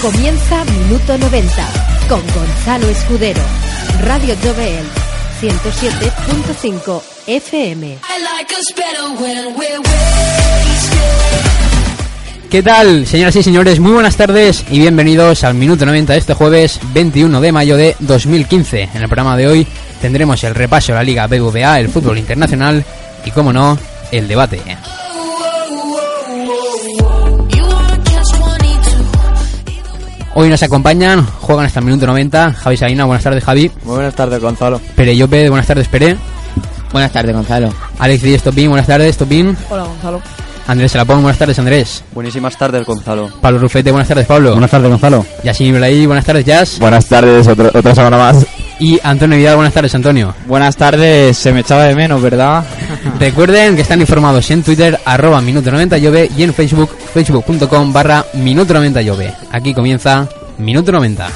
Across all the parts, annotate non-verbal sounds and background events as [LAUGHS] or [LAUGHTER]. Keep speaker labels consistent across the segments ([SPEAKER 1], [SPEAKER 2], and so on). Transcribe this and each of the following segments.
[SPEAKER 1] Comienza Minuto 90 con Gonzalo Escudero. Radio Jovel 107.5 FM.
[SPEAKER 2] ¿Qué tal, señoras y señores? Muy buenas tardes y bienvenidos al minuto 90 de este jueves 21 de mayo de 2015. En el programa de hoy tendremos el repaso de la Liga BBVA, el fútbol internacional y, como no, el debate. Hoy nos acompañan, juegan hasta el minuto 90, Javi Saina, buenas tardes Javi,
[SPEAKER 3] Muy buenas tardes, Gonzalo.
[SPEAKER 2] Pere Llope, buenas tardes Pere,
[SPEAKER 4] Buenas tardes, Gonzalo.
[SPEAKER 2] Alex Díez Topín, buenas tardes Topín,
[SPEAKER 5] Hola Gonzalo.
[SPEAKER 2] Andrés Salapón, buenas tardes Andrés,
[SPEAKER 3] Buenísimas tardes, Gonzalo.
[SPEAKER 2] Pablo Rufete, buenas tardes Pablo,
[SPEAKER 6] Buenas tardes, Gonzalo.
[SPEAKER 2] Yassin Ibrahim, buenas tardes Jazz
[SPEAKER 6] Buenas tardes, otra semana más.
[SPEAKER 2] y Antonio Vidal, buenas tardes Antonio.
[SPEAKER 4] Buenas tardes, se me echaba de menos, ¿verdad?
[SPEAKER 2] [LAUGHS] Recuerden que están informados en Twitter, arroba Minuto 90 Llove y en Facebook, facebook.com barra Minuto 90 Llove. Aquí comienza Minuto 90.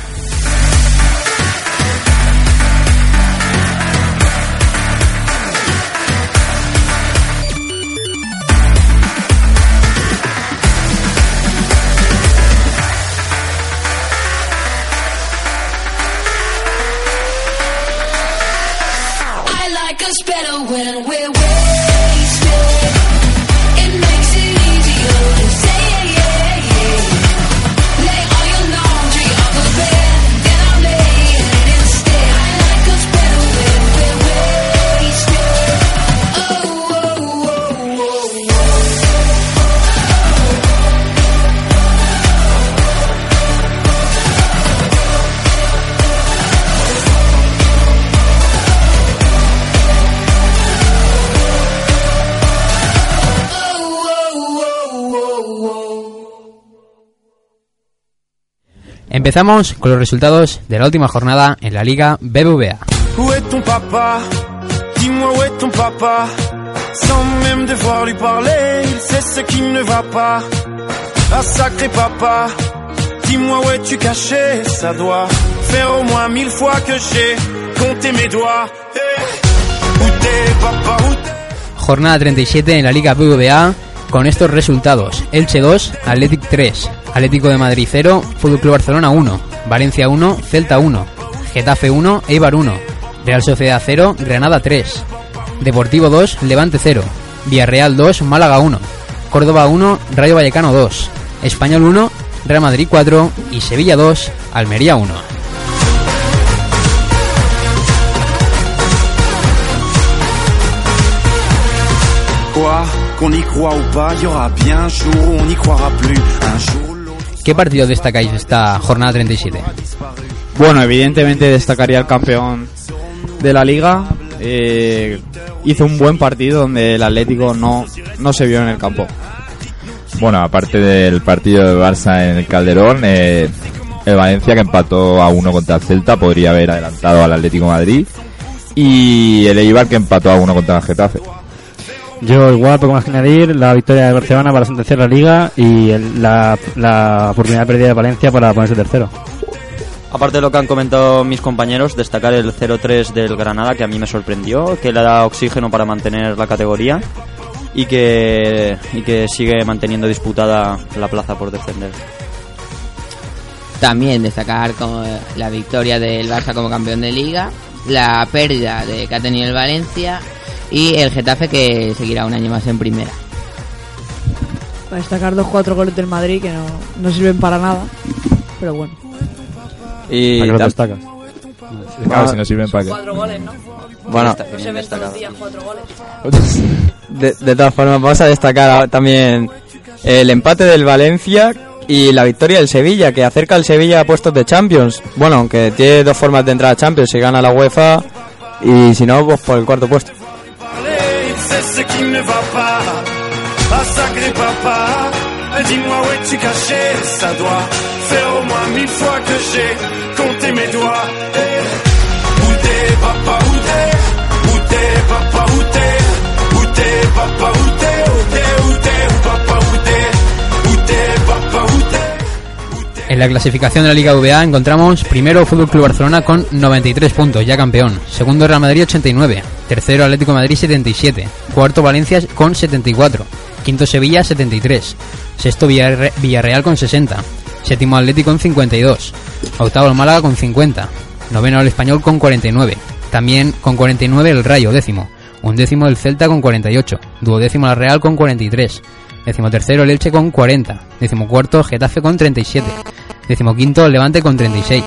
[SPEAKER 7] Oh, oh,
[SPEAKER 2] Empezamos con los resultados de la última jornada en la Liga BBVA.
[SPEAKER 8] Où est ton papa Dis-moi où est ton papa Sans même devoir lui parler, il sait ce qui ne va pas. Ah sacré papa, dis-moi où es-tu caché Ça doit faire au moins mille fois que j'ai compté mes doigts. Hey Où t'es papa, où t'es
[SPEAKER 2] Jornada 37 en la Liga BBVA con estos resultados. Elche 2, Athletic 3, Atlético de Madrid 0, Fútbol Club Barcelona 1, Valencia 1, Celta 1, Getafe 1, Eibar 1, Real Sociedad 0, Granada 3, Deportivo 2, Levante 0, Villarreal 2, Málaga 1, Córdoba 1, Rayo Vallecano 2, Español 1, Real Madrid 4 y Sevilla 2, Almería 1.
[SPEAKER 8] Quoi Qu'on y croit ou pas, y aura bien un jour où on n'y croira plus. Un jour ou l'autre,
[SPEAKER 2] ¿Qué partido destacáis de esta jornada 37?
[SPEAKER 4] Bueno, evidentemente destacaría el campeón de la liga. Eh, hizo un buen partido donde el Atlético no, no se vio en el campo.
[SPEAKER 6] Bueno, aparte del partido de Barça en el Calderón, eh, el Valencia que empató a uno contra el Celta podría haber adelantado al Atlético de Madrid y el Eibar que empató a uno contra el Getafe.
[SPEAKER 9] Yo igual, poco más que añadir, la victoria de Barcelona para sentenciar la liga y el- la, la oportunidad perdida de Valencia para ponerse tercero.
[SPEAKER 3] Aparte de lo que han comentado mis compañeros, destacar el 0-3 del Granada, que a mí me sorprendió, que le da oxígeno para mantener la categoría y que, y que sigue manteniendo disputada la plaza por descender.
[SPEAKER 10] También destacar como la victoria del Barça como campeón de liga, la pérdida de que ha tenido el Valencia y el Getafe que seguirá un año más en primera.
[SPEAKER 5] Para destacar dos cuatro goles del Madrid que no, no sirven para nada. Pero bueno.
[SPEAKER 3] Y
[SPEAKER 9] ¿Para qué lo
[SPEAKER 3] tam- Ah,
[SPEAKER 9] destacas?
[SPEAKER 6] Claro, si no sirven para que...
[SPEAKER 5] Cuatro goles, ¿no?
[SPEAKER 3] bueno,
[SPEAKER 5] se ven todos los días cuatro goles.
[SPEAKER 3] [LAUGHS] de, de todas formas, vamos a destacar ahora también el empate del Valencia y la victoria del Sevilla, que acerca al Sevilla a puestos de Champions. Bueno, aunque tiene dos formas de entrar a Champions, si gana la UEFA y si no, pues por el cuarto puesto.
[SPEAKER 8] parler, il sait ce qui ne va pas. Ah sacré papa, dis-moi où es-tu caché Ça doit faire au moins mille fois que j'ai compté mes doigts. Eh, Où t'es papa, où t'es Où t'es papa, où t'es Où t'es papa, où t'es Où t'es, où t'es, où papa, où t'es Où t'es papa, où t'es
[SPEAKER 2] En la clasificación de la Liga VA encontramos primero Fútbol Club Barcelona con 93 puntos, ya campeón. Segundo Real Madrid 89, tercero Atlético de Madrid 77, cuarto Valencia con 74, Quinto Sevilla 73. Sexto Villarre- Villarreal con 60. Séptimo Atlético con 52. Octavo el Málaga con 50. Noveno el Español con 49. También con 49 el Rayo décimo. Undécimo el Celta con 48. Duodécimo la Real con 43. Décimo tercero el Elche con 40. Décimo cuarto Getafe con 37. Décimo quinto el Levante con 36.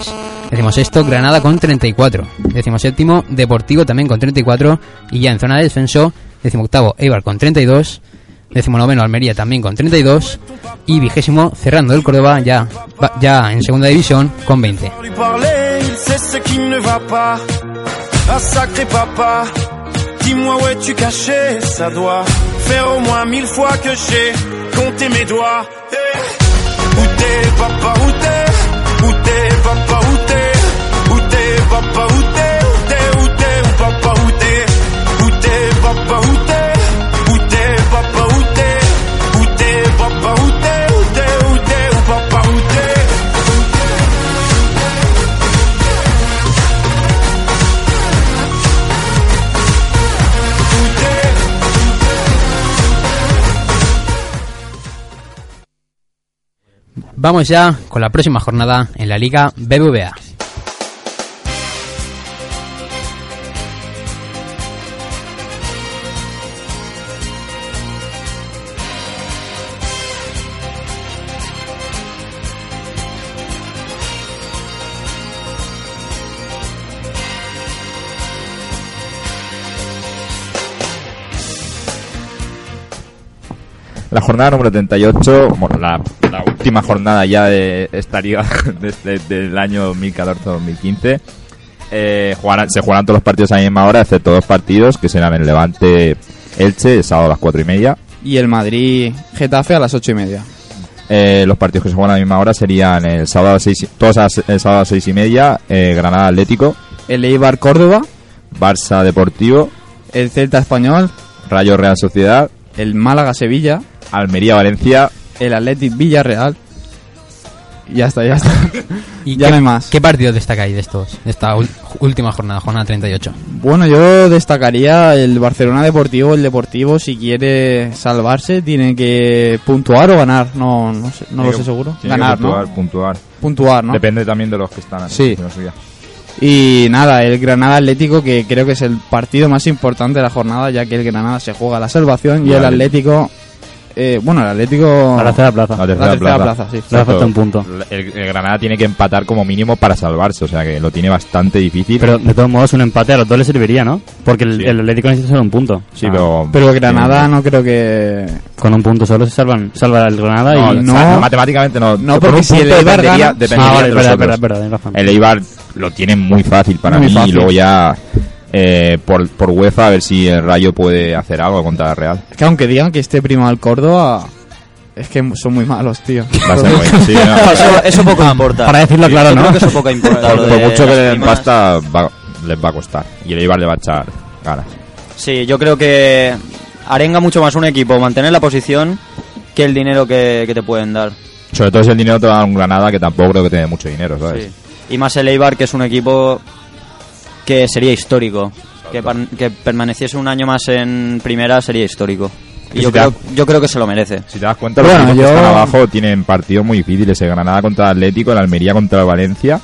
[SPEAKER 2] Décimo sexto Granada con 34. Décimo séptimo Deportivo también con 34. Y ya en zona de descenso, décimo octavo Eibar con 32. Décimo noveno Almería también con 32. Y vigésimo cerrando el Córdoba ya, ya en segunda división con 20.
[SPEAKER 8] Lui parler, il sait ce qui ne va pas. Ah sacré papa, dis-moi où es-tu caché Ça doit faire au moins mille fois que j'ai compté mes doigts. Hey. Où t'es papa, où t'es Où t'es papa, où t'es Où t'es papa, où t'es Où t'es, où t'es, où papa, où t'es Où t'es papa, où t'es Où t'es papa, où t'es Où t'es papa, où t'es Où t'es, où t'es, où papa, où t'es
[SPEAKER 2] Vamos ya con la próxima jornada en la Liga BBVA.
[SPEAKER 6] La jornada número 38, bueno, la, la última jornada ya [LAUGHS] de esta liga desde del año 2014-2015. Eh, jugarán- se jugarán todos los partidos a la misma hora, excepto dos partidos, que serán el Levante Elche, el sábado a las 4 y media.
[SPEAKER 4] Y el Madrid Getafe a las ocho y media.
[SPEAKER 6] Eh, los partidos que se juegan a la misma hora serían el sábado a seis y- todos a las- el sábado a 6 y media, eh, Granada Atlético,
[SPEAKER 4] El Eibar Córdoba,
[SPEAKER 6] Barça Deportivo,
[SPEAKER 4] el Celta Español,
[SPEAKER 6] Rayo Real Sociedad,
[SPEAKER 4] el Málaga Sevilla,
[SPEAKER 6] Almería Valencia.
[SPEAKER 4] el Athletic Villarreal. Y Ya está, ya está.
[SPEAKER 2] [LAUGHS] ¿Y
[SPEAKER 4] Ya
[SPEAKER 2] qué,
[SPEAKER 4] no hay más.
[SPEAKER 2] ¿Qué partido destacáis de estos? De esta ul- última jornada, jornada 38.
[SPEAKER 4] Bueno, yo destacaría el Barcelona Deportivo. El Deportivo, si quiere salvarse, tiene que puntuar o ganar. No, no, sé, no lo sé seguro.
[SPEAKER 6] Tiene que
[SPEAKER 4] Ganar,
[SPEAKER 6] puntuar,
[SPEAKER 4] ¿no?
[SPEAKER 6] puntuar.
[SPEAKER 4] Puntuar, ¿no?
[SPEAKER 6] Depende también de los que están.
[SPEAKER 4] Sí.
[SPEAKER 6] de los que ya.
[SPEAKER 4] Y nada, el Granada Atlético, que creo que es el partido más importante de la jornada, ya que el Granada se juega la salvación y el
[SPEAKER 6] Vale.
[SPEAKER 4] Atlético. eh, bueno, el Atlético.
[SPEAKER 9] A la tercera plaza.
[SPEAKER 6] La
[SPEAKER 9] Le
[SPEAKER 6] tercera,
[SPEAKER 4] tercera
[SPEAKER 6] plaza.
[SPEAKER 4] plaza, sí.
[SPEAKER 6] Exacto.
[SPEAKER 9] hace falta un punto.
[SPEAKER 6] El, el Granada tiene que empatar como mínimo para salvarse, o sea que lo tiene bastante difícil.
[SPEAKER 9] Pero de todos modos, un empate a los dos le serviría, ¿no? Porque el,
[SPEAKER 6] Sí.
[SPEAKER 9] el Atlético necesita solo un punto.
[SPEAKER 6] sí,
[SPEAKER 9] Ah.
[SPEAKER 6] pero,
[SPEAKER 4] Pero el Granada Ah, eh, no creo que.
[SPEAKER 9] Con un punto solo se salvan, salva el Granada
[SPEAKER 6] No,
[SPEAKER 9] y.
[SPEAKER 6] no, matemáticamente no.
[SPEAKER 4] No,
[SPEAKER 6] Por
[SPEAKER 4] porque
[SPEAKER 6] un
[SPEAKER 4] si el
[SPEAKER 6] punto
[SPEAKER 4] Eibar
[SPEAKER 6] dependería,
[SPEAKER 4] gana-
[SPEAKER 6] dependería
[SPEAKER 9] Ah, vale,
[SPEAKER 6] de
[SPEAKER 9] espera,
[SPEAKER 6] los
[SPEAKER 9] espera,
[SPEAKER 6] otros.
[SPEAKER 9] espera, tienes razón.
[SPEAKER 6] El Eibar lo tiene muy fácil para
[SPEAKER 4] Muy
[SPEAKER 6] mí
[SPEAKER 4] fácil.
[SPEAKER 6] y luego ya eh, por, por UEFA a ver si el Rayo puede hacer algo contra la Real.
[SPEAKER 4] Es que aunque digan que esté primo al Córdoba, es que son muy malos, tío.
[SPEAKER 6] Va a ser bueno,
[SPEAKER 4] [LAUGHS]
[SPEAKER 6] sí, no. Ah,
[SPEAKER 11] eso, eso poco importa.
[SPEAKER 9] para decirlo claro,
[SPEAKER 11] Yo
[SPEAKER 9] ¿no?
[SPEAKER 11] creo que eso poco importa.
[SPEAKER 6] Por,
[SPEAKER 11] lo
[SPEAKER 6] por
[SPEAKER 11] de
[SPEAKER 6] mucho que
[SPEAKER 11] las
[SPEAKER 6] le den
[SPEAKER 11] primas.
[SPEAKER 6] pasta, va- les va a costar. Y el Eibar le va a echar ganas.
[SPEAKER 11] Sí, yo creo que arenga mucho más un equipo mantener la posición que el dinero que, que te pueden dar.
[SPEAKER 6] Sobre todo si el dinero te va a dar un Granada que tampoco creo que tiene mucho dinero, ¿sabes?
[SPEAKER 11] Sí. Y más el Eibar, que es un equipo que sería histórico. Que, par- que permaneciese un año más en primera sería histórico.
[SPEAKER 6] Que
[SPEAKER 11] Y yo
[SPEAKER 6] si te
[SPEAKER 11] creo, yo creo que se lo merece.
[SPEAKER 6] Si te das cuenta,
[SPEAKER 4] Bueno,
[SPEAKER 6] los equipos
[SPEAKER 4] yo-
[SPEAKER 6] que están abajo tienen partidos muy difíciles. El Granada contra el Atlético, el Almería contra el Valencia.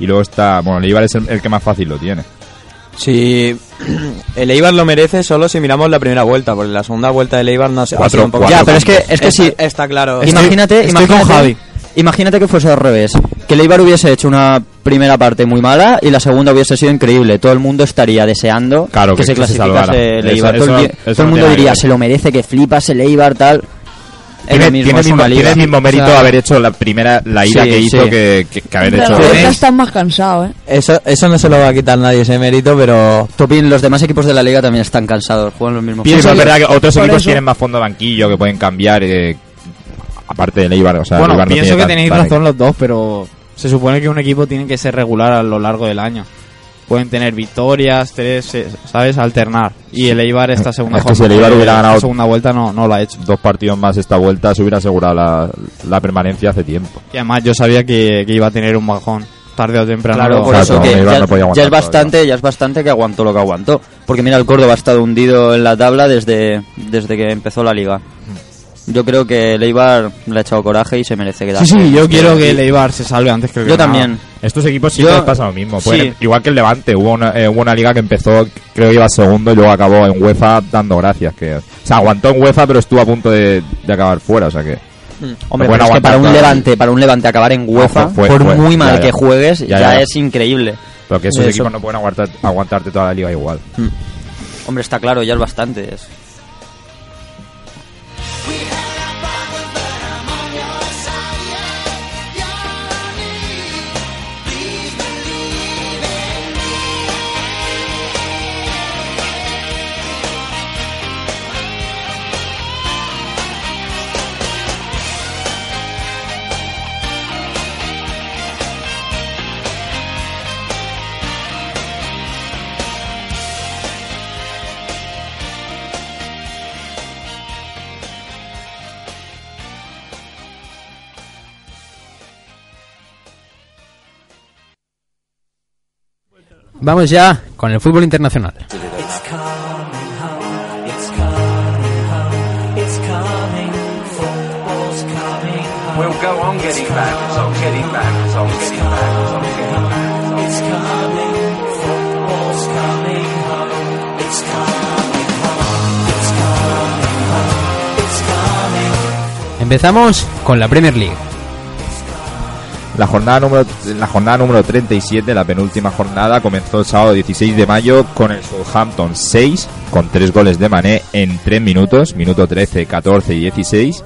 [SPEAKER 6] Y luego está... Bueno, el Eibar es el, el que más fácil lo tiene.
[SPEAKER 3] Si [CLEARS THROAT] el Eibar lo merece solo si miramos la primera vuelta, porque la segunda vuelta del Eibar no se ha
[SPEAKER 6] Cuatro,
[SPEAKER 3] sido un poco...
[SPEAKER 6] cuatro.
[SPEAKER 11] Ya, pero es que, es que si,
[SPEAKER 3] Está, está claro.
[SPEAKER 11] imagínate,
[SPEAKER 4] estoy con
[SPEAKER 11] imagínate,
[SPEAKER 4] Javi.
[SPEAKER 11] imagínate que fuese al revés. Que el Eibar hubiese hecho una primera parte muy mala y la segunda hubiese sido increíble. Todo el mundo estaría deseando
[SPEAKER 6] Claro,
[SPEAKER 11] que,
[SPEAKER 6] que-
[SPEAKER 11] se
[SPEAKER 6] que se
[SPEAKER 11] clasificase
[SPEAKER 6] salvara.
[SPEAKER 11] el
[SPEAKER 6] Eso-
[SPEAKER 11] Eibar. todo el,
[SPEAKER 6] eso-
[SPEAKER 11] di-
[SPEAKER 6] eso
[SPEAKER 11] todo el
[SPEAKER 6] no
[SPEAKER 11] mundo
[SPEAKER 6] tiene
[SPEAKER 11] diría,
[SPEAKER 6] que ver.
[SPEAKER 11] se lo merece, que flipas el Eibar, tal. Es
[SPEAKER 6] tiene,
[SPEAKER 11] lo mismo,
[SPEAKER 6] tiene
[SPEAKER 11] es una
[SPEAKER 6] mismo-
[SPEAKER 11] liga.
[SPEAKER 6] tiene el mismo mérito
[SPEAKER 4] O sea,
[SPEAKER 6] haber hecho la primera... La ida
[SPEAKER 11] sí,
[SPEAKER 6] que hizo
[SPEAKER 11] sí.
[SPEAKER 6] que, que- que haber
[SPEAKER 5] Pero
[SPEAKER 6] hecho...
[SPEAKER 5] el Celta está más cansado, ¿eh?
[SPEAKER 3] Eso, eso no se lo va a quitar nadie ese mérito, pero...
[SPEAKER 11] Topin, los demás equipos de la liga también están cansados, juegan los mismos.
[SPEAKER 6] Pienso es verdad que otros
[SPEAKER 5] por
[SPEAKER 6] equipos
[SPEAKER 5] eso-
[SPEAKER 6] tienen más fondo de banquillo, que pueden cambiar... eh, aparte del Eibar, o sea, el
[SPEAKER 4] bueno,
[SPEAKER 6] Eibar no
[SPEAKER 4] pienso
[SPEAKER 6] tiene
[SPEAKER 4] que
[SPEAKER 6] tan-
[SPEAKER 4] tenéis
[SPEAKER 6] tan-
[SPEAKER 4] razón los dos, pero se supone que un equipo tiene que ser regular a lo largo del año. Pueden tener victorias, tres, eh, ¿sabes? Alternar. Y el Eibar esta segunda
[SPEAKER 6] Es que si el
[SPEAKER 4] jornada-
[SPEAKER 6] Eibar hubiera
[SPEAKER 4] esta
[SPEAKER 6] ganado-
[SPEAKER 4] segunda vuelta no, no lo ha hecho.
[SPEAKER 6] Dos partidos más esta vuelta se hubiera asegurado la, la permanencia hace tiempo.
[SPEAKER 4] Y además yo sabía que, que iba a tener un bajón. tarde o temprano.
[SPEAKER 11] Claro, por eso que
[SPEAKER 6] Iván
[SPEAKER 11] ya,
[SPEAKER 6] no podía aguantar
[SPEAKER 11] ya es
[SPEAKER 6] todo,
[SPEAKER 11] bastante, ya es bastante que aguantó lo que aguantó. Porque mira, el Córdoba ha estado hundido en la tabla desde, desde que empezó la liga. Yo creo que Leibar le ha echado coraje y se merece quedar.
[SPEAKER 4] Sí, sí, yo quiero que el Eibar se salve antes que el
[SPEAKER 11] Yo
[SPEAKER 4] Granada.
[SPEAKER 11] también.
[SPEAKER 6] Estos equipos siempre
[SPEAKER 11] Yo-
[SPEAKER 6] les pasa lo mismo. pues,
[SPEAKER 11] sí.
[SPEAKER 6] Pueden- Igual que el Levante, hubo una, eh, hubo una liga que empezó, creo que iba segundo y luego acabó en UEFA dando gracias. Que, o sea, aguantó en UEFA pero estuvo a punto de, de acabar fuera, o sea que...
[SPEAKER 11] Hombre,
[SPEAKER 6] No pueden
[SPEAKER 11] pero es que
[SPEAKER 6] aguantar
[SPEAKER 11] para un
[SPEAKER 6] todo.
[SPEAKER 11] Levante, para un Levante acabar en UEFA,
[SPEAKER 6] No, fue- fue-
[SPEAKER 11] por
[SPEAKER 6] fue.
[SPEAKER 11] muy
[SPEAKER 6] Ya,
[SPEAKER 11] mal
[SPEAKER 6] ya.
[SPEAKER 11] que juegues,
[SPEAKER 6] Ya,
[SPEAKER 11] ya,
[SPEAKER 6] ya.
[SPEAKER 11] es increíble.
[SPEAKER 6] Porque esos
[SPEAKER 11] Eso. Mm.
[SPEAKER 6] equipos no pueden aguantar, aguantarte toda la liga igual.
[SPEAKER 11] Hombre, está claro, ya es bastante. es-
[SPEAKER 2] Vamos ya con el fútbol internacional.
[SPEAKER 7] It's coming home, it's coming home, it's coming, football's coming home.
[SPEAKER 8] We'll go on getting back, so getting back, so getting back, so getting back.
[SPEAKER 7] It's coming, football's coming home, it's coming home, it's coming home, it's coming
[SPEAKER 2] Empezamos con la Premier League.
[SPEAKER 6] La jornada número la jornada número 37, la penúltima jornada, comenzó el sábado 16 de mayo con el Southampton 6 con tres goles de Mané en 3 minutos, minuto 13, 14 y 16.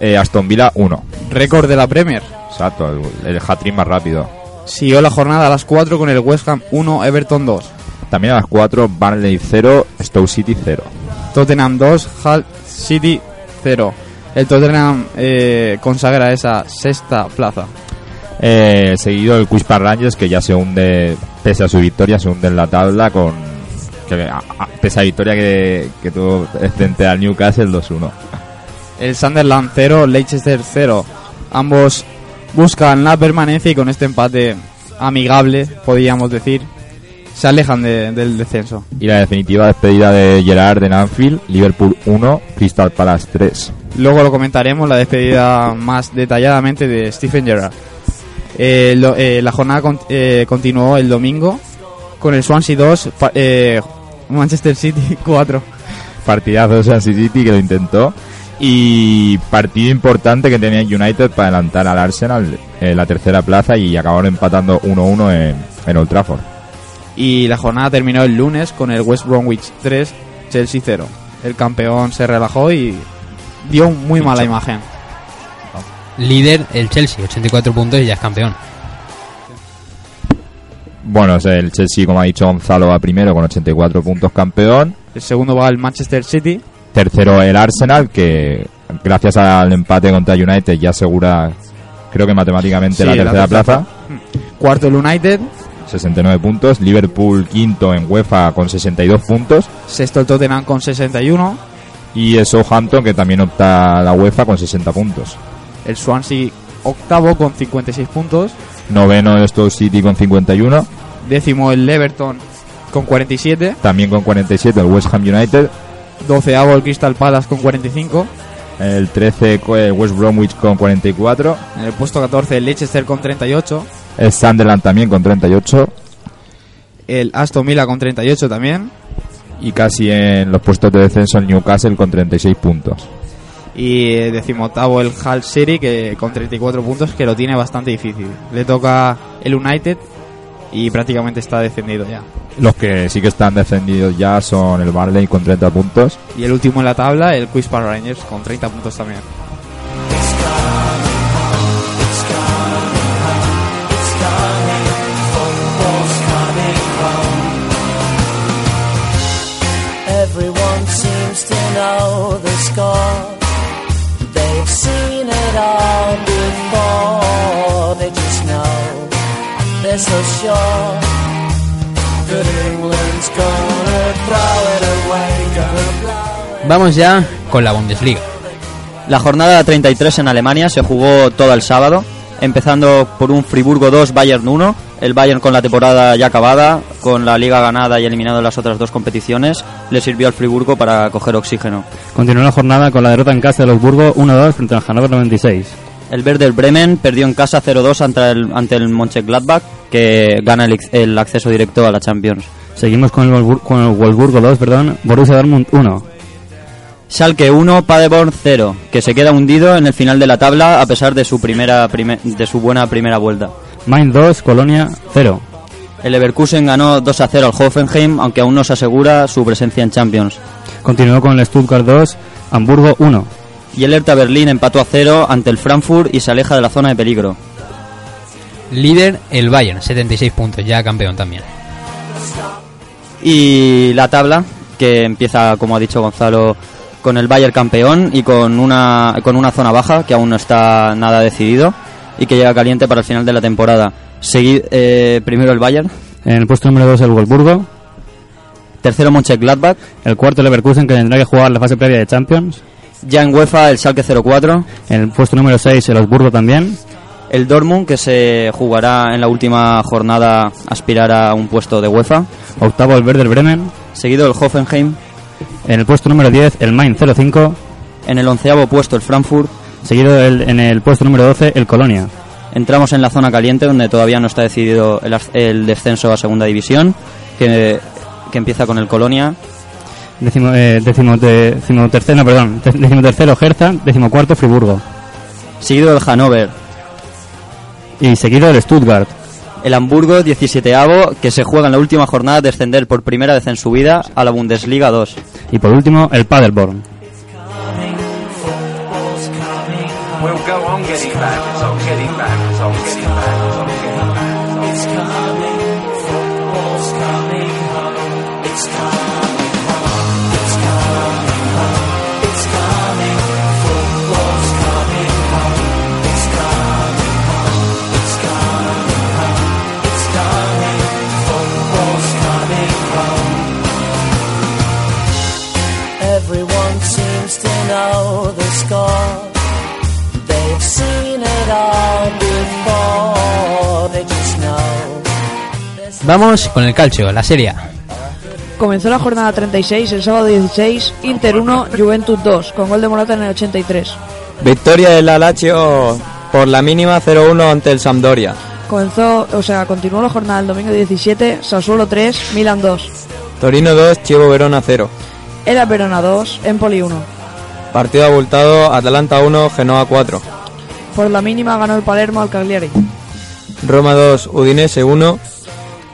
[SPEAKER 6] Eh, Aston Villa 1.
[SPEAKER 4] Récord de la Premier.
[SPEAKER 6] Exacto, el, el hat-trick más rápido.
[SPEAKER 4] Siguió la jornada a las 4 con el West Ham 1, Everton 2.
[SPEAKER 6] También a las 4 Barnley 0, Stoke City 0.
[SPEAKER 4] Tottenham 2, Hull City 0. El Tottenham eh, consagra esa sexta plaza.
[SPEAKER 6] Eh, seguido el Quispa Rangers que ya se hunde, pese a su victoria, se hunde en la tabla con... que- a- a- pese a la victoria que, que tuvo frente al Newcastle 2-1.
[SPEAKER 4] El Sunderland 0, Leicester 0. Ambos buscan la permanencia y con este empate amigable, podríamos decir, se alejan de- del descenso.
[SPEAKER 6] Y la definitiva despedida de Gerard en Anfield, Liverpool 1, Crystal Palace 3.
[SPEAKER 4] Luego lo comentaremos la despedida más detalladamente de Stephen Gerrard. Eh, lo- eh, la jornada con- eh, continuó el domingo con el Swansea 2, pa- eh, Manchester City [LAUGHS] 4.
[SPEAKER 6] Partidazo de Swansea City que lo intentó. Y partido importante que tenía el United para adelantar al Arsenal en la tercera plaza y acabaron empatando 1-1 en, en Old Trafford.
[SPEAKER 4] Y la jornada terminó el lunes con el West Bromwich 3, Chelsea 0. El campeón se relajó y dio muy mala imagen.
[SPEAKER 2] Líder el Chelsea, 84 puntos y ya es campeón.
[SPEAKER 6] Bueno, es el Chelsea, como ha dicho Gonzalo, va primero con 84 puntos campeón.
[SPEAKER 4] El segundo va al Manchester City.
[SPEAKER 6] Tercero el Arsenal, que gracias al empate contra United ya asegura, creo que matemáticamente, la
[SPEAKER 4] Sí,
[SPEAKER 6] tercera plaza.
[SPEAKER 4] Cuarto el United.
[SPEAKER 6] 69 puntos. Liverpool quinto en UEFA con 62 puntos.
[SPEAKER 4] Sexto el Tottenham con 61.
[SPEAKER 6] Y el Southampton que también opta a la UEFA con 60 puntos.
[SPEAKER 4] El Swansea octavo con 56 puntos.
[SPEAKER 6] Noveno el Stoke City con 51.
[SPEAKER 4] Décimo el Everton con 47.
[SPEAKER 6] También con 47 el West Ham United.
[SPEAKER 4] Doceavo el Crystal Palace con 45.
[SPEAKER 6] El 13 co- el West Bromwich con 44.
[SPEAKER 4] En el puesto 14 el Leicester con 38.
[SPEAKER 6] El Sunderland también con 38.
[SPEAKER 4] El Aston Villa con 38 también.
[SPEAKER 6] Y casi en los puestos de descenso el Newcastle con 36 puntos.
[SPEAKER 4] Y eh, decimoctavo el Hull City que con 34 puntos que lo tiene bastante difícil. Le toca el United y prácticamente está descendido ya.
[SPEAKER 6] Los que sí que están descendidos ya son el Barley con 30 puntos.
[SPEAKER 4] Y el último en la tabla, el Quiz para Rangers con 30 puntos también.
[SPEAKER 7] Football's coming home. Everyone seems to know the score. They've seen it all before. They just know they're so sure. Good England's gonna throw it away. Gonna blow.
[SPEAKER 2] Vamos ya con la Bundesliga.
[SPEAKER 11] La jornada 33 en Alemania se jugó todo el sábado. empezando por un Friburgo 2, Bayern 1. El Bayern con la temporada ya acabada, con la liga ganada y eliminado las otras dos competiciones, le sirvió al Friburgo para coger oxígeno.
[SPEAKER 9] Continuó la jornada con la derrota en casa de los Burgos 1-2 frente al Hannover 96.
[SPEAKER 11] El Werder Bremen perdió en casa 0-2 ante el, ante el Mönchengladbach, que gana el, el acceso directo a la Champions.
[SPEAKER 9] Seguimos con el, Wolfsburg- con el Wolfsburgo 2, perdón, Borussia Dortmund 1.
[SPEAKER 11] Schalke 1, Paderborn 0, que se queda hundido en el final de la tabla a pesar de su, primera, prime- de su buena primera vuelta.
[SPEAKER 9] Main 2, Colonia 0.
[SPEAKER 11] El Leverkusen ganó 2 a 0 al Hoffenheim, aunque aún no se asegura su presencia en Champions.
[SPEAKER 9] Continuó con el Stuttgart 2, Hamburgo 1.
[SPEAKER 11] Y el Hertha Berlín empató a 0 ante el Frankfurt y se aleja de la zona de peligro.
[SPEAKER 2] Líder, el Bayern, 76 puntos, ya campeón también.
[SPEAKER 11] Y la tabla, que empieza, como ha dicho Gonzalo, con el Bayern campeón y con una, con una zona baja que aún no está nada decidido y que llega caliente para el final de la temporada. Segui- eh, primero el Bayern,
[SPEAKER 9] En el puesto número 2, el Wolfsburgo.
[SPEAKER 11] tercero Mönchengladbach,
[SPEAKER 9] El cuarto, el Leverkusen, que tendrá que jugar la fase previa de Champions.
[SPEAKER 11] ya en UEFA el Schalke 04,
[SPEAKER 9] En el puesto número 6, el Osburgo también.
[SPEAKER 11] el Dortmund que se jugará en la última jornada aspirar a un puesto de UEFA,
[SPEAKER 9] Octavo, el Werder Bremen.
[SPEAKER 11] seguido el Hoffenheim,
[SPEAKER 9] En el puesto número 10, el Main 05.
[SPEAKER 11] en el onceavo puesto el Frankfurt,
[SPEAKER 9] Seguido el- en el puesto número 12, el Colonia.
[SPEAKER 11] Entramos en la zona caliente donde todavía no está decidido el, as- el descenso a segunda división, que, que empieza con el Colonia.
[SPEAKER 9] Décimo, eh, décimo, te- décimo tercero, no, perdón. [LAUGHS] te- Décimo tercero, Hertha. Décimo cuarto, Friburgo.
[SPEAKER 11] Seguido el Hannover,
[SPEAKER 9] Y seguido el Stuttgart.
[SPEAKER 11] el Hamburgo 17avo, que se juega en la última jornada descender por primera vez en su vida a la Bundesliga 2.
[SPEAKER 9] Y por último, el Paderborn.
[SPEAKER 8] We'll go on getting back, so getting back, so getting back, so getting back.
[SPEAKER 7] It's coming, football's coming home. It's coming home, it's coming home, it's coming, football's coming home. It's coming home, it's coming home, it's coming, football's coming home. Everyone seems to know the score. They've seen it all before. They just know.
[SPEAKER 2] Vamos con el calcio, la Serie A.
[SPEAKER 5] Comenzó la jornada 36, el sábado 16, Inter 1, Juventus 2, con gol de Morata en el 83.
[SPEAKER 3] Victoria del Alacio por la mínima 0-1 ante el Sampdoria.
[SPEAKER 5] Comenzó, o sea, continuó la jornada el domingo 17, Sassuolo 3, Milan 2,
[SPEAKER 3] Torino 2, Chievo Verona 0.
[SPEAKER 5] Era Verona 2, Empoli 1.
[SPEAKER 3] Partido abultado, Atalanta 1, Genoa 4.
[SPEAKER 5] Por la mínima ganó el Palermo al Cagliari.
[SPEAKER 3] Roma 2, Udinese 1.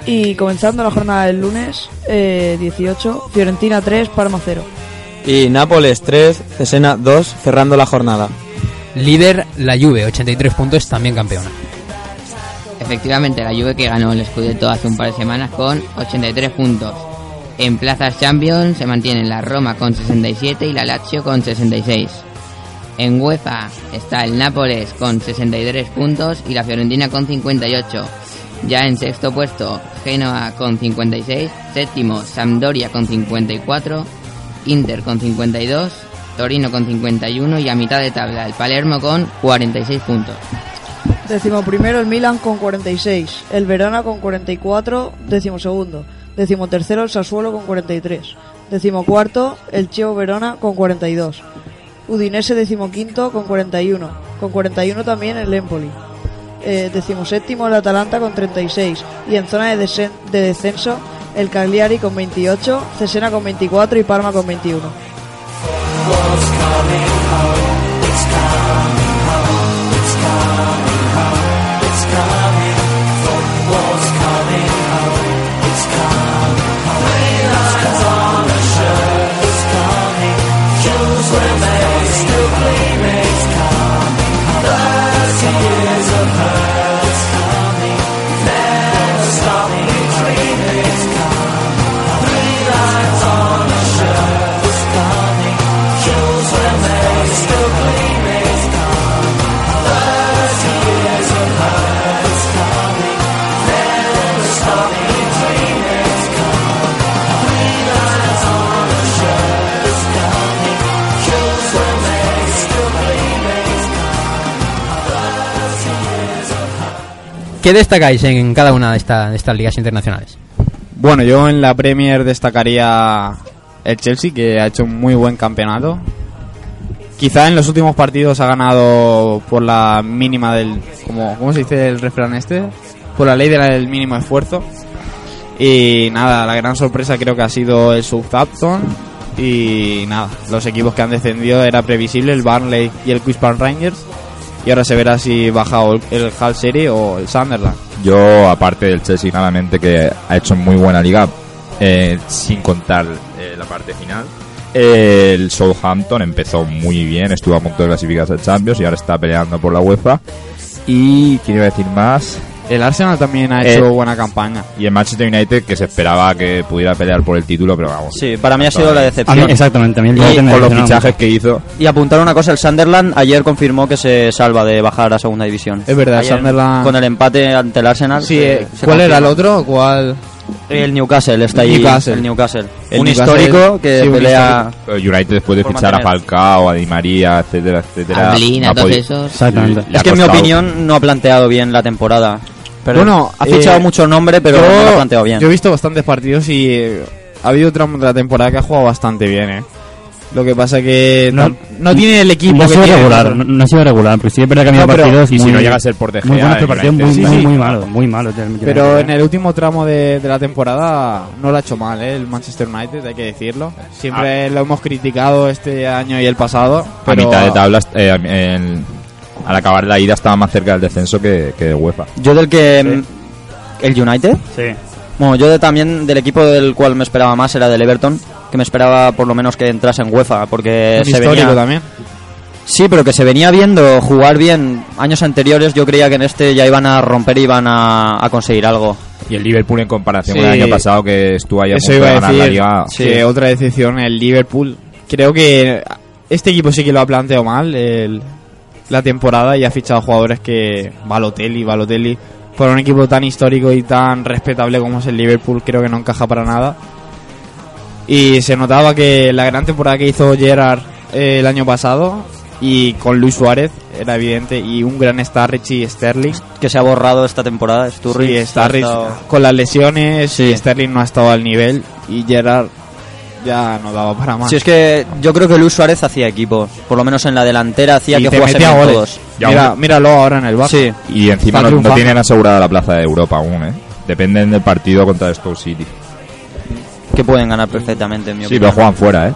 [SPEAKER 5] Y comenzando la jornada del lunes eh, 18, Fiorentina 3, Parma 0.
[SPEAKER 3] Y Nápoles 3, Cesena 2, cerrando la jornada.
[SPEAKER 2] Líder, la Juve, 83 puntos, también campeona.
[SPEAKER 10] Efectivamente, la Juve que ganó el Scudetto hace un par de semanas con 83 puntos. En plazas Champions se mantienen la Roma con 67 y la Lazio con 66. En UEFA está el Nápoles con 63 puntos y la Fiorentina con 58. Ya en sexto puesto, Genoa con 56, séptimo Sampdoria con 54, Inter con 52, Torino con 51 y a mitad de tabla el Palermo con 46 puntos.
[SPEAKER 5] Décimo primero el Milan con 46, el Verona con 44, décimo segundo. Décimo tercero el Sassuolo con 43. Décimo cuarto el Chievo Verona con 42. Udinese décimo quinto con 41. Con 41 también el Empoli. Eh, décimo séptimo el Atalanta con 36. Y en zona de, desen- de descenso el Cagliari con 28, Cesena con 24 y Parma con 21.
[SPEAKER 7] Football's coming home. It's coming home. It's coming home. It's coming. Football's coming home. It's coming home. It's on a shirt. It's coming. Jules remain still gleaming. It's coming home. Thirty years of hurt. It's coming. Never stopping dreaming. It's coming. Three lines on a shirt. It's coming. Kills when they still gleaming.
[SPEAKER 2] ¿Qué destacáis en cada una de, esta- de estas ligas internacionales?
[SPEAKER 4] Bueno, yo en la Premier destacaría el Chelsea, que ha hecho un muy buen campeonato. Quizá en los últimos partidos ha ganado por la mínima del... Como, ¿Cómo se dice el refrán este? Por la ley del mínimo esfuerzo. Y nada, la gran sorpresa creo que ha sido el Southampton. Y nada, los equipos que han descendido era previsible, el Barnley y el Queens Park Rangers. Y ahora se verá si baja o el- el Hull City o el Sunderland.
[SPEAKER 6] Yo, aparte del Chelsea, claramente que ha hecho muy buena liga, eh, sin contar eh, la parte final. El Southampton empezó muy bien, estuvo a punto de clasificarse al Champions y ahora está peleando por la UEFA. Y quién iba a decir más.
[SPEAKER 4] El Arsenal también ha
[SPEAKER 6] Eh,
[SPEAKER 4] hecho buena campaña.
[SPEAKER 6] Y el Manchester United que se esperaba que pudiera pelear por el título, pero vamos.
[SPEAKER 11] Sí, para mí ha sido la
[SPEAKER 9] Ah,
[SPEAKER 11] decepción.
[SPEAKER 6] A mí-
[SPEAKER 11] exactamente, a mí el
[SPEAKER 6] Y
[SPEAKER 11] United me
[SPEAKER 6] con los
[SPEAKER 11] decepcionó
[SPEAKER 6] fichajes que hizo.
[SPEAKER 11] Y apuntar una cosa, el Sunderland ayer confirmó que se salva de bajar a segunda división.
[SPEAKER 4] Es verdad,
[SPEAKER 11] Ayer,
[SPEAKER 4] Sunderland-
[SPEAKER 11] Con el empate ante el Arsenal.
[SPEAKER 4] Sí,
[SPEAKER 11] se-
[SPEAKER 4] eh,
[SPEAKER 11] se
[SPEAKER 4] ¿cuál era el
[SPEAKER 11] confirma.
[SPEAKER 4] otro? ¿Cuál?
[SPEAKER 11] El Newcastle está ahí.
[SPEAKER 4] Newcastle.
[SPEAKER 11] El Newcastle.
[SPEAKER 4] El
[SPEAKER 11] un
[SPEAKER 4] Newcastle,
[SPEAKER 11] histórico que
[SPEAKER 4] sí, un
[SPEAKER 11] pelea.
[SPEAKER 6] El United después de
[SPEAKER 11] Por
[SPEAKER 6] fichar a
[SPEAKER 11] mantener.
[SPEAKER 6] Falcao, a Di María, etcétera, etcétera.
[SPEAKER 11] A Blin, a
[SPEAKER 6] ha
[SPEAKER 11] todos
[SPEAKER 6] podido-
[SPEAKER 11] esos.
[SPEAKER 9] Exactamente.
[SPEAKER 6] Le
[SPEAKER 11] Es
[SPEAKER 6] ha
[SPEAKER 11] que en mi
[SPEAKER 6] costado.
[SPEAKER 11] opinión no ha planteado bien la temporada. Pero
[SPEAKER 4] bueno,
[SPEAKER 11] ha fichado
[SPEAKER 4] eh,
[SPEAKER 11] mucho nombre, pero
[SPEAKER 4] yo-
[SPEAKER 11] no lo ha planteado bien.
[SPEAKER 4] Yo he visto bastantes partidos y eh, ha habido tramo de la temporada que ha jugado bastante bien, ¿eh? Lo que pasa que no, no tiene el equipo
[SPEAKER 9] No ha
[SPEAKER 4] que
[SPEAKER 9] sido
[SPEAKER 4] tiene.
[SPEAKER 9] regular, no, no ha sido regular, porque sí es verdad que ha habido
[SPEAKER 4] No, pero-
[SPEAKER 9] partidos
[SPEAKER 4] y si
[SPEAKER 9] muy-
[SPEAKER 4] no llega a ser por De Gea,
[SPEAKER 9] muy buenos, pero
[SPEAKER 4] el
[SPEAKER 9] partidos muy,
[SPEAKER 4] United.
[SPEAKER 9] muy,
[SPEAKER 4] Sí, sí.
[SPEAKER 9] muy malos, muy malos del United.
[SPEAKER 4] Pero en el último tramo de, de la temporada no lo ha hecho mal, ¿eh? El Manchester United, hay que decirlo. Siempre lo hemos criticado este año y el pasado.
[SPEAKER 6] a
[SPEAKER 4] Pero
[SPEAKER 6] mitad de tablas al acabar la ida estaba más cerca del descenso que, que de UEFA
[SPEAKER 11] Yo del que... mm, ¿El United?
[SPEAKER 9] Sí.
[SPEAKER 11] Bueno, yo de- también del equipo del cual me esperaba más era del Everton, que me esperaba por lo menos que entrase en UEFA, porque
[SPEAKER 4] un
[SPEAKER 11] se
[SPEAKER 4] histórico
[SPEAKER 11] venía...
[SPEAKER 4] también.
[SPEAKER 11] Sí, pero que se venía viendo jugar bien años anteriores, yo creía que en este ya iban a romper y iban a, a conseguir algo.
[SPEAKER 6] y el Liverpool en comparación
[SPEAKER 11] Sí.
[SPEAKER 6] con el año pasado que estuvo ahí a
[SPEAKER 4] Eso
[SPEAKER 6] punto
[SPEAKER 4] iba
[SPEAKER 6] de
[SPEAKER 4] a
[SPEAKER 6] ganar
[SPEAKER 4] decir.
[SPEAKER 6] la liga
[SPEAKER 4] que otra decepción, el Liverpool. Creo que este equipo sí que lo ha planteado mal el- la temporada y ha fichado jugadores que Balotelli, Balotelli. Para un equipo tan histórico y tan respetable como es el Liverpool, creo que no encaja para nada. Y se notaba que la gran temporada que hizo Gerard eh, el año pasado y con Luis Suárez era evidente y un gran Starrich y Sterling.
[SPEAKER 11] Que se ha borrado esta temporada, Sturridge.
[SPEAKER 4] Sí,
[SPEAKER 11] ha
[SPEAKER 4] Starrich
[SPEAKER 11] estado-
[SPEAKER 4] con las lesiones, Sterling no ha estado al nivel y Gerard ya no daba para más.
[SPEAKER 11] Si es que yo creo que Luis Suárez hacía equipo, por lo menos en la delantera hacía
[SPEAKER 4] Y
[SPEAKER 11] que
[SPEAKER 4] te
[SPEAKER 11] jugasen
[SPEAKER 4] metía
[SPEAKER 11] bien
[SPEAKER 4] goles.
[SPEAKER 11] todos.
[SPEAKER 6] Ya
[SPEAKER 4] Mira,
[SPEAKER 6] aún-
[SPEAKER 4] míralo ahora en el Barça.
[SPEAKER 11] Sí.
[SPEAKER 6] y
[SPEAKER 4] Está
[SPEAKER 6] encima no, no
[SPEAKER 4] triunfando.
[SPEAKER 6] tienen asegurada la plaza de Europa aún ¿eh? dependen del partido contra el Stoke City
[SPEAKER 11] que pueden ganar perfectamente en mi
[SPEAKER 6] sí
[SPEAKER 11] opinión.
[SPEAKER 6] pero juegan fuera ¿eh?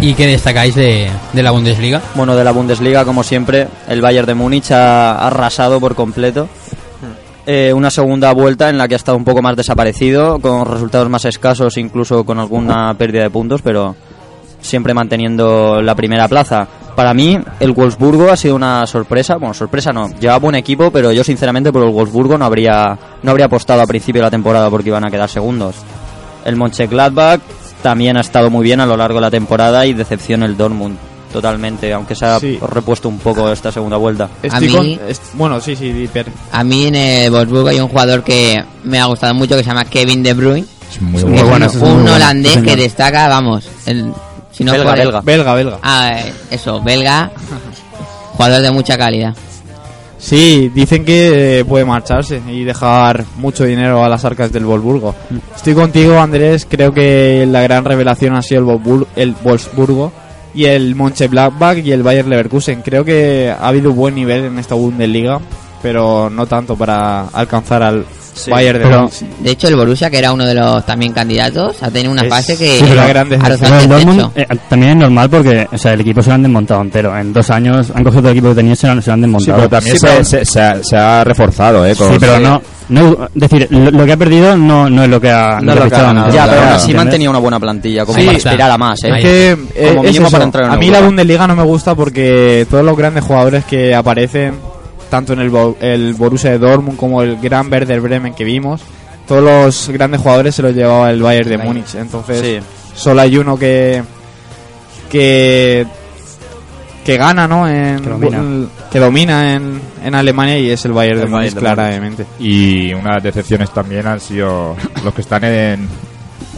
[SPEAKER 2] ¿Y qué destacáis de, de la Bundesliga?
[SPEAKER 11] Bueno, de la Bundesliga, como siempre, el Bayern de Múnich ha, ha arrasado por completo. Eh, una segunda vuelta en la que ha estado un poco más desaparecido, con resultados más escasos, incluso con alguna pérdida de puntos, pero siempre manteniendo la primera plaza. Para mí, el Wolfsburgo ha sido una sorpresa. Bueno, sorpresa no. Llevaba buen equipo, pero yo sinceramente por el Wolfsburgo no habría, no habría apostado a principio de la temporada porque iban a quedar segundos. El Mönchengladbach también ha estado muy bien a lo largo de la temporada y decepción el Dortmund totalmente, aunque se ha
[SPEAKER 4] Sí.
[SPEAKER 11] repuesto un poco esta segunda vuelta.
[SPEAKER 4] Estoy
[SPEAKER 10] A
[SPEAKER 4] con-
[SPEAKER 10] mí-
[SPEAKER 4] est- bueno, sí, sí, di, Pere.
[SPEAKER 10] A mí en el Wolfsburg hay un jugador que me ha gustado mucho que se llama Kevin De Bruyne.
[SPEAKER 6] es muy
[SPEAKER 10] que es
[SPEAKER 6] bueno
[SPEAKER 10] un, un holandés
[SPEAKER 9] sí, señor.
[SPEAKER 10] que destaca, vamos. el- si no
[SPEAKER 11] Belga,
[SPEAKER 10] fuera-
[SPEAKER 11] belga.
[SPEAKER 4] Belga, belga.
[SPEAKER 10] Ah, eh, eso, belga. Jugador de mucha calidad.
[SPEAKER 4] Sí, dicen que eh, puede marcharse y dejar mucho dinero a las arcas del Wolfsburgo.
[SPEAKER 10] Mm.
[SPEAKER 4] Estoy contigo, Andrés. Creo que la gran revelación ha sido el, Wolfsbur- el Wolfsburgo y el Monche Blackback y el Bayern Leverkusen. Creo que ha habido buen nivel en esta Bundesliga, pero no tanto para alcanzar al Bayern de
[SPEAKER 9] pero-
[SPEAKER 4] Múnich.
[SPEAKER 10] De hecho, el Borussia, que era uno de los también candidatos, ha tenido una
[SPEAKER 4] Es-
[SPEAKER 10] fase que
[SPEAKER 4] sí, pero la
[SPEAKER 10] ha
[SPEAKER 4] gran decepción.
[SPEAKER 10] rozado
[SPEAKER 9] Pero
[SPEAKER 10] el
[SPEAKER 9] el Dortmund
[SPEAKER 10] techo.
[SPEAKER 9] eh, también es normal porque o sea, el equipo se lo han desmontado entero. En dos años han cogido todo el equipo que tenía y se lo han, se lo han
[SPEAKER 6] sí,
[SPEAKER 9] desmontado.
[SPEAKER 6] pero también se, se- se ha, se ha reforzado ¿eh? con-
[SPEAKER 9] Sí, pero no, no- es decir, lo, lo que ha perdido no, no es lo que ha,
[SPEAKER 6] No es lo que ha
[SPEAKER 9] fichado
[SPEAKER 6] ganado,
[SPEAKER 9] antes,
[SPEAKER 11] Ya, pero aún
[SPEAKER 9] ¿entiendes?
[SPEAKER 11] así mantenía una buena plantilla, como
[SPEAKER 2] Sí.
[SPEAKER 11] para aspirar a más, ¿eh?
[SPEAKER 2] Ahí
[SPEAKER 4] Es que, eh,
[SPEAKER 11] Como
[SPEAKER 4] es
[SPEAKER 11] mínimo
[SPEAKER 4] eso.
[SPEAKER 11] para entrar en
[SPEAKER 4] a mí
[SPEAKER 11] Europa.
[SPEAKER 4] la Bundesliga no me gusta porque todos los grandes jugadores que aparecen, tanto en el, Bo- el Borussia de Dortmund como el Gran Werder Bremen que vimos, todos los grandes jugadores se los llevaba el Bayern de
[SPEAKER 10] Bayern.
[SPEAKER 4] Múnich. Entonces,
[SPEAKER 11] Sí.
[SPEAKER 4] solo hay uno que que que gana, ¿no? En,
[SPEAKER 6] Que domina.
[SPEAKER 4] que domina en, en Alemania y es el Bayern de Múnich, claramente.
[SPEAKER 6] Y una de las decepciones también han sido los que están en,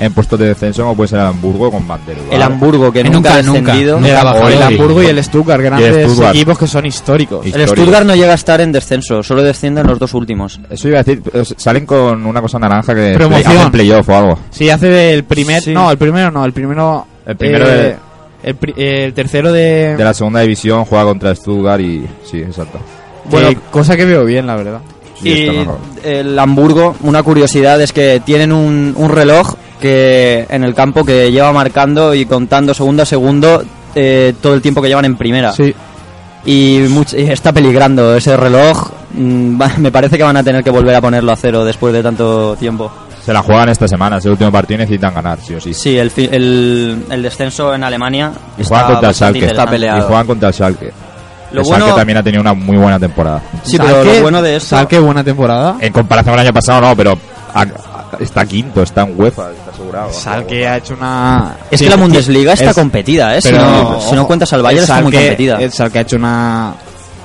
[SPEAKER 6] en puestos de descenso, como puede ser el Hamburgo con Bandero.
[SPEAKER 4] El Hamburgo, que Que Eh, nunca nunca, ha nunca, descendido. nunca ha bajado. El Hamburgo y el Stuttgart, grandes equipos que son históricos.
[SPEAKER 11] El Stuttgart no llega a estar en descenso, solo descienden los dos últimos.
[SPEAKER 6] Eso iba a decir, eh, salen con una cosa naranja que
[SPEAKER 11] Promoción.
[SPEAKER 6] hacen playoff o algo.
[SPEAKER 4] Sí, hace del primer.
[SPEAKER 6] Sí.
[SPEAKER 4] No, el primero no, el primero. eh,
[SPEAKER 6] El primero de-
[SPEAKER 4] el, pri- eh, el tercero de.
[SPEAKER 6] De la segunda división juega contra Stuttgart y... Sí, exacto.
[SPEAKER 4] Bueno, cosa que veo bien, la verdad.
[SPEAKER 6] Sí, está
[SPEAKER 11] Y
[SPEAKER 6] mejor.
[SPEAKER 11] el Hamburgo, una curiosidad es que tienen un, un reloj que en el campo que lleva marcando y contando segundo a segundo eh, todo el tiempo que llevan en primera.
[SPEAKER 4] Sí.
[SPEAKER 11] Y, much- y está peligrando ese reloj. mm, va- [LAUGHS] me parece que van a tener que volver a ponerlo a cero después de tanto tiempo.
[SPEAKER 6] Se la juegan esta semana, es el último partido y necesitan ganar, sí o sí.
[SPEAKER 11] Sí, el, fi- el, el descenso en Alemania
[SPEAKER 6] Y juegan
[SPEAKER 11] está
[SPEAKER 6] contra el
[SPEAKER 11] bastante
[SPEAKER 6] Schalke.
[SPEAKER 11] interesante.
[SPEAKER 6] Y juegan contra el Schalke.
[SPEAKER 11] Lo
[SPEAKER 6] el
[SPEAKER 11] bueno-
[SPEAKER 6] Schalke también ha tenido una muy buena temporada.
[SPEAKER 11] Sí, pero lo bueno de eso...
[SPEAKER 4] Qué buena temporada.
[SPEAKER 6] En comparación al año pasado, no, pero a- a- está quinto, está en UEFA, está asegurado.
[SPEAKER 4] Salke ha hecho una.
[SPEAKER 11] Es que la Bundesliga está competida, ¿eh? Si no- si no cuentas al
[SPEAKER 4] el
[SPEAKER 11] Bayern, está muy
[SPEAKER 4] Schalke-
[SPEAKER 11] competida.
[SPEAKER 4] El Salke ha hecho una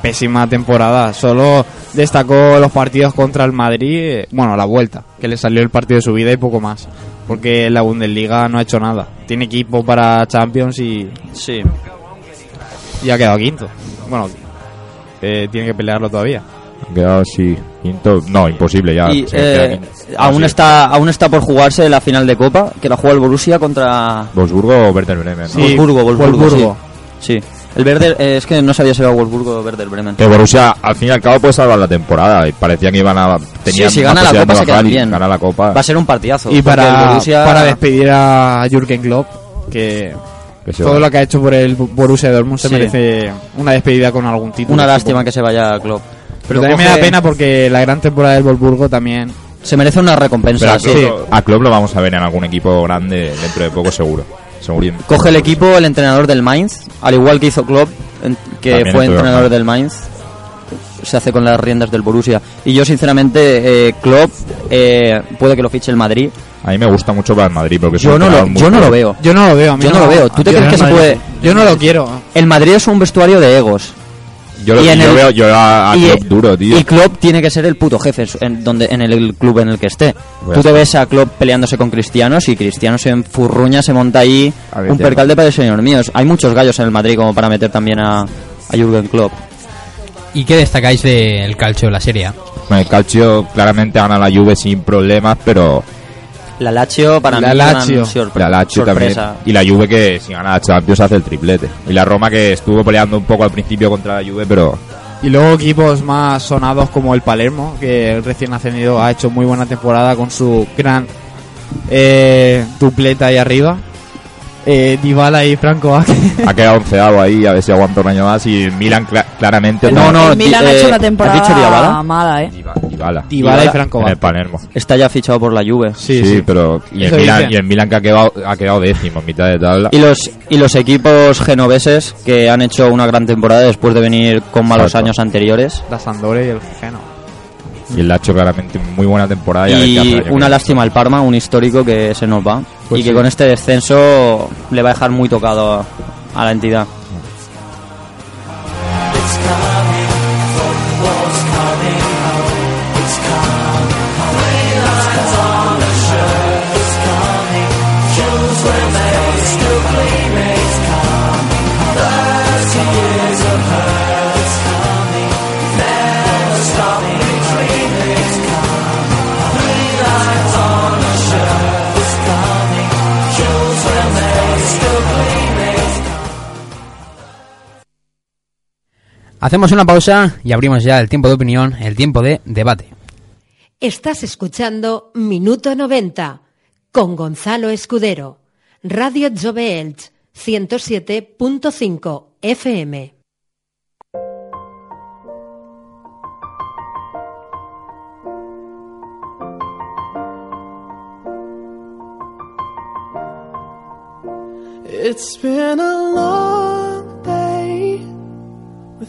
[SPEAKER 4] pésima temporada. Solo destacó los partidos contra el Madrid, eh, bueno, la vuelta, que le salió el partido de su vida y poco más. Porque la Bundesliga no ha hecho nada. Tiene equipo para Champions y.
[SPEAKER 11] Sí.
[SPEAKER 4] Y ha quedado quinto. Bueno, eh, tiene que pelearlo todavía.
[SPEAKER 6] Han quedado, ah, sí, quinto. No, imposible ya.
[SPEAKER 11] Y,
[SPEAKER 6] se queda
[SPEAKER 11] eh,
[SPEAKER 6] quinto.
[SPEAKER 11] aún,
[SPEAKER 6] Así.
[SPEAKER 11] está, aún está por jugarse la final de Copa, que la juega el Borussia contra...
[SPEAKER 6] Wolfsburgo o Werder Bremen. ¿no?
[SPEAKER 11] Wolfsburgo, Wolfsburgo,
[SPEAKER 6] Wolfsburgo.
[SPEAKER 11] Sí. Sí. El Werder, eh, es que no sabía si era Wolfsburgo o Werder Bremen.
[SPEAKER 6] Que Borussia, al fin y al cabo, puede salvar la temporada. Y parecía que iban a. Tenían
[SPEAKER 11] Sí, si
[SPEAKER 6] más
[SPEAKER 11] gana la
[SPEAKER 6] posibilidad
[SPEAKER 11] Copa
[SPEAKER 6] de
[SPEAKER 11] se quedan
[SPEAKER 6] bajar y
[SPEAKER 11] bien.
[SPEAKER 6] pues Gana la Copa.
[SPEAKER 11] Va a ser un partidazo.
[SPEAKER 4] Y
[SPEAKER 11] porque
[SPEAKER 4] para,
[SPEAKER 11] el Borussia-
[SPEAKER 4] para despedir a Jürgen Klopp,
[SPEAKER 11] Eh,
[SPEAKER 4] que,
[SPEAKER 6] Que se
[SPEAKER 4] todo
[SPEAKER 6] va.
[SPEAKER 4] lo que ha hecho por el Borussia Dortmund se
[SPEAKER 11] Sí.
[SPEAKER 4] merece una despedida con algún título.
[SPEAKER 11] Una lástima que se vaya Klopp.
[SPEAKER 4] Pero
[SPEAKER 11] Lo
[SPEAKER 4] también me
[SPEAKER 11] coge-
[SPEAKER 4] da pena porque la gran temporada del Wolfsburgo también...
[SPEAKER 11] Se merece una
[SPEAKER 6] Pero
[SPEAKER 11] recompensa.
[SPEAKER 6] a, Klopp, lo- a Klopp lo vamos a ver en algún equipo grande dentro de poco, seguro. Seguro.
[SPEAKER 11] Coge el equipo el entrenador del Mainz, al igual que hizo Klopp, en- que fue
[SPEAKER 6] También estoy de
[SPEAKER 11] entrenador
[SPEAKER 6] acuerdo.
[SPEAKER 11] del Mainz. Se hace con las riendas del Borussia. Y yo, sinceramente, eh, Klopp, eh, puede que lo fiche el Madrid.
[SPEAKER 6] A mí me gusta mucho para el Madrid porque es
[SPEAKER 11] Yo
[SPEAKER 6] un
[SPEAKER 11] no, lo,
[SPEAKER 6] entrenador muy
[SPEAKER 11] yo no lo
[SPEAKER 6] joven.
[SPEAKER 11] veo.
[SPEAKER 4] Yo no lo veo. a mí
[SPEAKER 11] Yo no lo veo. ¿Tú te
[SPEAKER 4] yo
[SPEAKER 11] crees
[SPEAKER 4] no
[SPEAKER 11] que se
[SPEAKER 4] lo-
[SPEAKER 11] puede...?
[SPEAKER 4] Yo no lo quiero.
[SPEAKER 11] El Madrid es un vestuario de egos.
[SPEAKER 6] Yo, lo,
[SPEAKER 11] Y en
[SPEAKER 6] yo
[SPEAKER 11] el-
[SPEAKER 6] veo yo a, a
[SPEAKER 11] y-
[SPEAKER 6] Klopp duro, tío.
[SPEAKER 11] Y Klopp tiene que ser el puto jefe en su- en, donde, en el, club en el que esté.
[SPEAKER 6] Voy a
[SPEAKER 11] Tú te
[SPEAKER 6] estar.
[SPEAKER 11] ves a Klopp peleándose con Cristianos y Cristiano se enfurruña, se monta ahí.
[SPEAKER 6] A ver,
[SPEAKER 11] un
[SPEAKER 6] tío.
[SPEAKER 11] percal de padre señor míos. Hay muchos gallos en el Madrid como para meter también a, a Jürgen Klopp.
[SPEAKER 2] ¿Y qué destacáis del calcio, la serie? A?
[SPEAKER 6] Bueno, el Calcio claramente gana la Juve sin problemas, pero
[SPEAKER 11] La Lazio para
[SPEAKER 4] La
[SPEAKER 11] mí
[SPEAKER 4] Lazio.
[SPEAKER 11] una sorpre-
[SPEAKER 6] la Lazio también.
[SPEAKER 11] sorpresa.
[SPEAKER 6] Y la Juve que si gana la Champions hace el triplete. Y la Roma que estuvo peleando un poco al principio contra la Juve, pero
[SPEAKER 4] Y luego equipos más sonados como el Palermo, que recién ascendido ha hecho muy buena temporada con su gran eh, dupleta ahí arriba. Eh, Dybala y Franco Vázquez.
[SPEAKER 11] [LAUGHS]
[SPEAKER 6] ha quedado onceado ahí, a ver si aguanta un año más. Y el Milan cla- claramente...
[SPEAKER 11] No, no,
[SPEAKER 5] el Milan
[SPEAKER 11] di-
[SPEAKER 5] ha
[SPEAKER 11] eh,
[SPEAKER 5] hecho
[SPEAKER 11] ¿has
[SPEAKER 5] una
[SPEAKER 11] dicho
[SPEAKER 5] temporada
[SPEAKER 11] Dybala?
[SPEAKER 5] mala, ¿eh?
[SPEAKER 6] Dybala.
[SPEAKER 4] Dybala y Franco
[SPEAKER 6] En el
[SPEAKER 4] Vázquez.
[SPEAKER 6] Palermo.
[SPEAKER 11] Está ya fichado por la Juve.
[SPEAKER 6] Sí, pero... Y el,
[SPEAKER 4] Eso
[SPEAKER 6] Milan,
[SPEAKER 4] dicen.
[SPEAKER 6] y el Milan que ha quedado, ha quedado décimo en mitad de tabla.
[SPEAKER 11] Y los, y los equipos genoveses que han hecho una gran temporada después de venir con malos
[SPEAKER 6] Exacto.
[SPEAKER 11] años anteriores.
[SPEAKER 4] La Sampdoria y el Geno.
[SPEAKER 6] Y el Lacho claramente muy buena temporada. a ver qué hace el
[SPEAKER 11] Y
[SPEAKER 6] año que
[SPEAKER 11] una
[SPEAKER 6] viene.
[SPEAKER 11] lástima al Parma, un histórico que se nos va.
[SPEAKER 6] Pues
[SPEAKER 11] y que
[SPEAKER 6] sí.
[SPEAKER 11] con este descenso le va a dejar muy tocado a- a la entidad.
[SPEAKER 7] It's coming, football's coming home. It's coming home. It's on a shirt. It's coming. Shoes were made to play me. It's coming home. Thirty years of hurt. It's coming. Never stopping dreaming. It's coming. Three lines on a shirt. It's coming. Shoes were made to play me. It's
[SPEAKER 2] Hacemos una pausa y abrimos ya el tiempo de opinión, el tiempo de debate.
[SPEAKER 1] Estás escuchando Minuto 90 con Gonzalo Escudero, Radio Jove Elche, 107.5 FM.
[SPEAKER 12] It's been a long day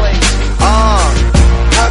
[SPEAKER 13] place. Uh, how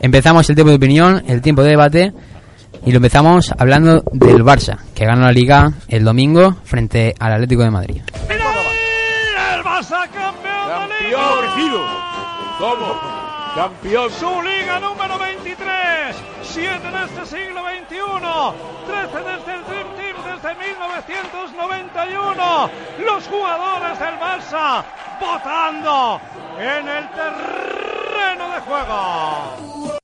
[SPEAKER 2] Empezamos el tiempo de opinión, el tiempo de debate y lo empezamos hablando del Barça, que ganó la liga el domingo frente al Atlético de Madrid.
[SPEAKER 14] ¡El Barça campeón de liga!
[SPEAKER 15] ¿Cómo? Campeón.
[SPEAKER 14] Su liga número 23, 7 en este siglo XXI, 13 desde el este Dream Team desde 1991. Los jugadores del Barça votando en el terreno de juego.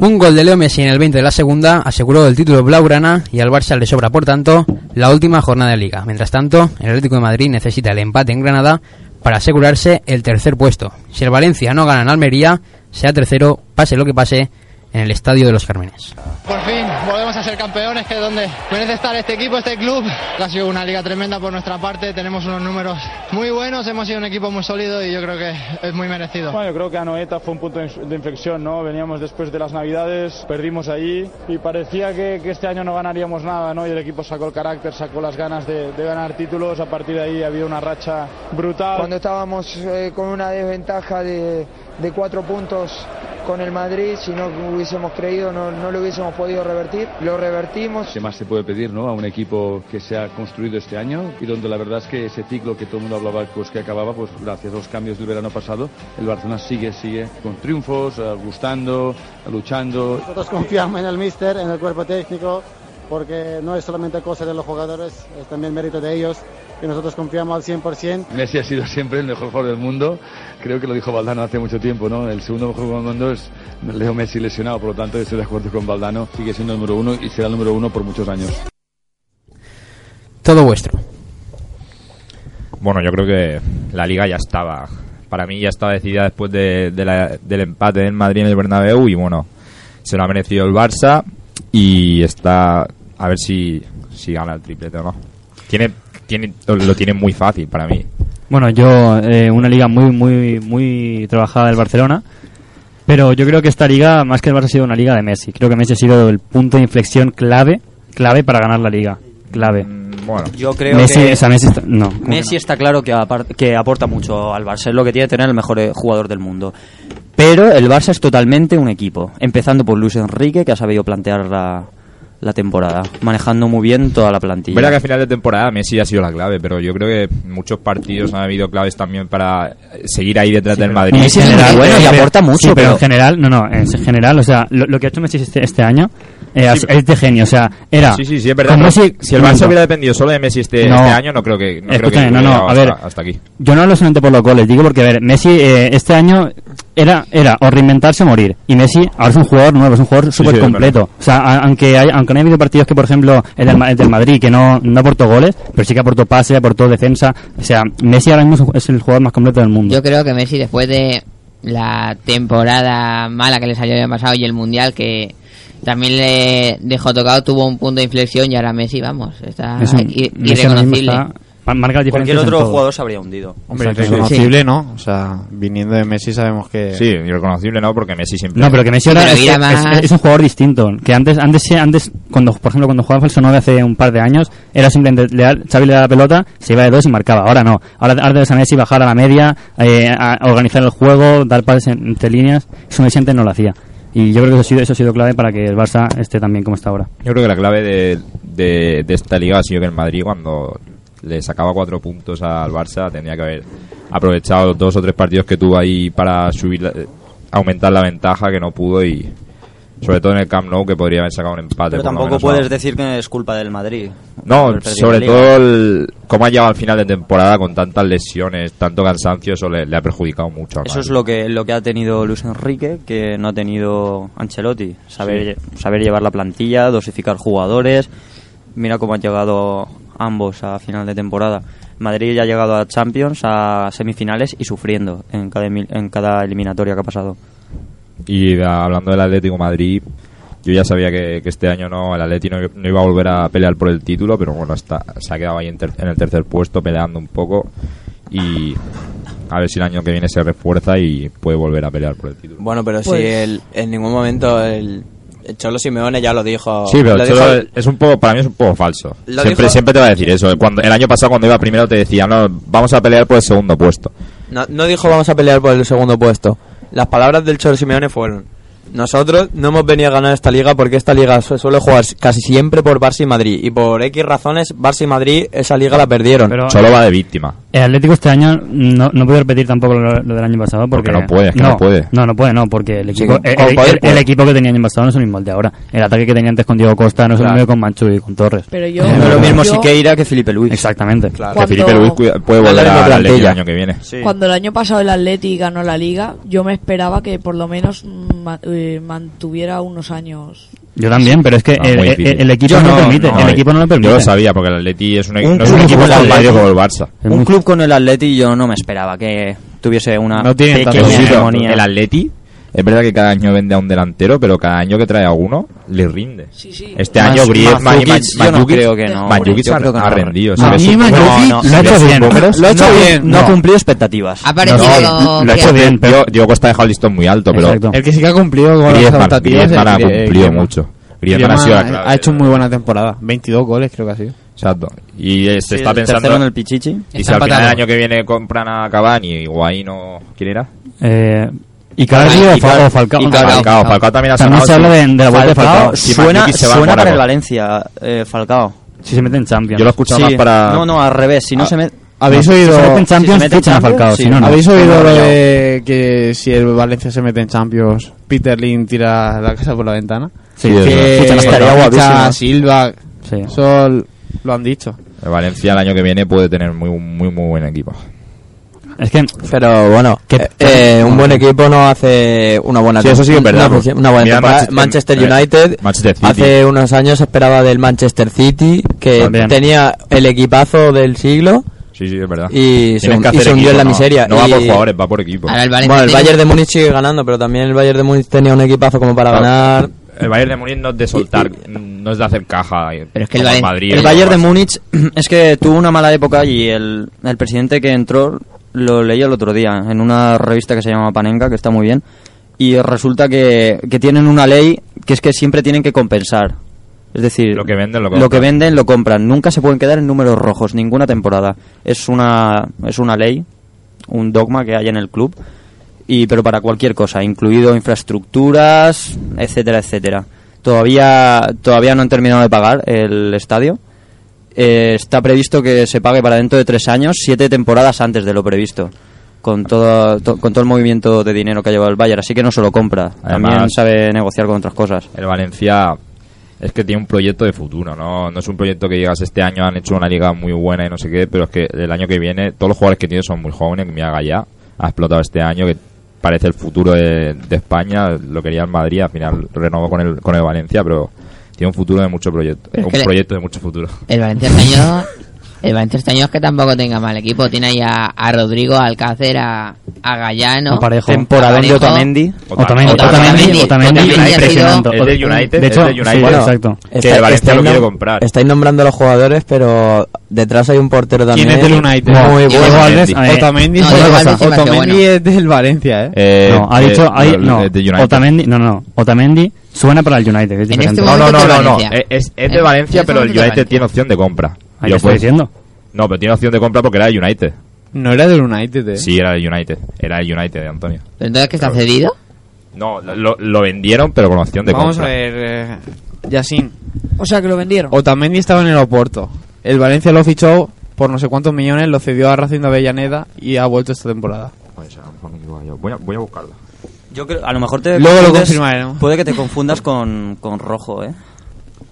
[SPEAKER 2] Un gol de Leo Messi en el 20 de la segunda aseguró el título blaugrana y al Barça le sobra, por tanto, la última jornada de liga. Mientras tanto, el Atlético de Madrid necesita el empate en Granada para asegurarse el tercer puesto. Si el Valencia no gana en Almería, sea tercero, pase lo que pase, en el Estadio de los Cármenes.
[SPEAKER 4] Por fin, volvemos a ser campeones, que es donde merece estar este equipo, este club. Ha sido una liga tremenda por nuestra parte, tenemos unos números muy buenos, hemos sido un equipo muy sólido y yo creo que es muy merecido.
[SPEAKER 6] Bueno, yo creo que Anoeta fue un punto de de inflexión, ¿no? Veníamos después de las Navidades, perdimos allí y parecía que, que este año no ganaríamos nada, ¿no? Y el equipo sacó el carácter, sacó las ganas de, de ganar títulos, a partir de ahí había una racha brutal.
[SPEAKER 3] Cuando estábamos eh, con una desventaja de, de cuatro puntos con el Madrid, si no hubiésemos creído no, no lo hubiésemos podido revertir, lo revertimos.
[SPEAKER 16] ¿Qué más se puede pedir ¿no? a un equipo que se ha construido este año y donde la verdad es que ese ciclo que todo el mundo hablaba pues, que acababa, pues gracias a los cambios del verano pasado, el Barcelona sigue, sigue con triunfos, eh, gustando, luchando.
[SPEAKER 17] Nosotros confiamos en el míster, en el cuerpo técnico, porque no es solamente cosa de los jugadores, es también mérito de ellos, que nosotros confiamos al 100%.
[SPEAKER 16] Messi ha sido siempre el mejor jugador del mundo. Creo que lo dijo Valdano hace mucho tiempo, ¿no? El segundo mejor jugador del mundo es Leo Messi lesionado, por lo tanto estoy de acuerdo con Valdano. Sigue siendo el número uno y será el número uno por muchos años.
[SPEAKER 2] Todo vuestro.
[SPEAKER 6] Bueno, yo creo que la liga ya estaba. Para mí ya estaba decidida después de, de la- del empate en Madrid en el Bernabéu y bueno, se lo ha merecido el Barça y está a ver si, si gana el triplete o no. Tiene, tiene, lo- lo tiene muy fácil para mí.
[SPEAKER 9] Bueno, yo, eh, una liga muy, muy, muy trabajada del Barcelona. Pero yo creo que esta liga, más que el Barça, ha sido una liga de Messi. Creo que Messi ha sido el punto de inflexión clave, clave para ganar la liga. Clave.
[SPEAKER 6] Mm, Bueno,
[SPEAKER 11] Yo creo
[SPEAKER 9] Messi,
[SPEAKER 11] que
[SPEAKER 9] esa Messi está- no.
[SPEAKER 11] Messi está claro que, apar- que aporta mucho al Barça, es lo que tiene que tener el mejor eh, jugador del mundo. Pero el Barça es totalmente un equipo, empezando por Luis Enrique, que ha sabido plantear la, la temporada, manejando muy bien toda la plantilla.
[SPEAKER 6] Verá que a final de temporada Messi ha sido la clave, pero yo creo que muchos partidos han habido claves también para seguir ahí detrás del Madrid.
[SPEAKER 9] En general, eh, pero- sí, pero en general, no, no, en general, o sea, lo, lo que ha hecho Messi este, este año eh,
[SPEAKER 6] Sí.
[SPEAKER 9] es de genio, o sea, era...
[SPEAKER 6] Sí, sí, sí, es verdad.
[SPEAKER 9] con
[SPEAKER 6] pero
[SPEAKER 9] Messi-
[SPEAKER 6] si el
[SPEAKER 9] momento.
[SPEAKER 6] Barça hubiera dependido solo de Messi este,
[SPEAKER 9] No.
[SPEAKER 6] este año, no creo que. No creo
[SPEAKER 9] Escúchame,
[SPEAKER 6] que
[SPEAKER 9] no, no, a
[SPEAKER 6] hasta-
[SPEAKER 9] ver.
[SPEAKER 6] Hasta aquí.
[SPEAKER 9] Yo no hablo solamente por los goles, digo porque, a ver, Messi eh, este año era, era o reinventarse o morir. Y Messi ahora es un jugador nuevo, es un jugador
[SPEAKER 6] sí,
[SPEAKER 9] súper completo. O sea, a- aunque, hay, aunque no haya habido partidos que, por ejemplo, el del, Ma- el del Madrid, que no, no aportó goles, pero sí que aportó pase, aportó defensa. O sea, Messi ahora mismo es un- es el jugador más completo del mundo.
[SPEAKER 10] Yo creo que Messi, después de la temporada mala que le salió el año pasado y el mundial que también le dejó tocado, tuvo un punto de inflexión y ahora Messi, vamos, está
[SPEAKER 9] Es un-
[SPEAKER 10] i-
[SPEAKER 9] Messi ahora mismo
[SPEAKER 10] irreconocible.
[SPEAKER 9] está- pa- marca las
[SPEAKER 11] Cualquier
[SPEAKER 9] diferencias en
[SPEAKER 11] otro
[SPEAKER 9] todo.
[SPEAKER 11] jugador se habría hundido.
[SPEAKER 4] Hombre,
[SPEAKER 11] O sea, que-
[SPEAKER 4] irreconocible, ¿no? O sea, viniendo de Messi sabemos que...
[SPEAKER 6] Sí, irreconocible, ¿no? Porque Messi siempre.
[SPEAKER 9] No, pero que Messi ahora es, es- es un jugador distinto. Que antes, antes, sí, antes cuando, por ejemplo, cuando jugaba falso 9 hace un par de años, era simplemente le da- Xavi le daba la pelota, se iba de dos y marcaba. Ahora no. Ahora, ahora debes a Messi bajar a la media, eh, a a organizar el juego, dar pases en- entre líneas. Eso Messi antes no lo hacía. Y yo creo que eso ha sido, eso ha sido clave para que el Barça esté también como está ahora.
[SPEAKER 6] Yo creo que la clave de, de, de esta liga ha sido que el Madrid, cuando le sacaba cuatro puntos al Barça, tenía que haber aprovechado dos o tres partidos que tuvo ahí para subir, la- aumentar la ventaja que no pudo y. Sobre todo en el Camp Nou, que podría haber sacado un empate.
[SPEAKER 11] Pero
[SPEAKER 6] por lo
[SPEAKER 11] tampoco
[SPEAKER 6] menos, ¿no?
[SPEAKER 11] puedes decir que es culpa del Madrid. por
[SPEAKER 6] No,
[SPEAKER 11] haber perdido la
[SPEAKER 6] sobre
[SPEAKER 11] liga.
[SPEAKER 6] todo el- cómo ha llegado al final de temporada con tantas lesiones, tanto cansancio, eso le, le ha perjudicado mucho. al
[SPEAKER 11] Eso
[SPEAKER 6] Madrid.
[SPEAKER 11] es lo que, lo que ha tenido Luis Enrique, que no ha tenido Ancelotti. Saber, saber llevar la plantilla, dosificar jugadores. Mira cómo han llegado ambos a final de temporada. Madrid ya ha llegado a Champions, a semifinales y sufriendo en cada, emi- en cada eliminatoria que ha pasado.
[SPEAKER 6] Y de- hablando del Atlético de Madrid, yo ya sabía que, que este año no el Atlético no, no iba a volver a pelear por el título, pero bueno, está, se ha quedado ahí en, ter- en el tercer puesto peleando un poco y a ver si el año que viene se refuerza y puede volver a pelear por el título.
[SPEAKER 3] Bueno, pero si
[SPEAKER 6] Pues-
[SPEAKER 3] el- en ningún momento el, el Cholo Simeone ya lo dijo.
[SPEAKER 6] Sí, pero
[SPEAKER 3] lo
[SPEAKER 6] el Cholo
[SPEAKER 3] dijo-
[SPEAKER 6] es un poco, para mí es un poco falso.
[SPEAKER 3] Lo
[SPEAKER 6] Siempre,
[SPEAKER 3] dijo-
[SPEAKER 6] siempre te va a decir eso. Cuando, el año pasado cuando iba primero te decía, no, vamos a pelear por el segundo puesto.
[SPEAKER 9] Eh,
[SPEAKER 3] no, no dijo vamos a pelear por el segundo puesto. Las palabras del Cholo Simeone fueron: Nosotros no hemos venido a ganar esta liga porque esta liga su- suele jugar casi siempre por Barça y Madrid. Y por X razones, Barça y Madrid esa liga la perdieron.
[SPEAKER 9] Pero-
[SPEAKER 6] Cholo va de víctima.
[SPEAKER 9] El Atlético este año no, no puede repetir tampoco lo, lo del año pasado porque,
[SPEAKER 6] Porque no puede, es que no puede.
[SPEAKER 9] No, no puede, no, porque el
[SPEAKER 6] Sí,
[SPEAKER 9] equipo,
[SPEAKER 6] con-
[SPEAKER 9] el,
[SPEAKER 6] con
[SPEAKER 9] el-
[SPEAKER 6] poder
[SPEAKER 9] el-
[SPEAKER 6] puede.
[SPEAKER 9] el equipo que tenía el año pasado no es el mismo el de ahora. El ataque que tenía antes con Diego Costa no es
[SPEAKER 11] Claro.
[SPEAKER 9] el mismo que con Manchu y con Torres.
[SPEAKER 5] Pero yo-
[SPEAKER 9] Eh,
[SPEAKER 5] No es lo mismo yo-
[SPEAKER 11] Siqueira que Felipe Luis.
[SPEAKER 9] Exactamente.
[SPEAKER 5] Que Felipe Luis cuida-
[SPEAKER 6] puede volver a la Leti el año que viene.
[SPEAKER 5] Cuando el año pasado el Atleti ganó la liga, yo me esperaba que por lo menos ma- eh, mantuviera unos años.
[SPEAKER 9] Yo también, pero es que
[SPEAKER 6] Ah,
[SPEAKER 9] el,
[SPEAKER 6] muy
[SPEAKER 9] el-
[SPEAKER 6] difícil.
[SPEAKER 9] el equipo
[SPEAKER 6] Yo
[SPEAKER 9] no, lo permite. el equipo no lo permite.
[SPEAKER 6] Yo lo sabía, porque el Atleti es un, e-
[SPEAKER 9] Un
[SPEAKER 6] no es un
[SPEAKER 9] club
[SPEAKER 6] equipo
[SPEAKER 9] como el
[SPEAKER 6] tan
[SPEAKER 9] Atleti.
[SPEAKER 6] válido como el Barça.
[SPEAKER 11] Un club con el Atleti yo no me esperaba que tuviese una Ah, pequeña
[SPEAKER 6] Sí, pero
[SPEAKER 11] hegemonía.
[SPEAKER 6] El Atleti, es verdad que cada año vende a un delantero, pero cada año que trae a uno, le rinde. Este
[SPEAKER 11] Mas-
[SPEAKER 6] año Griezmann y
[SPEAKER 11] Mandzukic,
[SPEAKER 6] Mandzukic-
[SPEAKER 11] yo no creo que no.
[SPEAKER 6] Mandzukic
[SPEAKER 11] Yo
[SPEAKER 6] ha-
[SPEAKER 11] creo que no.
[SPEAKER 6] ha rendido.
[SPEAKER 11] No,
[SPEAKER 6] ¿sabes?
[SPEAKER 11] a mí Mandzukic lo ha hecho
[SPEAKER 6] ¿ves sus
[SPEAKER 11] bien.
[SPEAKER 6] números?
[SPEAKER 11] Lo ha hecho
[SPEAKER 6] No,
[SPEAKER 11] bien, no ha
[SPEAKER 6] no.
[SPEAKER 11] cumplido expectativas.
[SPEAKER 10] Ha parecido
[SPEAKER 6] No, lo ha
[SPEAKER 10] que-
[SPEAKER 6] hecho bien, pero Diego Costa ha dejado el listón muy alto, pero
[SPEAKER 4] Exacto. El que sí que ha cumplido con las
[SPEAKER 6] Griezmann,
[SPEAKER 4] expectativas es
[SPEAKER 6] Griezmann ha
[SPEAKER 4] Grie-
[SPEAKER 6] cumplido
[SPEAKER 4] Griezmann.
[SPEAKER 6] mucho. Griezmann ha sido la
[SPEAKER 4] Griezmann
[SPEAKER 6] clave.
[SPEAKER 4] ha hecho muy buena temporada. 22 goles creo que ha sido.
[SPEAKER 6] Exacto. Y eh,
[SPEAKER 4] Sí,
[SPEAKER 6] se está
[SPEAKER 4] el
[SPEAKER 6] pensando
[SPEAKER 4] tercero en el Pichichi.
[SPEAKER 6] Y si
[SPEAKER 4] Está
[SPEAKER 6] al final del
[SPEAKER 4] empatado.
[SPEAKER 6] año que viene compran a Cavani y Guaino, ¿quién era?
[SPEAKER 9] Eh, Icardi o Fa- o Falcao.
[SPEAKER 6] Falcao, Falcao, Falcao también ha sonado.
[SPEAKER 9] se habla de, de la vuelta de
[SPEAKER 11] Falcao
[SPEAKER 9] Falcao.
[SPEAKER 11] Suena, suena para el Valencia, eh, Falcao.
[SPEAKER 9] Si se mete en Champions.
[SPEAKER 11] Yo lo he escuchado más para- No, no, al revés,
[SPEAKER 6] Ah,
[SPEAKER 11] si no se met-
[SPEAKER 4] ¿Habéis
[SPEAKER 11] No, si
[SPEAKER 4] oído...
[SPEAKER 11] se mete en Champions,
[SPEAKER 4] si se mete en
[SPEAKER 11] fichan a
[SPEAKER 4] Champions,
[SPEAKER 11] Falcao,
[SPEAKER 4] sí.
[SPEAKER 11] si no, no.
[SPEAKER 4] ¿Habéis oído
[SPEAKER 11] No,
[SPEAKER 4] lo
[SPEAKER 11] no.
[SPEAKER 4] de que si el Valencia se mete en Champions, Peter Lin tira la casa por la ventana?
[SPEAKER 6] Sí, es verdad.
[SPEAKER 4] que
[SPEAKER 6] Escucha, no estaría
[SPEAKER 4] Rocha,
[SPEAKER 6] guapísimo.
[SPEAKER 4] Silva,
[SPEAKER 9] sí.
[SPEAKER 4] eso lo han dicho.
[SPEAKER 6] El Valencia el año que viene puede tener muy, muy, muy buen equipo.
[SPEAKER 9] Es que.
[SPEAKER 3] Pero bueno, eh, eh, un buen equipo no hace una buena
[SPEAKER 6] Sí, eso sí que es
[SPEAKER 3] una-
[SPEAKER 6] verdad,
[SPEAKER 3] Una,
[SPEAKER 6] pues.
[SPEAKER 3] buena
[SPEAKER 6] Mira,
[SPEAKER 3] temporada. Manchester
[SPEAKER 6] Manchester-
[SPEAKER 3] United.
[SPEAKER 6] eh, Manchester City.
[SPEAKER 3] Hace unos años se esperaba del Manchester City, que
[SPEAKER 6] También.
[SPEAKER 3] tenía el equipazo del siglo.
[SPEAKER 6] Sí, sí, es verdad.
[SPEAKER 3] Y se,
[SPEAKER 6] Tienen
[SPEAKER 3] un-
[SPEAKER 6] que
[SPEAKER 3] y
[SPEAKER 6] hacer
[SPEAKER 3] se hundió
[SPEAKER 6] equipo,
[SPEAKER 3] en la
[SPEAKER 6] no-
[SPEAKER 3] miseria.
[SPEAKER 6] No, va
[SPEAKER 3] Y-
[SPEAKER 6] por jugadores, va por equipo.
[SPEAKER 3] bueno, el Bayern de Múnich sigue ganando, pero también el Bayern de Múnich tenía un equipazo como para
[SPEAKER 6] Claro.
[SPEAKER 3] ganar.
[SPEAKER 6] El Bayern de Múnich no es de soltar, no es de hacer caja. Pero
[SPEAKER 10] es que el Valen-
[SPEAKER 6] Madrid,
[SPEAKER 11] El
[SPEAKER 6] como
[SPEAKER 11] Bayern de
[SPEAKER 6] Barça.
[SPEAKER 11] Múnich [CLEARS THROAT] es que tuvo una mala época y el, el presidente que entró lo leí el otro día en una revista que se llama Panenka, que está muy bien, y resulta que, que tienen una ley que es que siempre tienen que compensar. Es decir, lo que
[SPEAKER 6] venden lo
[SPEAKER 11] compran.
[SPEAKER 6] compran.
[SPEAKER 11] Nunca se pueden quedar en números rojos, ninguna temporada. Es una, es una ley, un dogma que hay en el club, y pero para cualquier cosa, incluido infraestructuras, etcétera, etcétera. Todavía, todavía no han terminado de pagar el estadio. Eh, está previsto que se pague para dentro de tres años, siete temporadas antes de lo previsto, con todo, to- con todo el movimiento de dinero que ha llevado el Bayern. Así que no solo compra, también
[SPEAKER 6] Además-
[SPEAKER 11] sabe negociar con otras cosas.
[SPEAKER 6] El Valencia es que tiene un proyecto de futuro, ¿no? No es un proyecto que llegas este año, han hecho una liga muy buena y no sé qué, pero es que el año que viene todos los jugadores que tiene son muy jóvenes, que mira Gallá ha explotado este año, que parece el futuro de, de España, lo quería el Madrid, al final renovó con el, con el Valencia, pero tiene un futuro de mucho proyecto,
[SPEAKER 10] Pero es
[SPEAKER 6] un
[SPEAKER 10] que le-
[SPEAKER 6] proyecto de mucho futuro.
[SPEAKER 10] El Valencia
[SPEAKER 9] [LAUGHS]
[SPEAKER 10] este año- El Valencia este año es que tampoco tenga mal equipo. Tiene ahí a, a Rodrigo, a Alcácer, a, a Gallano.
[SPEAKER 11] A Parejo.
[SPEAKER 10] a
[SPEAKER 11] Temporadón de
[SPEAKER 10] Parejo.
[SPEAKER 11] Otamendi.
[SPEAKER 9] Otamendi, Otamendi, Otamendi,
[SPEAKER 10] ha sido-
[SPEAKER 9] impresionante.
[SPEAKER 6] Es del United,
[SPEAKER 9] De hecho,
[SPEAKER 6] es del
[SPEAKER 9] sí,
[SPEAKER 6] United.
[SPEAKER 9] exacto.
[SPEAKER 6] Que el Valencia lo quiere comprar.
[SPEAKER 3] Estáis nombrando a los jugadores, pero detrás hay un portero también. Muy
[SPEAKER 4] Diego
[SPEAKER 3] bueno.
[SPEAKER 4] Alves, Otamendi,
[SPEAKER 3] Diego
[SPEAKER 4] una
[SPEAKER 3] Alves
[SPEAKER 4] cosa,
[SPEAKER 3] se me hace
[SPEAKER 4] Otamendi
[SPEAKER 3] bueno.
[SPEAKER 4] es del Valencia, ¿eh?
[SPEAKER 9] no, ha dicho, hay- no, Otamendi, no, no, Otamendi suena para el United, es diferente.
[SPEAKER 6] no, no, no, no, no. Es, es- es de Valencia, pero el United tiene opción de compra.
[SPEAKER 9] Ahí lo estoy diciendo.
[SPEAKER 6] No, pero tiene opción de compra porque era el United.
[SPEAKER 4] No era del United, ¿eh?
[SPEAKER 6] Sí, era el United. Era el United de Antonio.
[SPEAKER 10] Entonces, ¿qué está cedido?
[SPEAKER 6] No, lo, lo vendieron, pero con opción de
[SPEAKER 4] Vamos
[SPEAKER 6] compra.
[SPEAKER 4] a ver, eh, Yacine.
[SPEAKER 5] O sea, que lo vendieron.
[SPEAKER 4] Otamendi estaba en el aeropuerto. El Valencia lo fichó por no sé cuántos millones, lo cedió a Racing de Avellaneda y ha vuelto esta temporada.
[SPEAKER 6] Voy pues, a, voy a buscarlo.
[SPEAKER 11] Yo creo, a lo mejor te
[SPEAKER 4] Luego lo
[SPEAKER 11] confundes-
[SPEAKER 4] confirmaremos.
[SPEAKER 11] Puede que te confundas con, con Rojo, ¿eh?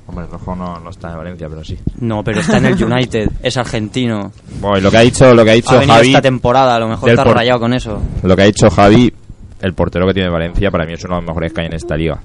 [SPEAKER 6] Hombre, Rojo no, no está en Valencia, pero sí.
[SPEAKER 11] No, pero está
[SPEAKER 6] [LAUGHS]
[SPEAKER 11] en el United, es argentino.
[SPEAKER 6] Bueno, y lo que ha dicho, lo que ha dicho
[SPEAKER 11] venido
[SPEAKER 6] Javi
[SPEAKER 11] esta temporada, a lo mejor
[SPEAKER 6] del
[SPEAKER 11] está
[SPEAKER 6] por-
[SPEAKER 11] rayado con eso.
[SPEAKER 6] Lo que ha dicho Javi, el portero que tiene Valencia, para mí es uno de los mejores que hay en esta liga.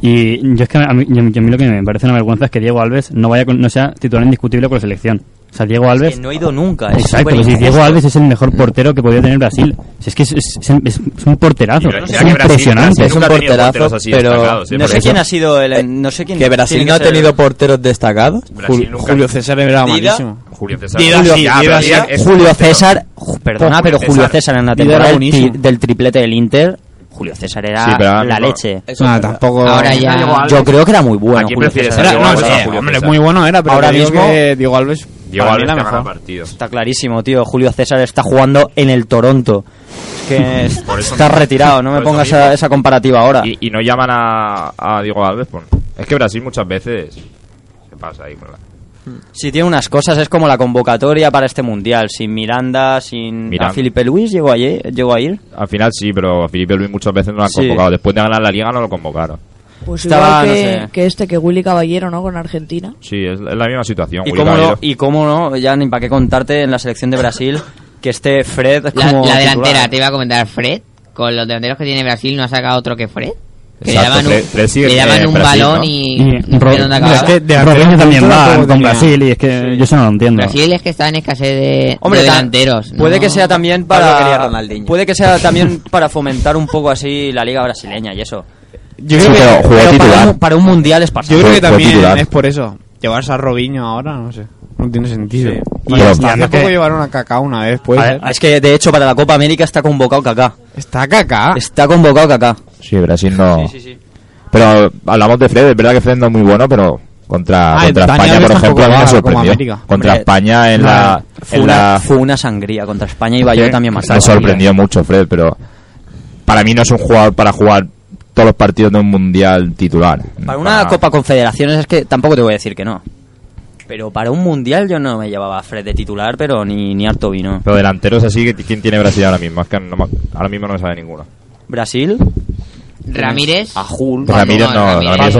[SPEAKER 9] Y yo es que a mí, yo- yo a mí lo que me parece una vergüenza es que Diego Alves no vaya con- no sea titular indiscutible con la selección. O sea, Diego Alves.
[SPEAKER 11] no ha ido nunca, es
[SPEAKER 9] Exacto,
[SPEAKER 11] súper
[SPEAKER 9] pero si
[SPEAKER 11] injusto.
[SPEAKER 9] Diego Alves es el mejor portero que podía tener Brasil. Si es que es, es- es- es un porterazo.
[SPEAKER 11] Pero no
[SPEAKER 9] es
[SPEAKER 11] será que Brasil-
[SPEAKER 9] impresionante.
[SPEAKER 11] Brasil
[SPEAKER 3] Es un
[SPEAKER 11] nunca ha tenido
[SPEAKER 3] porterazo,
[SPEAKER 11] porteros así
[SPEAKER 3] pero
[SPEAKER 11] destacados, ¿eh? No sé quién ha sido el- no sé quién-
[SPEAKER 3] Que Brasil
[SPEAKER 11] tiene que
[SPEAKER 3] no ha
[SPEAKER 11] ser-
[SPEAKER 3] tenido porteros destacados.
[SPEAKER 11] Brasil
[SPEAKER 3] Jul-
[SPEAKER 11] nunca-
[SPEAKER 3] Julio
[SPEAKER 4] César era
[SPEAKER 3] Dida.
[SPEAKER 4] malísimo.
[SPEAKER 6] Julio César. Ah,
[SPEAKER 3] Dida
[SPEAKER 11] Julio,
[SPEAKER 3] sí, Dida sí.
[SPEAKER 11] César-
[SPEAKER 3] es un
[SPEAKER 11] Julio
[SPEAKER 3] portero.
[SPEAKER 11] César, ju- perdona,
[SPEAKER 3] Julio
[SPEAKER 11] pero Julio
[SPEAKER 3] César.
[SPEAKER 11] César en la
[SPEAKER 3] Dida
[SPEAKER 11] temporada
[SPEAKER 3] era
[SPEAKER 11] del,
[SPEAKER 3] buenísimo.
[SPEAKER 11] tri- del triplete del Inter, Julio César era
[SPEAKER 3] Sí, pero ahora
[SPEAKER 11] la
[SPEAKER 3] mismo-
[SPEAKER 11] leche.
[SPEAKER 3] Eso Ah, es verdad. tampoco-
[SPEAKER 4] Ahora ya- Diego Alves-
[SPEAKER 11] Yo creo que era muy bueno.
[SPEAKER 4] ¿A quién
[SPEAKER 11] Julio
[SPEAKER 4] prefieres,
[SPEAKER 11] César.
[SPEAKER 4] a Diego Era- no, Alves o a sí, Julio hombre, César? muy bueno era, pero
[SPEAKER 11] ahora
[SPEAKER 4] te digo
[SPEAKER 11] mismo
[SPEAKER 4] que Diego Alves
[SPEAKER 6] Diego
[SPEAKER 11] para
[SPEAKER 6] Alves
[SPEAKER 11] mí era
[SPEAKER 6] te
[SPEAKER 11] mejor.
[SPEAKER 6] gana partidos.
[SPEAKER 11] Está clarísimo, tío. Julio César está jugando en el Toronto. Es [LAUGHS] que es-
[SPEAKER 6] Por eso
[SPEAKER 11] está
[SPEAKER 6] mismo.
[SPEAKER 11] retirado, no me
[SPEAKER 6] Por eso
[SPEAKER 11] pongas esa,
[SPEAKER 6] mismo.
[SPEAKER 11] esa comparativa ahora.
[SPEAKER 6] Y, y no llaman a, a Diego Alves. pues, es que Brasil muchas veces se pasa ahí con la...
[SPEAKER 11] Si tiene unas cosas, es como la convocatoria para este mundial. Sin Miranda, sin.
[SPEAKER 6] Miranda.
[SPEAKER 11] A Felipe Luis llegó, ayer, llegó a ir.
[SPEAKER 6] Al final sí, pero a Felipe Luis muchas veces no lo han
[SPEAKER 11] Sí.
[SPEAKER 6] convocado. Después de ganar la liga no lo convocaron.
[SPEAKER 5] Pues
[SPEAKER 11] Estaba,
[SPEAKER 5] igual
[SPEAKER 11] no
[SPEAKER 5] que,
[SPEAKER 11] sé.
[SPEAKER 5] que este, que Willy Caballero, ¿no? Con Argentina.
[SPEAKER 6] Sí, es, es la misma situación.
[SPEAKER 11] Y
[SPEAKER 6] Willy
[SPEAKER 11] cómo, no,
[SPEAKER 6] Caballero.
[SPEAKER 11] y cómo no, ya ni para qué contarte en la selección de Brasil que esté Fred.
[SPEAKER 10] La,
[SPEAKER 11] como
[SPEAKER 10] la delantera,
[SPEAKER 11] titular.
[SPEAKER 10] te iba a comentar Fred. Con los delanteros que tiene Brasil, no ha sacado otro que Fred. Que
[SPEAKER 11] Exacto,
[SPEAKER 10] le daban un,
[SPEAKER 11] Fred- Fred sigue
[SPEAKER 10] le
[SPEAKER 11] en,
[SPEAKER 10] daban
[SPEAKER 11] eh,
[SPEAKER 10] un
[SPEAKER 11] Brasil,
[SPEAKER 10] balón
[SPEAKER 11] ¿no?
[SPEAKER 10] y.
[SPEAKER 9] Y Ro-
[SPEAKER 10] ¿pero dónde acababa?
[SPEAKER 9] Robinho también va
[SPEAKER 11] tampoco
[SPEAKER 9] con
[SPEAKER 11] tenía-
[SPEAKER 9] Brasil y es que yo eso no lo entiendo.
[SPEAKER 10] Brasil es que está en escasez de,
[SPEAKER 11] Hombre,
[SPEAKER 10] de
[SPEAKER 11] ta-
[SPEAKER 10] delanteros. ¿no?
[SPEAKER 11] Puede que sea también para.
[SPEAKER 10] Ronaldinho.
[SPEAKER 11] Puede que sea también para fomentar un poco así la liga brasileña y eso.
[SPEAKER 4] Yo creo Sí, que- pero jugó
[SPEAKER 11] Para,
[SPEAKER 4] titular.
[SPEAKER 11] un, para un mundial es pasado.
[SPEAKER 4] Yo creo que también es por eso. Llevarse a Robinho ahora, no sé. No tiene sentido. Y
[SPEAKER 11] Pero-
[SPEAKER 4] hasta
[SPEAKER 11] y
[SPEAKER 4] hace
[SPEAKER 11] además
[SPEAKER 4] poco
[SPEAKER 11] que-
[SPEAKER 4] llevaron a Kaká una vez, pues.
[SPEAKER 11] A ver, es que de hecho para la Copa América está convocado Kaká.
[SPEAKER 4] ¿Está Kaká?
[SPEAKER 11] Está convocado Kaká.
[SPEAKER 6] Sí, Brasil no... Pero hablamos de Fred, es verdad que Fred no es muy bueno, pero contra,
[SPEAKER 11] Ah,
[SPEAKER 6] contra
[SPEAKER 11] Dani
[SPEAKER 6] España,
[SPEAKER 11] Alves
[SPEAKER 6] por ejemplo,
[SPEAKER 11] tampoco
[SPEAKER 6] a mí
[SPEAKER 11] va
[SPEAKER 6] me
[SPEAKER 11] a la Copa
[SPEAKER 6] sorprendió.
[SPEAKER 11] América.
[SPEAKER 6] Contra
[SPEAKER 11] Hombre,
[SPEAKER 6] España en
[SPEAKER 11] no,
[SPEAKER 6] la...
[SPEAKER 11] Fue,
[SPEAKER 6] en
[SPEAKER 11] una,
[SPEAKER 6] la-
[SPEAKER 11] fue una sangría contra España y
[SPEAKER 6] Sí,
[SPEAKER 11] Bayo también más
[SPEAKER 6] Me sorprendió mucho Fred, pero para mí no es un jugador para jugar todos los partidos de un mundial titular.
[SPEAKER 11] Para
[SPEAKER 6] Ah.
[SPEAKER 11] una Copa Confederaciones es que tampoco te voy a decir que no. Pero para un mundial yo no me llevaba a Fred de titular, pero ni, ni harto vino.
[SPEAKER 6] Pero delanteros así, que- ¿quién tiene Brasil ahora mismo? Es que no me- ahora mismo no me sabe ninguno.
[SPEAKER 11] Brasil.
[SPEAKER 10] Ramírez.
[SPEAKER 4] Ajul.
[SPEAKER 6] Ramírez Pues no, Ramírez, es
[SPEAKER 4] Ramírez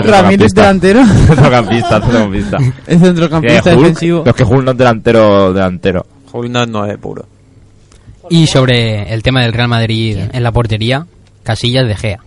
[SPEAKER 6] centrocampista.
[SPEAKER 4] delantero.
[SPEAKER 6] [LAUGHS] centrocampista, centrocampista.
[SPEAKER 4] [LAUGHS] Es centrocampista
[SPEAKER 6] Eh, Hulk,
[SPEAKER 4] defensivo.
[SPEAKER 6] Pero es que Hulk no es delantero, delantero.
[SPEAKER 3] Jovinas no es puro.
[SPEAKER 2] Y sobre el tema del Real Madrid en la portería, Casillas de Gea.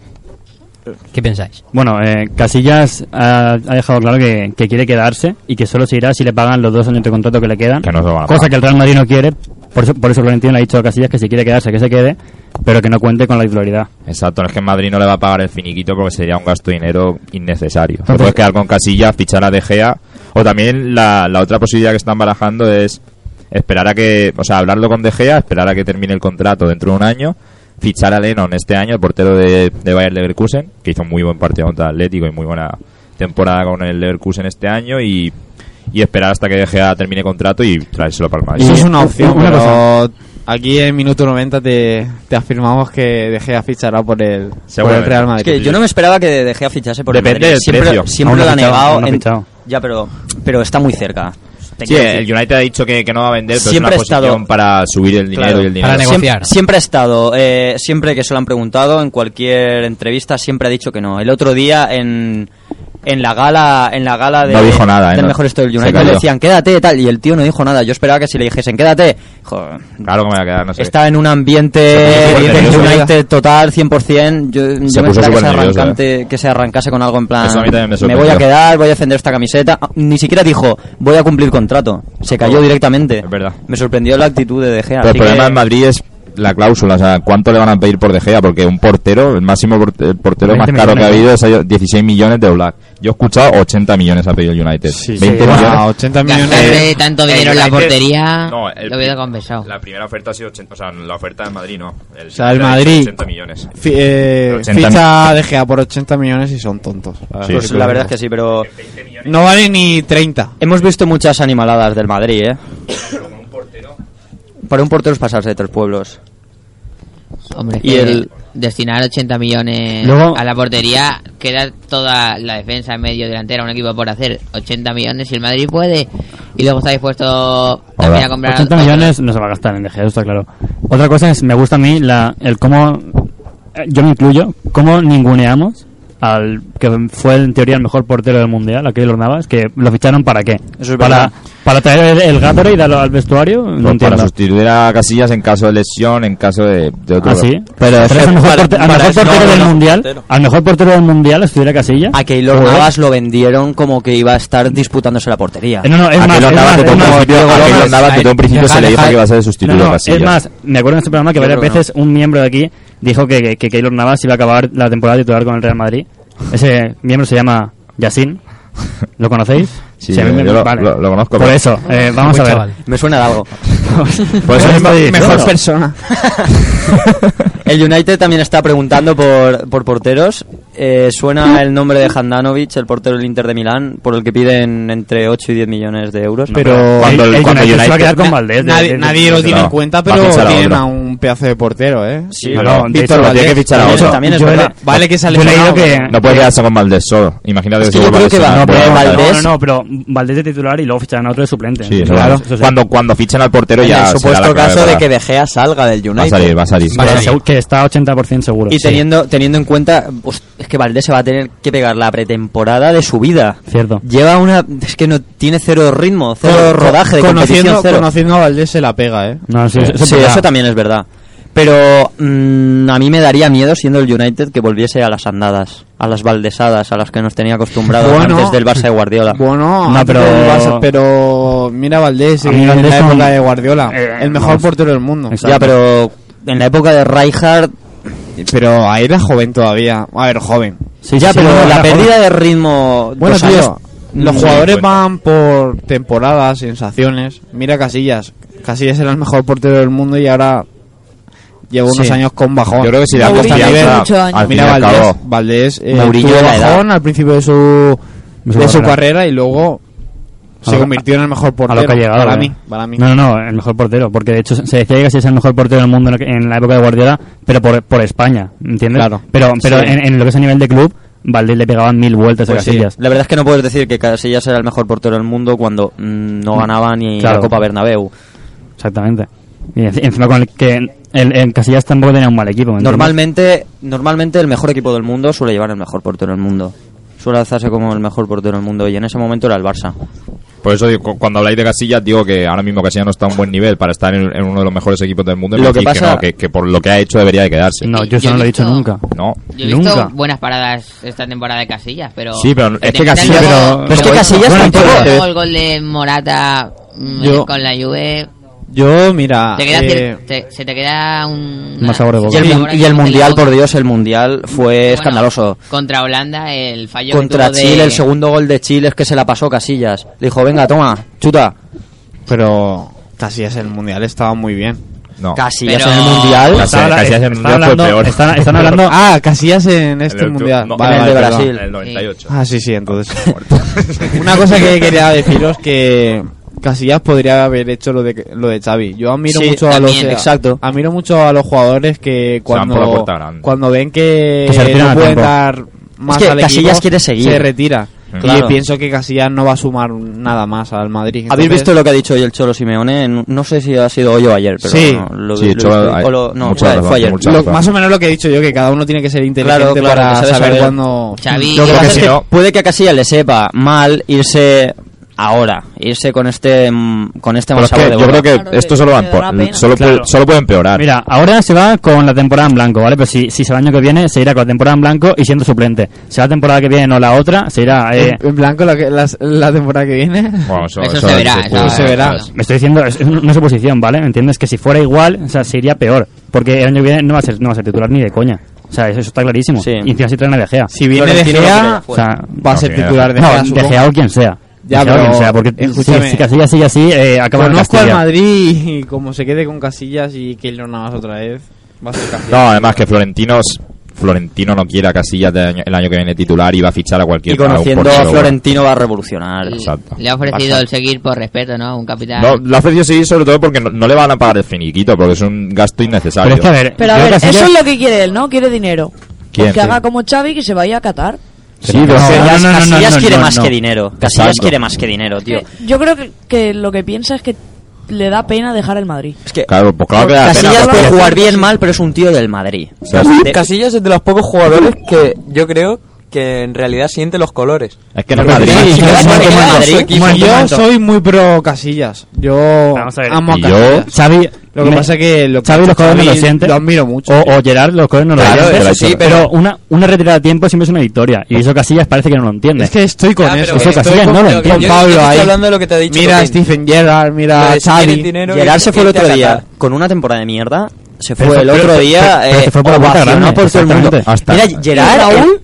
[SPEAKER 2] ¿Qué pensáis?
[SPEAKER 9] Bueno, eh, Casillas ha, ha dejado claro que, que quiere quedarse y que solo se irá si le pagan los dos años de contrato que le quedan.
[SPEAKER 6] a
[SPEAKER 9] cosa
[SPEAKER 6] pagar.
[SPEAKER 9] que el Real Madrid no quiere. Por eso, por eso Florentino le ha dicho a Casillas que si quiere quedarse, que se quede, pero que no cuente con la titularidad.
[SPEAKER 6] Exacto, es que en Madrid no le va a pagar el finiquito porque sería un gasto de dinero innecesario. Te
[SPEAKER 9] Entonces-
[SPEAKER 6] puedes quedar con Casillas, fichar a De Gea. O también la, la otra posibilidad que están barajando es esperar a que, o sea, hablarlo con De Gea, esperar a que termine el contrato dentro de un año, fichar a Lennon este año, el portero de, de Bayer Leverkusen, que hizo un muy buen partido contra el Atlético y muy buena temporada con el Leverkusen este año y, y esperar hasta que De Gea termine contrato y traérselo para el Madrid.
[SPEAKER 4] Eso es una opción, pero aquí en minuto 90 te, te afirmamos que De Gea fichará por el, por el
[SPEAKER 6] Seguramente.
[SPEAKER 4] Real Madrid.
[SPEAKER 11] Es que yo no me esperaba que De Gea fichase por
[SPEAKER 6] Depende
[SPEAKER 11] el Madrid.
[SPEAKER 6] del
[SPEAKER 11] ¿eh? siempre
[SPEAKER 6] precio.
[SPEAKER 11] siempre
[SPEAKER 6] Aún no
[SPEAKER 11] lo
[SPEAKER 6] ha
[SPEAKER 11] ha
[SPEAKER 6] fichado,
[SPEAKER 11] negado.
[SPEAKER 6] aún no ha
[SPEAKER 11] en-
[SPEAKER 6] fichado.
[SPEAKER 11] ya, pero, pero está muy cerca. Te
[SPEAKER 6] Sí,
[SPEAKER 11] quiero decir.
[SPEAKER 6] el United ha dicho que, que no va a vender, pero
[SPEAKER 11] Siempre
[SPEAKER 6] es
[SPEAKER 11] ha
[SPEAKER 6] una posición
[SPEAKER 11] estado-
[SPEAKER 6] para subir el dinero
[SPEAKER 11] Claro.
[SPEAKER 6] y el dinero.
[SPEAKER 11] Siem- siempre ha estado, eh, siempre que se lo han preguntado, en cualquier entrevista, siempre ha dicho que no. El otro día en, en la gala, en la gala de,
[SPEAKER 6] No dijo nada, ¿eh?
[SPEAKER 11] del
[SPEAKER 6] No.
[SPEAKER 11] mejor story
[SPEAKER 6] Se
[SPEAKER 11] del United
[SPEAKER 6] cayó.
[SPEAKER 11] le decían quédate tal y el tío no dijo nada. Yo esperaba que si le dijesen quédate, jo,
[SPEAKER 6] Claro que me va a quedar, no sé.
[SPEAKER 11] está en un ambiente
[SPEAKER 6] Se puso súper nervioso.
[SPEAKER 11] United total 100%. Yo, yo
[SPEAKER 6] Se
[SPEAKER 11] me esperaba que
[SPEAKER 6] puso súper
[SPEAKER 11] se,
[SPEAKER 6] nervioso, eh.
[SPEAKER 11] arrancante- que se arrancase con algo en plan
[SPEAKER 6] Eso a mí también me
[SPEAKER 11] me
[SPEAKER 6] sorprendió.
[SPEAKER 11] voy a quedar, voy a defender esta camiseta. Ah, Ni siquiera dijo voy a cumplir contrato. Se cayó directamente.
[SPEAKER 6] Oh, Es verdad.
[SPEAKER 11] Me sorprendió la actitud de De Gea.
[SPEAKER 6] Pero el
[SPEAKER 11] así
[SPEAKER 6] problema
[SPEAKER 11] que-
[SPEAKER 6] en Madrid es la cláusula, o sea, ¿cuánto le van a pedir por De Gea? Porque un portero, el máximo por- el portero
[SPEAKER 11] 20
[SPEAKER 6] más caro que ha habido
[SPEAKER 11] millones,
[SPEAKER 6] es a- 16 millones de Black. Yo he escuchado 80 millones ha pedido el United. 20
[SPEAKER 4] sí,
[SPEAKER 6] millones.
[SPEAKER 4] ah, 80
[SPEAKER 10] Gastarse tanto dinero en la
[SPEAKER 6] United-
[SPEAKER 10] portería,
[SPEAKER 6] No, el-
[SPEAKER 10] lo hubiera compensado.
[SPEAKER 6] La primera oferta ha sido 80, o sea, la oferta de Madrid no.
[SPEAKER 4] O sea, el Madrid
[SPEAKER 6] 80 millones.
[SPEAKER 4] fi- eh,
[SPEAKER 6] 80
[SPEAKER 4] ficha a De Gea por 80 millones y son tontos.
[SPEAKER 11] Sí. Pues la verdad es que sí, pero...
[SPEAKER 4] No vale ni 30.
[SPEAKER 11] Hemos visto muchas animaladas del Madrid, ¿eh? Para un portero es pasarse de tres pueblos.
[SPEAKER 10] Hombre, es
[SPEAKER 11] Y
[SPEAKER 10] que
[SPEAKER 11] el-
[SPEAKER 10] destinar 80 millones
[SPEAKER 11] Luego-
[SPEAKER 10] a la portería, queda toda la defensa en medio delantera, un equipo por hacer 80 millones si el Madrid puede. Y luego está dispuesto también a comprar
[SPEAKER 9] 80 millones no se va a gastar en De Gea, eso está claro. Otra cosa es, me gusta a mí la, el cómo, eh, yo me incluyo, cómo ninguneamos al que fue en teoría el mejor portero del mundial, a Keylor Navas, que lo ficharon para qué?
[SPEAKER 11] Eso es
[SPEAKER 9] para,
[SPEAKER 11] verdad.
[SPEAKER 9] para traer el, gato y darlo al vestuario, no,
[SPEAKER 6] Pues para
[SPEAKER 9] entiendo.
[SPEAKER 6] sustituir a Casillas en caso de lesión, en caso de, de otro.
[SPEAKER 9] Ah, sí.
[SPEAKER 6] Pero es
[SPEAKER 9] Pero al mejor, porte- al mejor portero del mundial, al mejor portero del mundial estuviera Casilla. Pues,
[SPEAKER 11] A Keylor Navas lo vendieron como que iba a estar disputándose la portería.
[SPEAKER 9] Eh, No, no, es más, es más, es más, Diego López. Deja, deja. Ah, No, no, Es más, me acuerdo en este programa que
[SPEAKER 11] Yo
[SPEAKER 9] varias
[SPEAKER 11] creo que
[SPEAKER 9] veces un miembro de aquí dijo que, que, que Keylor Navas iba a acabar la temporada titular con el Real Madrid. Ese miembro se llama Yacine. ¿Lo conocéis?
[SPEAKER 6] [LAUGHS] Sí,
[SPEAKER 9] a mí
[SPEAKER 6] yo lo- lo- lo conozco,
[SPEAKER 9] Por
[SPEAKER 6] pero-
[SPEAKER 9] eso, eh, vamos a
[SPEAKER 6] Buen
[SPEAKER 9] ver.
[SPEAKER 6] chaval.
[SPEAKER 11] Me suena de algo.
[SPEAKER 6] Por eso mismo-
[SPEAKER 11] Estoy
[SPEAKER 6] mejor
[SPEAKER 11] diciendo.
[SPEAKER 6] persona.
[SPEAKER 11] el United también está preguntando por, por porteros. Eh, suena el nombre de Handanovic, el portero del Inter de Milán, por el que piden entre 8 y 10 millones de euros.
[SPEAKER 4] Pero
[SPEAKER 11] cuando
[SPEAKER 4] el- el
[SPEAKER 11] cuando
[SPEAKER 4] United se va a
[SPEAKER 11] United-
[SPEAKER 4] quedar con Valdés. Nadie, nadie lo tiene
[SPEAKER 11] No,
[SPEAKER 4] en cuenta,
[SPEAKER 11] va a
[SPEAKER 4] pero
[SPEAKER 11] fichar a
[SPEAKER 4] tienen
[SPEAKER 11] otro.
[SPEAKER 4] a un pedazo de portero, ¿eh?
[SPEAKER 11] Sí, No, no, no, de
[SPEAKER 4] Víctor
[SPEAKER 11] hecho, lo
[SPEAKER 4] Valdés.
[SPEAKER 11] tiene que fichar a otro. También es
[SPEAKER 4] Yo
[SPEAKER 11] verdad.
[SPEAKER 4] le- Vale que sale
[SPEAKER 9] Yo he leído que-
[SPEAKER 6] No puedes quedarse con Valdés solo. Imagínate
[SPEAKER 9] Es
[SPEAKER 6] que
[SPEAKER 9] que yo creo que va-
[SPEAKER 6] no,
[SPEAKER 9] no, pero
[SPEAKER 6] Valdés.
[SPEAKER 9] No, no, pero Valdés de titular y luego ficharán a otro de suplente.
[SPEAKER 6] Sí, eso
[SPEAKER 9] Claro.
[SPEAKER 6] es. Cuando, cuando fichen al portero
[SPEAKER 11] En
[SPEAKER 6] ya.
[SPEAKER 11] el
[SPEAKER 6] será la
[SPEAKER 11] supuesto
[SPEAKER 6] clave
[SPEAKER 11] caso de
[SPEAKER 6] para-
[SPEAKER 11] que De Gea salga del United.
[SPEAKER 6] Va a salir, va a salir.
[SPEAKER 9] Vale, seguro- que está 80% seguro.
[SPEAKER 11] Y
[SPEAKER 9] sí.
[SPEAKER 11] teniendo, teniendo en cuenta, pues, es que Valdés se va a tener que pegar la pretemporada de su vida.
[SPEAKER 9] Cierto.
[SPEAKER 11] Lleva una. Es que no tiene cero ritmo, cero rodaje de competición,
[SPEAKER 4] conociendo,
[SPEAKER 11] cero.
[SPEAKER 4] conociendo a Valdés se la pega, ¿eh?
[SPEAKER 9] No,
[SPEAKER 11] Sí, eso, también es verdad. Pero mm, a mí me daría miedo siendo el United que volviese a las andadas, a las valdesadas, a las que nos tenía acostumbrados
[SPEAKER 4] Bueno.
[SPEAKER 11] antes del Barça de Guardiola.
[SPEAKER 4] Bueno, antes del Barça, pero mira Valdés,
[SPEAKER 11] A
[SPEAKER 4] en
[SPEAKER 11] mí Valdés
[SPEAKER 4] la
[SPEAKER 11] no-
[SPEAKER 4] época de Guardiola,
[SPEAKER 11] Eh,
[SPEAKER 4] el mejor
[SPEAKER 11] vamos.
[SPEAKER 4] portero del mundo.
[SPEAKER 11] Ya, pero en la época de Rijkaard...
[SPEAKER 4] Pero ahí era joven todavía. A ver, joven.
[SPEAKER 11] ya, pero la pérdida de ritmo...
[SPEAKER 4] Bueno,
[SPEAKER 11] dos
[SPEAKER 4] tío,
[SPEAKER 11] años,
[SPEAKER 4] los
[SPEAKER 11] mm,
[SPEAKER 4] jugadores
[SPEAKER 11] bueno.
[SPEAKER 4] van por temporadas, sensaciones. Mira Casillas. Casillas era el mejor portero del mundo y ahora lleva unos
[SPEAKER 6] Sí.
[SPEAKER 4] años con bajón.
[SPEAKER 6] Yo creo que si le da
[SPEAKER 4] Está a
[SPEAKER 6] confianza,
[SPEAKER 4] nivel.
[SPEAKER 6] mucho año. al fin y
[SPEAKER 4] Mira
[SPEAKER 6] al
[SPEAKER 4] Valdés.
[SPEAKER 6] cabo.
[SPEAKER 4] Valdés eh,
[SPEAKER 6] Mourinho
[SPEAKER 4] tuvo
[SPEAKER 6] de la edad.
[SPEAKER 4] bajón al principio de su, de su, carrera. y luego
[SPEAKER 9] A
[SPEAKER 4] se
[SPEAKER 9] lo-
[SPEAKER 4] convirtió en el mejor portero.
[SPEAKER 9] a lo que ha llegado.
[SPEAKER 4] para
[SPEAKER 9] eh.
[SPEAKER 4] mí, para mí.
[SPEAKER 9] No, no, no, el mejor portero. Porque de hecho se decía que Casillas es el mejor portero del mundo en la- en la época de Guardiola, pero por, por España, ¿entiendes?
[SPEAKER 11] Claro.
[SPEAKER 9] Pero, pero
[SPEAKER 11] Sí.
[SPEAKER 9] en, en lo que es a nivel de club, Valdés le pegaban mil vueltas
[SPEAKER 11] Pues
[SPEAKER 9] a
[SPEAKER 11] sí,
[SPEAKER 9] Casillas.
[SPEAKER 11] La verdad es que no puedes decir que Casillas era el mejor portero del mundo cuando mm, no ganaba ni
[SPEAKER 9] Claro.
[SPEAKER 11] la Copa Bernabéu.
[SPEAKER 9] Exactamente. Y enci- encima con el que el, el Casillas tampoco tenía un mal equipo. ¿me entiendes?
[SPEAKER 11] Normalmente, normalmente el mejor equipo del mundo suele llevar el mejor portero del mundo. Suele alzarse como el mejor portero del mundo y en ese momento era el Barça.
[SPEAKER 6] Por eso digo, cu- cuando habláis de Casillas digo que ahora mismo Casillas no está a un buen nivel para estar en, en uno de los mejores equipos del mundo. y
[SPEAKER 11] Lo
[SPEAKER 6] decir
[SPEAKER 11] que pasa-
[SPEAKER 6] no, que, que por lo que ha hecho debería de quedarse.
[SPEAKER 9] No, yo eso no lo he dicho nunca.
[SPEAKER 6] No.
[SPEAKER 10] Yo he visto buenas paradas esta temporada de Casillas, pero.
[SPEAKER 6] Sí, pero es
[SPEAKER 10] te
[SPEAKER 6] que
[SPEAKER 10] quitan
[SPEAKER 6] Casillas-
[SPEAKER 10] luego-
[SPEAKER 6] pero- pero es que Casillas
[SPEAKER 10] luego
[SPEAKER 6] tampoco-
[SPEAKER 10] luego El gol de Morata mm,
[SPEAKER 18] Yo-
[SPEAKER 10] con la Juve.
[SPEAKER 18] Yo,
[SPEAKER 6] Ah,
[SPEAKER 18] mira.
[SPEAKER 10] te queda
[SPEAKER 18] eh,
[SPEAKER 10] cier- te- se te queda un.
[SPEAKER 11] Más sabor de
[SPEAKER 10] boca.
[SPEAKER 11] Y el, mun- y el
[SPEAKER 10] Bueno,
[SPEAKER 11] mundial, por Dios, el mundial fue escandaloso.
[SPEAKER 10] Contra Holanda, el fallo. que
[SPEAKER 11] Contra
[SPEAKER 10] tuvo de-
[SPEAKER 11] Chile, el segundo gol de Chile es que se la pasó Casillas. Le dijo, venga, toma, chuta.
[SPEAKER 4] Pero Casillas en el mundial estaba muy bien.
[SPEAKER 6] No.
[SPEAKER 11] Casillas en el mundial.
[SPEAKER 4] Está habla- está hablando- Están,
[SPEAKER 11] [LAUGHS]
[SPEAKER 6] [LAUGHS]
[SPEAKER 4] están hablando. Ah, Casillas en este mundial. Vale,
[SPEAKER 11] en el de
[SPEAKER 4] vale, perdón. [LAUGHS]
[SPEAKER 11] Brasil. Pues
[SPEAKER 4] Ah, sí, sí, entonces. Una cosa
[SPEAKER 11] [LAUGHS]
[SPEAKER 4] que quería deciros que Casillas podría haber hecho lo de lo de Xavi. Yo admiro
[SPEAKER 11] Sí,
[SPEAKER 4] mucho a los
[SPEAKER 11] también, exacto.
[SPEAKER 4] admiro mucho a los jugadores que
[SPEAKER 11] van por la
[SPEAKER 4] cuando
[SPEAKER 11] puerta grande.
[SPEAKER 4] cuando ven que,
[SPEAKER 11] Que se retiran
[SPEAKER 4] no
[SPEAKER 11] a
[SPEAKER 4] pueden
[SPEAKER 11] tiempo.
[SPEAKER 4] dar más
[SPEAKER 11] Es que
[SPEAKER 4] al equipo,
[SPEAKER 11] Casillas quiere seguir.
[SPEAKER 4] se retira.
[SPEAKER 11] Mm.
[SPEAKER 4] Y
[SPEAKER 11] Claro.
[SPEAKER 4] pienso que Casillas no va a sumar nada más al Madrid.
[SPEAKER 11] ¿Habéis
[SPEAKER 4] Entonces-
[SPEAKER 11] visto lo que ha dicho hoy el Cholo Simeone? En- No sé si ha sido hoy o ayer, pero
[SPEAKER 4] Sí.
[SPEAKER 11] no, lo,
[SPEAKER 4] Sí,
[SPEAKER 11] lo-
[SPEAKER 4] el Cholo
[SPEAKER 11] lo-
[SPEAKER 4] hay-
[SPEAKER 11] o lo- no,
[SPEAKER 4] mucha
[SPEAKER 11] fue,
[SPEAKER 4] razón,
[SPEAKER 11] fue ayer.
[SPEAKER 4] Lo- más o menos lo que he dicho yo, que cada uno tiene que ser inteligente
[SPEAKER 11] Claro, claro,
[SPEAKER 4] para
[SPEAKER 11] que sabe
[SPEAKER 4] saber,
[SPEAKER 11] saber.
[SPEAKER 4] cuándo...
[SPEAKER 10] Xavi,
[SPEAKER 11] Lo que
[SPEAKER 10] Yo
[SPEAKER 11] pasa
[SPEAKER 10] creo
[SPEAKER 11] es
[SPEAKER 10] que
[SPEAKER 11] que
[SPEAKER 10] no.
[SPEAKER 11] puede que a Casillas le sepa mal irse ahora, irse con este mm, con este
[SPEAKER 6] Pero
[SPEAKER 11] mal
[SPEAKER 6] es que
[SPEAKER 11] sabor de
[SPEAKER 6] yo
[SPEAKER 11] boca.
[SPEAKER 6] creo que esto solo, va en por- solo, puede, solo puede empeorar.
[SPEAKER 9] Mira, ahora se va con la temporada en blanco, ¿vale? Pero si, si se va el año que viene, se irá con la temporada en blanco y siendo suplente. Se va la temporada que viene o la otra, se irá... eh,
[SPEAKER 4] En, en blanco la, que- las- la temporada que viene. Eso se verá.
[SPEAKER 9] Me estoy diciendo, es es una suposición, ¿vale? ¿Me entiendes? Que si fuera igual, o sea, sería peor. Porque el año que viene no va a ser, no va a ser titular ni de coña. O sea, eso, eso está clarísimo. Y encima si traen a De Gea.
[SPEAKER 4] Si viene De Gea,
[SPEAKER 9] O sea,
[SPEAKER 4] va a ser titular de
[SPEAKER 9] pues, No,
[SPEAKER 4] Gea,
[SPEAKER 9] De Gea
[SPEAKER 4] supongo.
[SPEAKER 9] o quien sea.
[SPEAKER 4] Ya,
[SPEAKER 9] De Gea o
[SPEAKER 4] pero
[SPEAKER 9] quien sea, porque
[SPEAKER 4] escúchame.
[SPEAKER 9] si, si Casillas sigue así, eh, acaba en
[SPEAKER 4] Conozco al
[SPEAKER 9] Castilla.
[SPEAKER 4] Madrid y como se quede con Casillas y que lo nada más otra vez, va a ser Casillas.
[SPEAKER 6] No, además que Florentinos Florentino no quiere a Casillas de año- el año que viene titular y va a fichar a cualquier
[SPEAKER 11] Y conociendo a Florentino va a revolucionar.
[SPEAKER 6] Exacto.
[SPEAKER 10] Le ha ofrecido
[SPEAKER 6] Bastante.
[SPEAKER 10] el seguir por respeto, ¿no? Un capitán.
[SPEAKER 6] No, lo ha ofrecido seguir sobre todo porque no, no le van a pagar el finiquito, porque es un gasto
[SPEAKER 9] Pero
[SPEAKER 6] innecesario.
[SPEAKER 9] es que, a ver,
[SPEAKER 5] Pero a ver, eso es lo que quiere él, ¿no? Quiere dinero.
[SPEAKER 6] ¿Quién?
[SPEAKER 5] Pues que haga como Xavi que se vaya a Qatar.
[SPEAKER 6] Sí, pero es que-
[SPEAKER 11] Casillas,
[SPEAKER 6] no, no, no, no,
[SPEAKER 11] Casillas
[SPEAKER 6] no,
[SPEAKER 11] quiere
[SPEAKER 6] no,
[SPEAKER 11] más
[SPEAKER 6] no.
[SPEAKER 11] que dinero. Casillas
[SPEAKER 6] Exacto.
[SPEAKER 11] quiere más que dinero, tío.
[SPEAKER 5] Yo creo que, que lo que piensa es que le da pena dejar el Madrid.
[SPEAKER 6] Claro, pues claro que da pena,
[SPEAKER 11] Casillas
[SPEAKER 6] pero-
[SPEAKER 11] puede jugar bien mal, pero es un tío del Madrid.
[SPEAKER 19] [LAUGHS]
[SPEAKER 11] De-
[SPEAKER 3] Casillas es de los pocos jugadores que yo creo que en realidad siente los colores.
[SPEAKER 6] Es que
[SPEAKER 4] no
[SPEAKER 3] es Madrid.
[SPEAKER 4] yo soy muy pro Casillas. Yo amo a
[SPEAKER 9] Y
[SPEAKER 4] Casillas.
[SPEAKER 9] yo- Xavi-
[SPEAKER 4] lo que
[SPEAKER 9] me-
[SPEAKER 4] pasa que lo que
[SPEAKER 9] Xavi
[SPEAKER 4] ha hecho
[SPEAKER 9] los colores no lo
[SPEAKER 4] Xavi
[SPEAKER 9] siente.
[SPEAKER 4] Lo admiro mucho.
[SPEAKER 9] O, o Gerard, los colores no lo
[SPEAKER 4] Claro,
[SPEAKER 9] sienten.
[SPEAKER 4] eso sí,
[SPEAKER 9] pero
[SPEAKER 4] pero-
[SPEAKER 9] una, una retirada a tiempo siempre es una victoria. Y eso Casillas parece que no lo entiende.
[SPEAKER 4] Es que estoy con eso.
[SPEAKER 9] Eso
[SPEAKER 4] estoy
[SPEAKER 9] Casillas
[SPEAKER 4] con-
[SPEAKER 9] no lo
[SPEAKER 4] con
[SPEAKER 9] entiende.
[SPEAKER 4] Pablo ahí. Mira a
[SPEAKER 11] Cotín.
[SPEAKER 4] Stephen Gerrard, mira a Xavi.
[SPEAKER 11] Gerard se fue el otro día con una temporada de mierda. Se
[SPEAKER 4] Pero
[SPEAKER 11] fue
[SPEAKER 4] fue-
[SPEAKER 11] el
[SPEAKER 4] pero-
[SPEAKER 11] otro
[SPEAKER 4] pero-
[SPEAKER 11] día.
[SPEAKER 4] pero se
[SPEAKER 11] eh,
[SPEAKER 4] fue por la puerta
[SPEAKER 11] ovacionado
[SPEAKER 4] grande,
[SPEAKER 11] por todo el mundo.
[SPEAKER 4] exactamente.
[SPEAKER 11] Mira, Gerard.
[SPEAKER 5] ¿Y Raúl?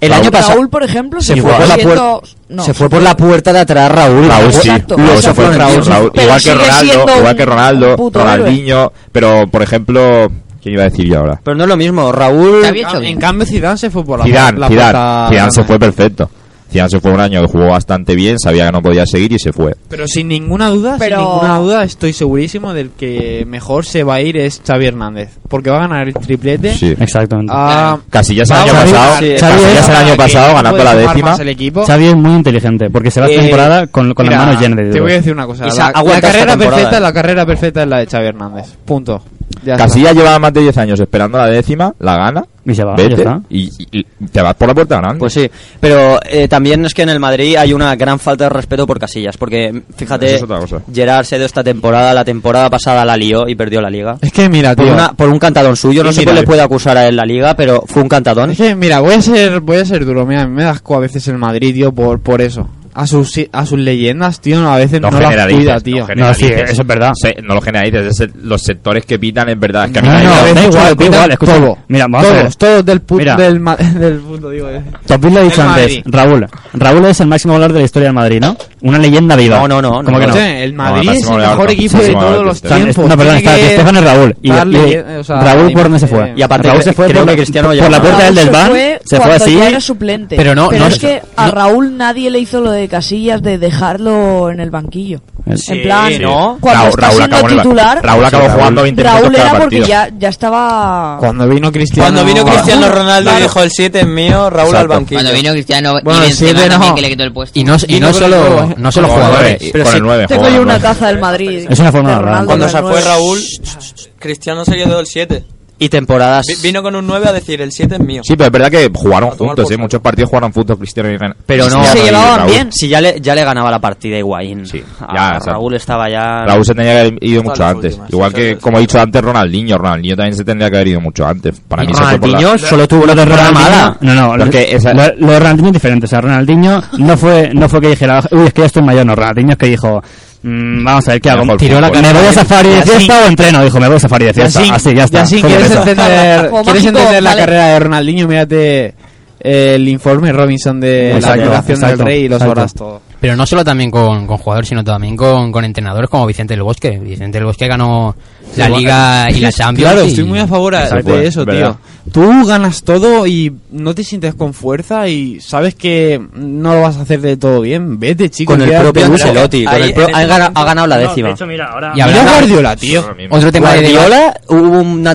[SPEAKER 11] El año pasado.
[SPEAKER 5] Raúl, por ejemplo,
[SPEAKER 11] se fue por la puerta.
[SPEAKER 5] No,
[SPEAKER 11] se fue por la puerta de atrás Raúl.
[SPEAKER 6] Raúl sí,
[SPEAKER 11] Exacto.
[SPEAKER 6] Raúl
[SPEAKER 11] Exacto.
[SPEAKER 6] se fue, Raúl, Raúl,
[SPEAKER 11] Pero
[SPEAKER 6] igual que
[SPEAKER 11] sigue
[SPEAKER 6] Ronaldo,
[SPEAKER 11] siendo
[SPEAKER 6] igual
[SPEAKER 11] un
[SPEAKER 6] que Ronaldo,
[SPEAKER 11] puto
[SPEAKER 6] Ronaldinho, pero por ejemplo, ¿quién iba a decir yo ahora?
[SPEAKER 11] Pero no es lo mismo. Raúl.
[SPEAKER 4] En cambio, Zidane se fue por la,
[SPEAKER 6] Zidane,
[SPEAKER 4] la puerta
[SPEAKER 6] Zidane, Zidane se
[SPEAKER 4] grande.
[SPEAKER 6] fue perfecto. Zidane se fue un año que jugó bastante bien, sabía que no podía seguir y se fue.
[SPEAKER 4] Pero sin ninguna duda,
[SPEAKER 5] Pero-
[SPEAKER 4] sin ninguna duda, estoy segurísimo del que mejor se va a ir es Xavi Hernández. Porque va a ganar el triplete.
[SPEAKER 6] Sí.
[SPEAKER 9] Exactamente.
[SPEAKER 4] Ah,
[SPEAKER 6] Casillas el
[SPEAKER 4] vamos
[SPEAKER 6] año
[SPEAKER 4] a ver,
[SPEAKER 6] pasado,
[SPEAKER 4] sí.
[SPEAKER 6] Casillas el año
[SPEAKER 4] que
[SPEAKER 6] pasado
[SPEAKER 4] no
[SPEAKER 6] ganando
[SPEAKER 4] puede
[SPEAKER 6] la
[SPEAKER 4] sumar
[SPEAKER 6] décima.
[SPEAKER 4] más el equipo.
[SPEAKER 9] Xavi es muy inteligente porque se va a
[SPEAKER 4] Eh,
[SPEAKER 9] temporada con, con
[SPEAKER 4] mira,
[SPEAKER 9] las manos llenas de
[SPEAKER 4] Te
[SPEAKER 9] dedos.
[SPEAKER 4] voy a decir una cosa.
[SPEAKER 11] Y se
[SPEAKER 4] La,
[SPEAKER 11] aguanta
[SPEAKER 4] la
[SPEAKER 11] esta
[SPEAKER 4] carrera
[SPEAKER 11] temporada,
[SPEAKER 4] perfecta,
[SPEAKER 11] eh.
[SPEAKER 4] la carrera perfecta es la de Xavi Hernández. Punto. Ya está.
[SPEAKER 6] Casillas llevaba más de 10 años esperando la décima, la gana,
[SPEAKER 9] y se va,
[SPEAKER 11] ya
[SPEAKER 6] vete,
[SPEAKER 11] está.
[SPEAKER 6] y, y- y te vas por la puerta grande.
[SPEAKER 11] Pues sí, pero eh, también es que en el Madrid hay una gran falta de respeto por Casillas, porque
[SPEAKER 6] Eso
[SPEAKER 11] fíjate,
[SPEAKER 6] es otra cosa.
[SPEAKER 11] Gerard se dio esta temporada, la temporada pasada la lió y perdió la liga.
[SPEAKER 4] Es que mira,
[SPEAKER 11] por,
[SPEAKER 4] tío.
[SPEAKER 11] una- por un cantadón suyo, no
[SPEAKER 4] Y
[SPEAKER 11] sé
[SPEAKER 4] mira,
[SPEAKER 11] quién le
[SPEAKER 4] eh.
[SPEAKER 11] puede acusar a él la liga, pero fue un cantadón.
[SPEAKER 4] Es que, mira, voy a ser, voy a ser duro. Mira, a mí me da asco a veces el Madrid, tío, por, por eso. A sus, a sus leyendas, tío, a veces no, las
[SPEAKER 6] generalices,
[SPEAKER 4] cuida, tío.
[SPEAKER 6] generalices. Se- no lo generalices, es el- los sectores que pitan es verdad. Es que a mí
[SPEAKER 4] No,
[SPEAKER 6] me
[SPEAKER 4] no,
[SPEAKER 6] da
[SPEAKER 4] da igual, da igual, escucha.
[SPEAKER 9] Mira, vamos a ver.
[SPEAKER 4] todos, todos del puto,
[SPEAKER 9] Mira.
[SPEAKER 4] del, ma- [LAUGHS] del puto, digo. eh.
[SPEAKER 9] Topil lo ha dicho
[SPEAKER 4] El
[SPEAKER 9] antes,
[SPEAKER 4] Madrid.
[SPEAKER 9] Raúl. Raúl es el máximo goleador de la historia del Madrid, ¿no? Una leyenda viva.
[SPEAKER 11] No, no, no,
[SPEAKER 9] ¿Cómo
[SPEAKER 11] no,
[SPEAKER 9] que no?
[SPEAKER 11] escucha, el Madrid
[SPEAKER 9] No,
[SPEAKER 11] es el mejor
[SPEAKER 9] no,
[SPEAKER 11] equipo de
[SPEAKER 9] máximo
[SPEAKER 11] todos
[SPEAKER 9] goleador
[SPEAKER 11] los
[SPEAKER 9] Están-
[SPEAKER 11] tiempos.
[SPEAKER 9] No, perdón,
[SPEAKER 11] Tiene
[SPEAKER 9] está
[SPEAKER 11] que
[SPEAKER 9] Estefan es Raúl. Y,
[SPEAKER 11] darle,
[SPEAKER 9] y-
[SPEAKER 11] eh, o sea,
[SPEAKER 9] Raúl, ¿por dónde se
[SPEAKER 11] eh,
[SPEAKER 9] fue?
[SPEAKER 11] y aparte
[SPEAKER 9] Raúl
[SPEAKER 11] cre-
[SPEAKER 9] se fue
[SPEAKER 11] creo
[SPEAKER 9] por,
[SPEAKER 11] que Cristiano
[SPEAKER 9] por
[SPEAKER 11] ya
[SPEAKER 9] la
[SPEAKER 11] no.
[SPEAKER 9] puerta
[SPEAKER 11] Raúl
[SPEAKER 9] del
[SPEAKER 11] se
[SPEAKER 9] del bar,
[SPEAKER 5] fue
[SPEAKER 9] se fue
[SPEAKER 5] cuando
[SPEAKER 9] así.
[SPEAKER 5] ya era suplente.
[SPEAKER 9] Pero no, no
[SPEAKER 5] es que a Raúl nadie le hizo lo de de Casillas de dejarlo en el banquillo.
[SPEAKER 19] Sí,
[SPEAKER 5] en plan,
[SPEAKER 19] ¿no?
[SPEAKER 5] cuando
[SPEAKER 19] Raúl-
[SPEAKER 5] está
[SPEAKER 19] Raúl
[SPEAKER 5] siendo
[SPEAKER 19] acabó en el ba-
[SPEAKER 5] titular,
[SPEAKER 19] Raúl acabó jugando 20
[SPEAKER 5] Raúl
[SPEAKER 19] minutos
[SPEAKER 5] era
[SPEAKER 19] cada
[SPEAKER 5] porque
[SPEAKER 19] partido.
[SPEAKER 5] ya, ya estaba...
[SPEAKER 4] Cuando vino Cristiano.
[SPEAKER 19] Cuando vino Cristiano Ronaldo y dijo el 7 es mío, Raúl
[SPEAKER 10] Exacto.
[SPEAKER 19] al banquillo.
[SPEAKER 10] Cuando vino Cristiano
[SPEAKER 19] Bueno,
[SPEAKER 10] y
[SPEAKER 19] el siete
[SPEAKER 10] Benzema también
[SPEAKER 19] no.
[SPEAKER 10] que le quitó el puesto.
[SPEAKER 19] Y no- y Vino no con el solo- nueve, ¿eh? no solo Con el jugadores, nueve, pero con sí- el nueve,
[SPEAKER 5] Tengo
[SPEAKER 19] joder,
[SPEAKER 5] yo una
[SPEAKER 19] nueve.
[SPEAKER 5] taza del Madrid.
[SPEAKER 19] Es
[SPEAKER 11] una forma
[SPEAKER 5] de
[SPEAKER 11] de hablar.
[SPEAKER 5] Ronaldo
[SPEAKER 19] Cuando
[SPEAKER 5] del
[SPEAKER 19] se fue
[SPEAKER 5] nueve.
[SPEAKER 19] Raúl, Cristiano se quedó el 7.
[SPEAKER 11] Y temporadas.
[SPEAKER 19] Vi- Vino con un 9 a decir el 7 es mío.
[SPEAKER 6] Sí, pero es verdad que jugaron
[SPEAKER 19] A tomar
[SPEAKER 6] juntos,
[SPEAKER 19] por
[SPEAKER 6] ¿eh? Muchos partidos jugaron juntos Cristiano y Ren-
[SPEAKER 11] Pero no,
[SPEAKER 6] Cristiano y Raúl.
[SPEAKER 11] Si ya le, ya le ganaba la partida a Higuaín. A
[SPEAKER 6] ya, exacto.
[SPEAKER 11] Raúl estaba ya.
[SPEAKER 6] Raúl se tenía que haber ido mucho
[SPEAKER 11] las
[SPEAKER 6] antes. Igual que, como he dicho antes, Ronaldinho. Ronaldinho también se tendría que haber ido mucho antes. Para
[SPEAKER 11] Y
[SPEAKER 6] mí se fue por la-
[SPEAKER 11] Ronaldinho Ah, solo tuvo una
[SPEAKER 6] Lo de
[SPEAKER 11] temporada mala.
[SPEAKER 6] Ronaldinho-
[SPEAKER 11] No, no, lo,
[SPEAKER 6] Porque esa-
[SPEAKER 11] lo- lo de Ronaldinho es diferente. O sea, Ronaldinho no fue, no fue que dijera, uy, es que ya estoy mayor. No, Ronaldinho es que dijo, "Mm, vamos a ver qué hago.
[SPEAKER 6] Mejor
[SPEAKER 11] Tiró la
[SPEAKER 6] fútbol.
[SPEAKER 11] ¿Me voy a safari de
[SPEAKER 6] Ya sí.
[SPEAKER 11] fiesta o entreno? Dijo, me voy a safari de fiesta.
[SPEAKER 4] "Ah,
[SPEAKER 11] Así, ya está.
[SPEAKER 4] Yasin,
[SPEAKER 11] Fue
[SPEAKER 4] ¿quieres
[SPEAKER 11] eso.
[SPEAKER 4] entender,
[SPEAKER 5] Como
[SPEAKER 4] ¿quieres
[SPEAKER 5] mágico,
[SPEAKER 4] entender la
[SPEAKER 5] vale.
[SPEAKER 4] carrera de Ronaldinho? Mírate eh, el informe Robinson de la
[SPEAKER 2] Exacto,
[SPEAKER 4] declaración del
[SPEAKER 2] exacto,
[SPEAKER 4] rey y los
[SPEAKER 2] exacto.
[SPEAKER 4] horas todo.
[SPEAKER 2] Pero no solo también con, con jugadores, sino también con, con entrenadores como Vicente del Bosque. Vicente del Bosque ganó la
[SPEAKER 4] Sí,
[SPEAKER 2] Liga
[SPEAKER 4] bueno,
[SPEAKER 2] y la
[SPEAKER 4] es-
[SPEAKER 2] Champions.
[SPEAKER 4] [LAUGHS] Claro,
[SPEAKER 2] y-
[SPEAKER 4] estoy muy a favor a- de eso,
[SPEAKER 2] ¿verdad?
[SPEAKER 4] tío. Tú ganas todo y no te sientes con fuerza y sabes que no lo vas a hacer de todo bien. Vete, chico.
[SPEAKER 11] Con el
[SPEAKER 4] quédate
[SPEAKER 11] propio
[SPEAKER 4] en la-
[SPEAKER 11] Ancelotti, con Ahí, el pro- en ha este gana- momento- ha ganado la No, de décima. hecho, mira, ahora-
[SPEAKER 4] Y hablando- Guardiola, tío.
[SPEAKER 11] Otro tema de Guardiola, hubo una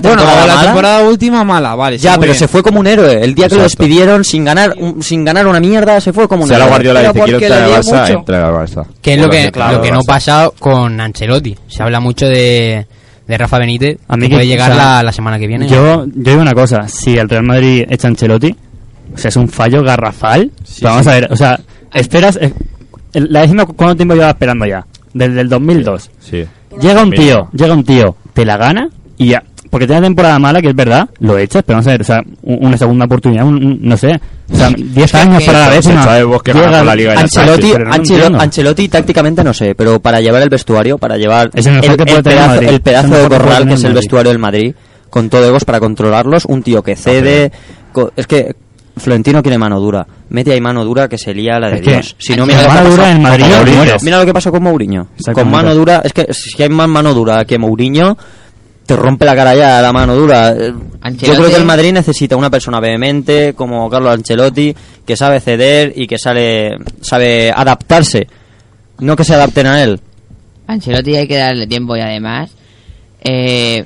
[SPEAKER 4] Bueno,
[SPEAKER 11] temporada
[SPEAKER 4] la
[SPEAKER 11] mala.
[SPEAKER 4] temporada última mala, vale. sí,
[SPEAKER 11] Ya,
[SPEAKER 4] muy
[SPEAKER 11] pero
[SPEAKER 4] bien.
[SPEAKER 11] se fue como un héroe. El día que lo
[SPEAKER 4] Exacto.
[SPEAKER 11] despidieron sin ganar, un- sin ganar una mierda, se fue como un
[SPEAKER 6] Si ahora
[SPEAKER 11] héroe.
[SPEAKER 6] Guardiola dice, quiero entrar al Barça, entra al Barça.
[SPEAKER 2] Que es lo que,
[SPEAKER 6] Claro,
[SPEAKER 2] lo que no
[SPEAKER 6] Barça.
[SPEAKER 2] pasa con Ancelotti. Se habla mucho de, de Rafa Benítez.
[SPEAKER 11] A mí
[SPEAKER 2] que
[SPEAKER 11] que-
[SPEAKER 2] puede llegar
[SPEAKER 11] o sea,
[SPEAKER 2] la, la semana que viene.
[SPEAKER 11] Yo, yo digo una cosa, si el Real Madrid echa a Ancelotti, o sea, es un fallo garrafal. Pero vamos
[SPEAKER 2] sí.
[SPEAKER 11] a ver, o sea, esperas... eh, el- la décima, ¿cuánto tiempo llevas esperando ya? Desde el 2002.
[SPEAKER 6] Sí.
[SPEAKER 11] Llega un
[SPEAKER 6] Mira.
[SPEAKER 11] tío, llega un tío, te la gana y ya... Porque tiene una temporada mala, que es verdad, lo echas, pero vamos a ver, o sea, un- una segunda oportunidad, un- un- no sé, o sea, 10 años para la décima. Llega Ancelotti, Ancelotti, Ancelotti, Ancelotti tácticamente no sé, pero para llevar el vestuario, para llevar
[SPEAKER 9] Es el mejor que puede tener
[SPEAKER 11] pedazo,
[SPEAKER 9] Madrid.
[SPEAKER 11] el pedazo
[SPEAKER 9] Es el
[SPEAKER 11] de
[SPEAKER 9] mejor que puede
[SPEAKER 11] corral que
[SPEAKER 9] tener
[SPEAKER 11] es el
[SPEAKER 9] Madrid.
[SPEAKER 11] vestuario del Madrid, con todo egos para controlarlos, un tío que cede, co- es que Florentino quiere mano dura, mete ahí mano dura que se lía la de
[SPEAKER 9] Es que
[SPEAKER 11] Dios. Si no,
[SPEAKER 9] Ancelotti-
[SPEAKER 11] mira, lo que
[SPEAKER 9] mano
[SPEAKER 11] ha
[SPEAKER 9] dura
[SPEAKER 11] pasado
[SPEAKER 9] en Madrid,
[SPEAKER 11] con Mourinho.
[SPEAKER 9] mueres.
[SPEAKER 11] mira lo que pasó con Mourinho, con
[SPEAKER 9] Exactamente.
[SPEAKER 11] mano dura, es que si hay más mano dura que Mourinho, te rompe la cara ya la mano dura. Eh, Yo creo que el Madrid necesita una persona vehemente como Carlos Ancelotti que sabe ceder y que sale, sabe adaptarse. No que se adapten a él.
[SPEAKER 10] Ancelotti hay que darle tiempo y además eh,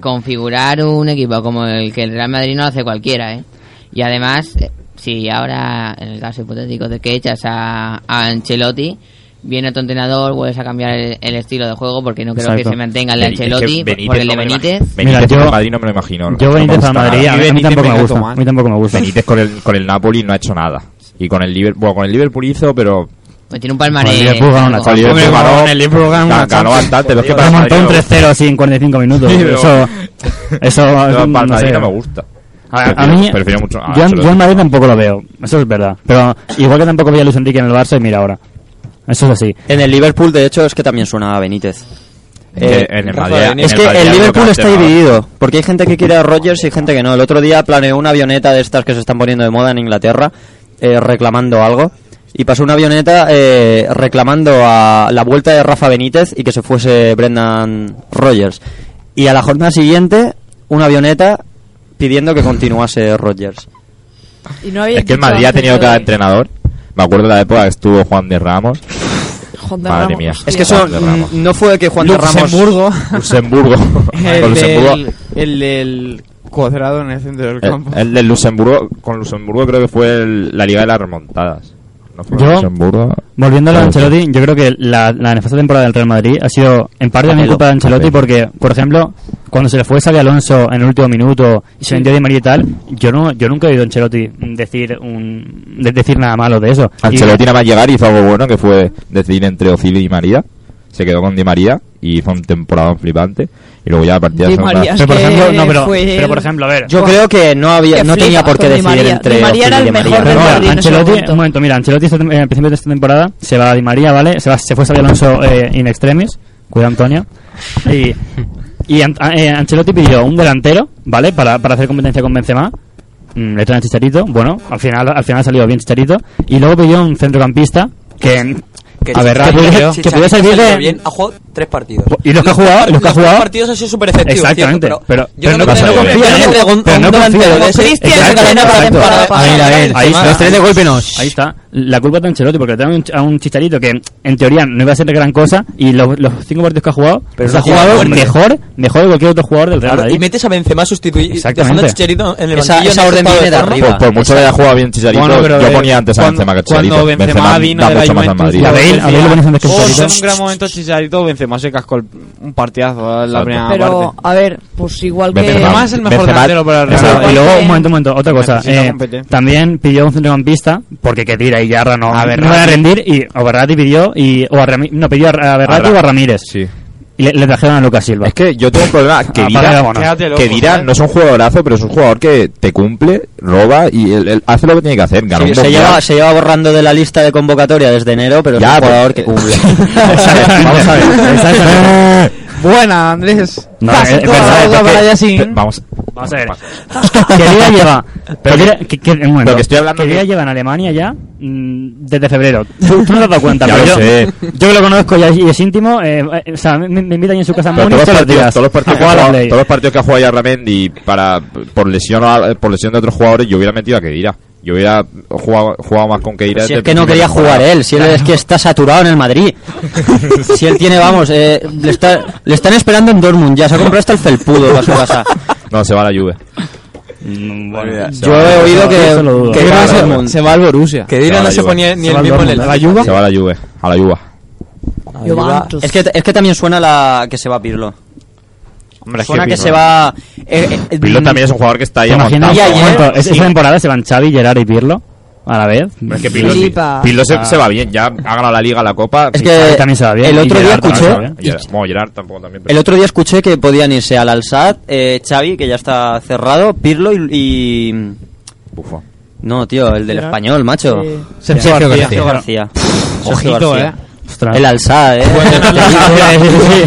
[SPEAKER 10] configurar un equipo como el que el Real Madrid no lo hace cualquiera, ¿eh? Y además, eh, si ahora, en el caso hipotético de que echas a, a Ancelotti, viene otro entrenador, vuelves a cambiar el, el estilo de juego porque no creo que
[SPEAKER 6] Exacto.
[SPEAKER 10] se mantenga el de
[SPEAKER 6] Es que
[SPEAKER 10] Ancelotti
[SPEAKER 6] Benítez
[SPEAKER 10] por el de
[SPEAKER 6] no me imagino.
[SPEAKER 10] Benítez.
[SPEAKER 6] Benítez
[SPEAKER 11] Mira,
[SPEAKER 6] con
[SPEAKER 11] yo-
[SPEAKER 6] el Madrid no me lo imagino.
[SPEAKER 11] yo
[SPEAKER 6] no me
[SPEAKER 11] Benítez
[SPEAKER 6] gusta
[SPEAKER 11] a Madrid,
[SPEAKER 6] nada.
[SPEAKER 11] a mí
[SPEAKER 6] Benítez
[SPEAKER 11] tampoco me
[SPEAKER 6] cae
[SPEAKER 11] gusta, a
[SPEAKER 6] tomando.
[SPEAKER 11] mí tampoco me gusta.
[SPEAKER 6] Benítez con el, con el Napoli no ha hecho nada. Y con el Liverpool, bueno, con el Liverpool hizo, pero...
[SPEAKER 10] Pues tiene un palmarés.
[SPEAKER 11] Con el Liverpool ganó la
[SPEAKER 6] Con el
[SPEAKER 11] Champions.
[SPEAKER 6] Liverpool ganó-
[SPEAKER 11] Con el Liverpool ganó
[SPEAKER 6] ganó
[SPEAKER 11] la Champions.
[SPEAKER 6] bastante. Los que para
[SPEAKER 11] Ha
[SPEAKER 6] el
[SPEAKER 11] montado un
[SPEAKER 6] Madrid no-
[SPEAKER 11] 3-0 así en 45 minutos.
[SPEAKER 6] [LAUGHS] Sí, pero-
[SPEAKER 11] eso. Eso.
[SPEAKER 6] Pero para el
[SPEAKER 11] no
[SPEAKER 6] Madrid
[SPEAKER 11] sé.
[SPEAKER 6] no me gusta.
[SPEAKER 11] A, a
[SPEAKER 6] Prefiero-
[SPEAKER 11] mí.
[SPEAKER 6] prefiero mucho a
[SPEAKER 11] yo,
[SPEAKER 6] Ancelotti.
[SPEAKER 11] yo en Madrid tampoco lo veo. Eso es verdad. Pero igual que tampoco veía a Luis Enrique en el Barça y mira ahora. Eso es así. En el Liverpool, de hecho, es que también suena a Benítez.
[SPEAKER 6] Eh, en el Madrid- en
[SPEAKER 11] es
[SPEAKER 6] el
[SPEAKER 11] que
[SPEAKER 6] Madrid
[SPEAKER 11] el
[SPEAKER 6] algo
[SPEAKER 11] Liverpool
[SPEAKER 6] que
[SPEAKER 11] está
[SPEAKER 6] antes no.
[SPEAKER 11] dividido, porque hay gente que quiere a Rodgers y gente que no. El otro día planeó una avioneta de estas que se están poniendo de moda en Inglaterra, eh, reclamando algo, y pasó una avioneta eh, reclamando a la vuelta de Rafa Benítez y que se fuese Brendan Rodgers. Y a la jornada siguiente, una avioneta pidiendo que continuase Rodgers.
[SPEAKER 5] Y no había
[SPEAKER 6] Es que el
[SPEAKER 5] dicho
[SPEAKER 6] Madrid ha
[SPEAKER 5] antes
[SPEAKER 6] tenido
[SPEAKER 5] lo
[SPEAKER 6] cada
[SPEAKER 5] de-
[SPEAKER 6] entrenador. Me acuerdo de la época que estuvo Juan de Ramos.
[SPEAKER 5] Juan de
[SPEAKER 6] Madre
[SPEAKER 5] Ramos,
[SPEAKER 6] mía.
[SPEAKER 5] hostia.
[SPEAKER 11] Es que eso
[SPEAKER 6] Juan de Ramos.
[SPEAKER 11] mm, no fue que Juan de Ramos... [LAUGHS]
[SPEAKER 4] Luxemburgo.
[SPEAKER 6] Luxemburgo. Con
[SPEAKER 4] El,
[SPEAKER 6] Luxemburgo.
[SPEAKER 4] del, el del cuadrado en el centro del
[SPEAKER 6] El,
[SPEAKER 4] campo.
[SPEAKER 6] el de Luxemburgo, con Luxemburgo creo que fue el- la Liga de las Remontadas. ¿No fue
[SPEAKER 11] Yo,
[SPEAKER 6] Luxemburgo?
[SPEAKER 11] volviendo a lo de
[SPEAKER 6] Creo que-
[SPEAKER 11] Ancelotti, yo creo que la, la nefasta temporada del Real Madrid ha sido en parte también
[SPEAKER 6] Capelo,
[SPEAKER 11] culpa de Ancelotti
[SPEAKER 6] capelo.
[SPEAKER 11] porque, por ejemplo, cuando se le fue Xavi Alonso en el último minuto y se vendió Di María y tal, yo no yo nunca he oído a Ancelotti decir un, de- decir nada malo de eso. Y-
[SPEAKER 6] Ancelotti nada más llegar hizo algo bueno que fue decidir entre Ozil y Di María. Se quedó con Di María y hizo un temporada flipante. Y luego ya a partir de
[SPEAKER 11] Di
[SPEAKER 6] esa-
[SPEAKER 11] María es Pero, por que ejemplo, no, pero- fue pero, por el- ejemplo, a ver. Yo creo que no había- no tenía por qué decidir entre Ozil y Di María. Pero mira, Ancelotti, un momento, mira, Ancelotti esta tem- eh, al principio de esta temporada se va a Di María, ¿vale? Se, va, se fue Xabi Alonso eh, in extremis, cuida Antonio. Y, y An- a- eh, Ancelotti pidió un delantero, ¿vale? Para, para hacer competencia con Benzema. Mm, le traen a Chicharito, bueno, al final al final ha salido bien Chicharito. Y luego pidió un centrocampista que...
[SPEAKER 19] Que
[SPEAKER 11] a ver,
[SPEAKER 19] Chicharito-
[SPEAKER 11] que pudiera- que
[SPEAKER 19] Chicharito
[SPEAKER 11] pudiera servir
[SPEAKER 19] salió
[SPEAKER 11] de-
[SPEAKER 19] bien, ha jugado tres partidos.
[SPEAKER 11] y los que ha jugado, los que ha jugado.
[SPEAKER 19] Los partidos han sido súper efectivos.
[SPEAKER 11] Exactamente,
[SPEAKER 19] cierto,
[SPEAKER 11] pero,
[SPEAKER 19] yo
[SPEAKER 11] pero
[SPEAKER 19] no creo- no confío en él.
[SPEAKER 11] pero
[SPEAKER 19] Pero no confío en él.
[SPEAKER 11] de ese-
[SPEAKER 19] Cristian
[SPEAKER 11] Exacto,
[SPEAKER 19] Cadena para
[SPEAKER 11] exacto.
[SPEAKER 19] temporada
[SPEAKER 11] A ver, a
[SPEAKER 2] Ahí
[SPEAKER 11] ver, ahí
[SPEAKER 2] está.
[SPEAKER 11] está.
[SPEAKER 2] Los tres de golpe nos.
[SPEAKER 11] Ahí está.
[SPEAKER 9] la culpa es de Ancelotti, porque le traen a un ch- a un chicharito que en teoría no iba a ser gran cosa y los, los cinco partidos que ha jugado,
[SPEAKER 19] Pero
[SPEAKER 9] los
[SPEAKER 19] no
[SPEAKER 9] ha
[SPEAKER 19] juega,
[SPEAKER 9] jugado
[SPEAKER 19] hombre.
[SPEAKER 9] mejor, mejor que cualquier otro jugador del Real
[SPEAKER 19] Claro,
[SPEAKER 9] Madrid.
[SPEAKER 19] y metes a Benzema sustituir dejando a Chicharito en el
[SPEAKER 9] Esa-
[SPEAKER 19] banquillo,
[SPEAKER 9] esa
[SPEAKER 19] en ese
[SPEAKER 9] orden
[SPEAKER 19] estado
[SPEAKER 9] viene de
[SPEAKER 19] forma.
[SPEAKER 9] arriba.
[SPEAKER 6] Por, por mucho que haya jugado bien Chicharito,
[SPEAKER 19] Bueno, pero,
[SPEAKER 6] yo
[SPEAKER 19] eh,
[SPEAKER 6] ponía antes a
[SPEAKER 19] cuando-
[SPEAKER 6] Benzema que a Chicharito.
[SPEAKER 4] Cuando Benzema, vino
[SPEAKER 6] da
[SPEAKER 4] de la
[SPEAKER 6] mucho más al
[SPEAKER 4] Juventus,
[SPEAKER 6] Madrid.
[SPEAKER 4] Oh, en un gran momento Chicharito, Benzema se cascó el- un partidazo en la
[SPEAKER 6] Exacto.
[SPEAKER 4] primera
[SPEAKER 5] Pero,
[SPEAKER 4] parte.
[SPEAKER 5] a ver, pues igual que...
[SPEAKER 4] Benzema es el mejor delantero para el Real
[SPEAKER 9] Exacto,
[SPEAKER 4] Madrid.
[SPEAKER 9] Y luego, un momento, un momento, otra cosa.
[SPEAKER 4] Necesita
[SPEAKER 9] eh,
[SPEAKER 4] competencia.
[SPEAKER 9] también pidió un centrocampista, porque Kedira y Yarra no,
[SPEAKER 4] A Berratti.
[SPEAKER 9] no van a rendir, y o Berratti pidió, y, o a Rami- no, pidió a a Berratti
[SPEAKER 6] Ra-
[SPEAKER 9] o a Ramírez. Y le, le trajeron a Lucas Silva. Ah, Es
[SPEAKER 6] que yo tengo un problema,
[SPEAKER 11] Ah,
[SPEAKER 6] que
[SPEAKER 9] Vila
[SPEAKER 6] Vira, que Vila
[SPEAKER 11] ¿eh?
[SPEAKER 6] no es un jugadorazo, pero es un jugador que te cumple, roba y él, él hace lo que tiene que hacer. Gana
[SPEAKER 11] Sí,
[SPEAKER 6] un
[SPEAKER 11] se,
[SPEAKER 6] mundial.
[SPEAKER 11] lleva, se lleva borrando de la lista de convocatoria desde enero, pero
[SPEAKER 6] Ya,
[SPEAKER 11] es un
[SPEAKER 6] pero-
[SPEAKER 11] jugador [LAUGHS] que cumple.
[SPEAKER 6] Vamos a ver.
[SPEAKER 4] Buena, Andrés.
[SPEAKER 11] No,
[SPEAKER 4] Pasa
[SPEAKER 11] eh,
[SPEAKER 4] toda la
[SPEAKER 11] pero- pero-
[SPEAKER 4] boca
[SPEAKER 11] pero-
[SPEAKER 4] para allá
[SPEAKER 6] pe-
[SPEAKER 4] sin...
[SPEAKER 6] Vamos,
[SPEAKER 9] Vamos a ver.
[SPEAKER 6] [LAUGHS]
[SPEAKER 9] Kedira lleva.
[SPEAKER 6] Pero
[SPEAKER 9] Kedira- que, que- un momento.
[SPEAKER 6] lo que estoy hablando
[SPEAKER 9] Kedira
[SPEAKER 6] que-
[SPEAKER 9] lleva en Alemania ya mm, desde febrero. Tú, tú no te has dado cuenta,
[SPEAKER 6] [LAUGHS] Ya
[SPEAKER 9] pero
[SPEAKER 6] lo
[SPEAKER 9] yo,
[SPEAKER 6] sé.
[SPEAKER 9] yo que lo conozco y es, y es íntimo. eh, eh, o sea, me, me invitan en su casa a
[SPEAKER 6] Pero
[SPEAKER 9] Múnich
[SPEAKER 6] todos, los
[SPEAKER 9] todos los
[SPEAKER 6] partidos,
[SPEAKER 9] días
[SPEAKER 6] todos los
[SPEAKER 11] [LAUGHS]
[SPEAKER 6] partidos
[SPEAKER 9] a
[SPEAKER 6] que
[SPEAKER 9] jugar
[SPEAKER 6] ha
[SPEAKER 9] a la
[SPEAKER 6] jugado-
[SPEAKER 9] Play.
[SPEAKER 6] todos los partidos que ha jugado Yarramendi para, por, lesión, o al- por lesión de otros jugadores, yo hubiera metido a Kedira. Yo hubiera jugado, jugado más con Kedira.
[SPEAKER 11] Pues Si
[SPEAKER 6] desde
[SPEAKER 11] es
[SPEAKER 6] el
[SPEAKER 11] que no
[SPEAKER 6] principio
[SPEAKER 11] quería
[SPEAKER 6] de temporada.
[SPEAKER 11] jugar él, si él
[SPEAKER 6] [LAUGHS]
[SPEAKER 11] es que está saturado en el Madrid. si él tiene, vamos, eh, le, está- le están esperando en Dortmund, ya se ha comprado hasta el felpudo para su
[SPEAKER 6] [LAUGHS]
[SPEAKER 11] casa.
[SPEAKER 6] No, se va a la Juve. Mm,
[SPEAKER 11] Yo he oído que- que
[SPEAKER 4] Se va
[SPEAKER 11] Kedira
[SPEAKER 4] al-
[SPEAKER 11] se mon-
[SPEAKER 4] se va al Borussia.
[SPEAKER 11] Kedira
[SPEAKER 6] va a la
[SPEAKER 11] no se
[SPEAKER 6] Juve.
[SPEAKER 11] ponía ni Se el va al mismo en el- Dortmund. ¿A la Juve?
[SPEAKER 6] Se va a la Juve. A la Juve.
[SPEAKER 11] Es que, es que también suena la que se va Pirlo.
[SPEAKER 6] Hombre, es
[SPEAKER 11] suena
[SPEAKER 6] que
[SPEAKER 11] que,
[SPEAKER 6] Pirlo-
[SPEAKER 11] se va... eh, eh,
[SPEAKER 6] Pirlo también es un jugador que está ahí
[SPEAKER 9] ¿Te imaginas?
[SPEAKER 6] amontado.
[SPEAKER 9] Un momento, es-
[SPEAKER 6] Sí.
[SPEAKER 9] Esta temporada se van Xavi, Gerard y Pirlo a la vez. Ah.
[SPEAKER 6] Pero es que Pirlo, sí. Pirlo se, se va bien, ya ha ganado la liga, la copa.
[SPEAKER 11] Es
[SPEAKER 6] Y
[SPEAKER 11] que
[SPEAKER 6] Xavi
[SPEAKER 11] el
[SPEAKER 6] y
[SPEAKER 11] otro día
[SPEAKER 6] Gerard también
[SPEAKER 11] escuché-
[SPEAKER 6] se va bien. Y Gerard- bueno, Gerard tampoco también. pero-
[SPEAKER 11] El otro día escuché que podían irse al Alsat, eh, Xavi, que ya está cerrado, Pirlo y... y- No, tío, el del
[SPEAKER 9] ¿Gerard?
[SPEAKER 11] español, macho.
[SPEAKER 9] Sí.
[SPEAKER 11] Sergio
[SPEAKER 9] Sergio
[SPEAKER 11] García.
[SPEAKER 9] García.
[SPEAKER 11] Sergio García.
[SPEAKER 9] Ojito,
[SPEAKER 11] Sergio García.
[SPEAKER 9] eh. Ostras.
[SPEAKER 11] El Alsat, eh. [LAUGHS]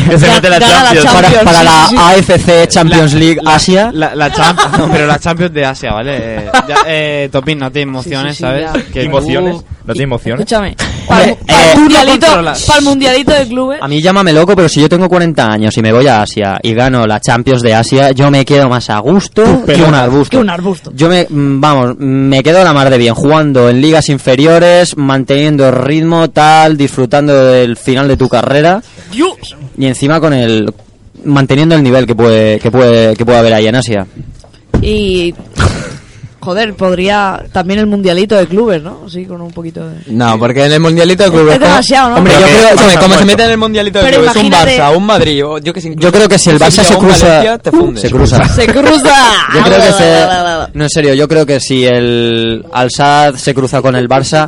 [SPEAKER 4] Que se mete la Gana la Champions.
[SPEAKER 11] Para, para la
[SPEAKER 4] Champions,
[SPEAKER 11] AFC Champions League Asia.
[SPEAKER 4] La, la Champions, [LAUGHS] no, pero la Champions de Asia, ¿vale? Eh, ya, eh, Topín, no te emociones,
[SPEAKER 5] sí,
[SPEAKER 4] ¿sabes?
[SPEAKER 5] ya.
[SPEAKER 4] Que-
[SPEAKER 6] ¿Emociones? ¿No te emociones?
[SPEAKER 5] Escúchame. Para el mundialito, pa'l mundialito de clubes...
[SPEAKER 11] A mí llámame loco, pero si yo tengo 40 años y me voy a Asia y gano la Champions de Asia, yo me quedo más a gusto que un arbusto.
[SPEAKER 5] Que un arbusto.
[SPEAKER 11] Yo me, mm, vamos, me quedo la mar de bien, jugando en ligas inferiores, manteniendo ritmo, tal, disfrutando del final de tu carrera
[SPEAKER 5] Dios.
[SPEAKER 11] y encima con el manteniendo el nivel que puede que puede que puede haber ahí en Asia.
[SPEAKER 5] Y... Joder, podría también el mundialito de clubes, ¿no? Sí, con un poquito de...
[SPEAKER 19] No, porque en el mundialito de clubes.
[SPEAKER 5] Es demasiado, ¿no?
[SPEAKER 19] Hombre, yo
[SPEAKER 5] Pero que-
[SPEAKER 19] creo.
[SPEAKER 5] o sea,
[SPEAKER 19] hombre, como
[SPEAKER 5] muerto.
[SPEAKER 19] se mete en el mundialito de
[SPEAKER 5] Pero
[SPEAKER 19] clubes, un
[SPEAKER 5] imagínate-
[SPEAKER 19] Barça, un Madrid, o yo que sé,
[SPEAKER 11] Yo creo que si el Barça
[SPEAKER 19] Sevilla
[SPEAKER 11] se
[SPEAKER 19] o un
[SPEAKER 11] cruza- uh,
[SPEAKER 19] Valencia, te fundes.
[SPEAKER 11] se
[SPEAKER 19] [LAUGHS]
[SPEAKER 11] cruza.
[SPEAKER 5] ¡Se cruza!
[SPEAKER 11] Yo creo que se- No, en serio, yo creo que si el Al-Sad se cruza con el Barça,